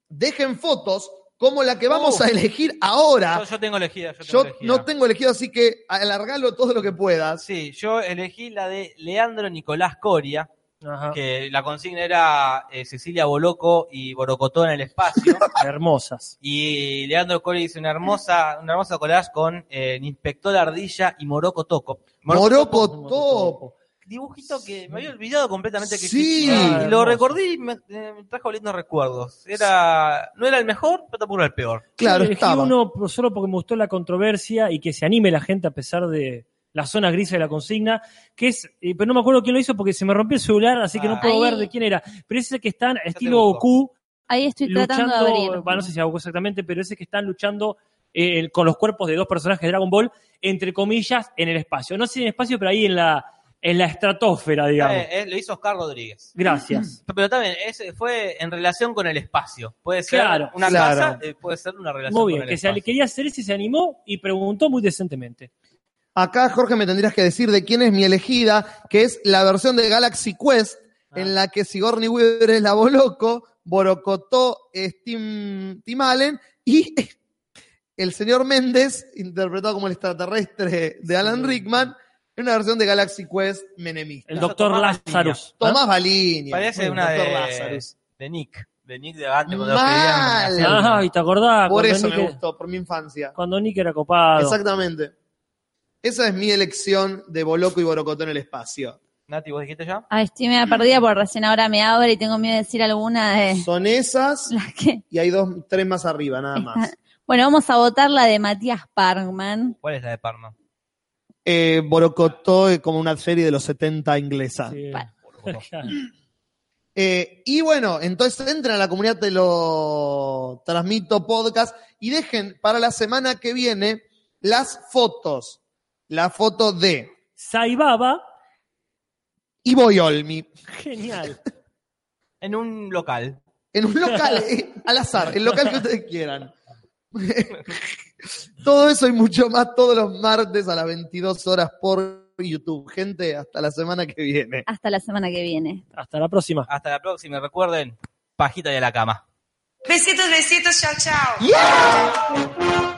dejen fotos como la que vamos
Oh.
a elegir ahora.
Yo, yo tengo elegida. Yo, tengo
Ah, Yo
elegida.
no tengo elegido, así que alargalo todo lo que puedas.
Sí, yo elegí la de Leandro Nicolás Coria,
Ajá.
que la consigna era eh, Cecilia Boloco y Borocotó en el
(laughs)
espacio.
Hermosas.
y Leandro Coria hizo una hermosa, una hermosa collage con eh, Inspector Ardilla y Moroco Toco.
Moroco
Toco,
Topo.
Dibujito que me había olvidado completamente que
Sí.
existía. Y lo
Hermoso.
recordé y me, eh, me trajo lindos recuerdos. Era, no era el mejor, pero tampoco era el peor.
Claro,
Yo elegí
estaba.
uno solo porque me gustó la controversia y que se anime la gente a pesar de las zonas grises de la consigna, que es, eh, pero no me acuerdo quién lo hizo porque se me rompió el celular, así que no
Ah.
puedo ver
Ahí.
de quién era. Pero ese que están estilo
busco.
Goku,
Ahí estoy tratando de
luchando,
abrir.
bueno, no sé si hago exactamente, pero ese que están luchando eh, el- con los cuerpos de dos personajes de Dragon Ball, entre comillas, en el espacio. No sé si en el espacio, pero ahí en la, en la estratosfera, digamos.
Eh, eh, lo hizo Oscar Rodríguez. (clears throat)
Gracias.
Pero también ese fue en relación con el espacio. Puede ser
Claro.
una
Claro.
casa, eh, puede ser una relación
Muy bien,
con
que
el
se,
espacio.
quería hacer ese, se animó y preguntó muy decentemente.
Acá, Jorge, me tendrías que decir de quién es mi elegida, que es la versión de Galaxy Quest,
Ah.
en la que Sigourney Weaver es la Boloco, Borocotó es Tim, Tim Allen y (laughs) el señor Méndez, interpretado como el extraterrestre de Alan Rickman, en una versión de Galaxy Quest menemista.
El
Eso
doctor
tomaba
Lazarus. ¿Ah?
Tomás Balini.
Parece
el
una
doctor
de,
Lazarus.
de Nick. De Nick de antes cuando
Mal.
lo pedían.
Ah, y te acordás
Por
cuando,
eso
Nick,
me
era-
gustó, por mi infancia.
cuando Nick era copado.
Exactamente. Esa es mi elección de Boloco y Borocotó en el espacio.
Nati, ¿vos dijiste ya?
Ay, estoy media perdida porque recién ahora me abre y tengo miedo de decir alguna de
Son esas
las que.
y hay dos, tres más arriba, nada más.
Bueno, vamos a votar la de Matías Parkman.
¿Cuál es la de Parma?
Eh, Borocotó es como una serie de los 70 inglesa.
Sí.
Pa-
(laughs) Claro.
Eh, y bueno, entonces entren a la comunidad, te lo transmito podcast y dejen para la semana que viene las fotos. La foto de
Saibaba,
Ivo y Olmi
genial.
En un local.
en un local eh, al azar, el local que ustedes quieran. (laughs) Todo eso y mucho más todos los martes a las 22 horas por YouTube. Gente, hasta la semana que viene.
Hasta la semana que viene.
Hasta la próxima.
Hasta la próxima. Recuerden, pajita de la cama.
Besitos, besitos, chao, chao.
Yeah!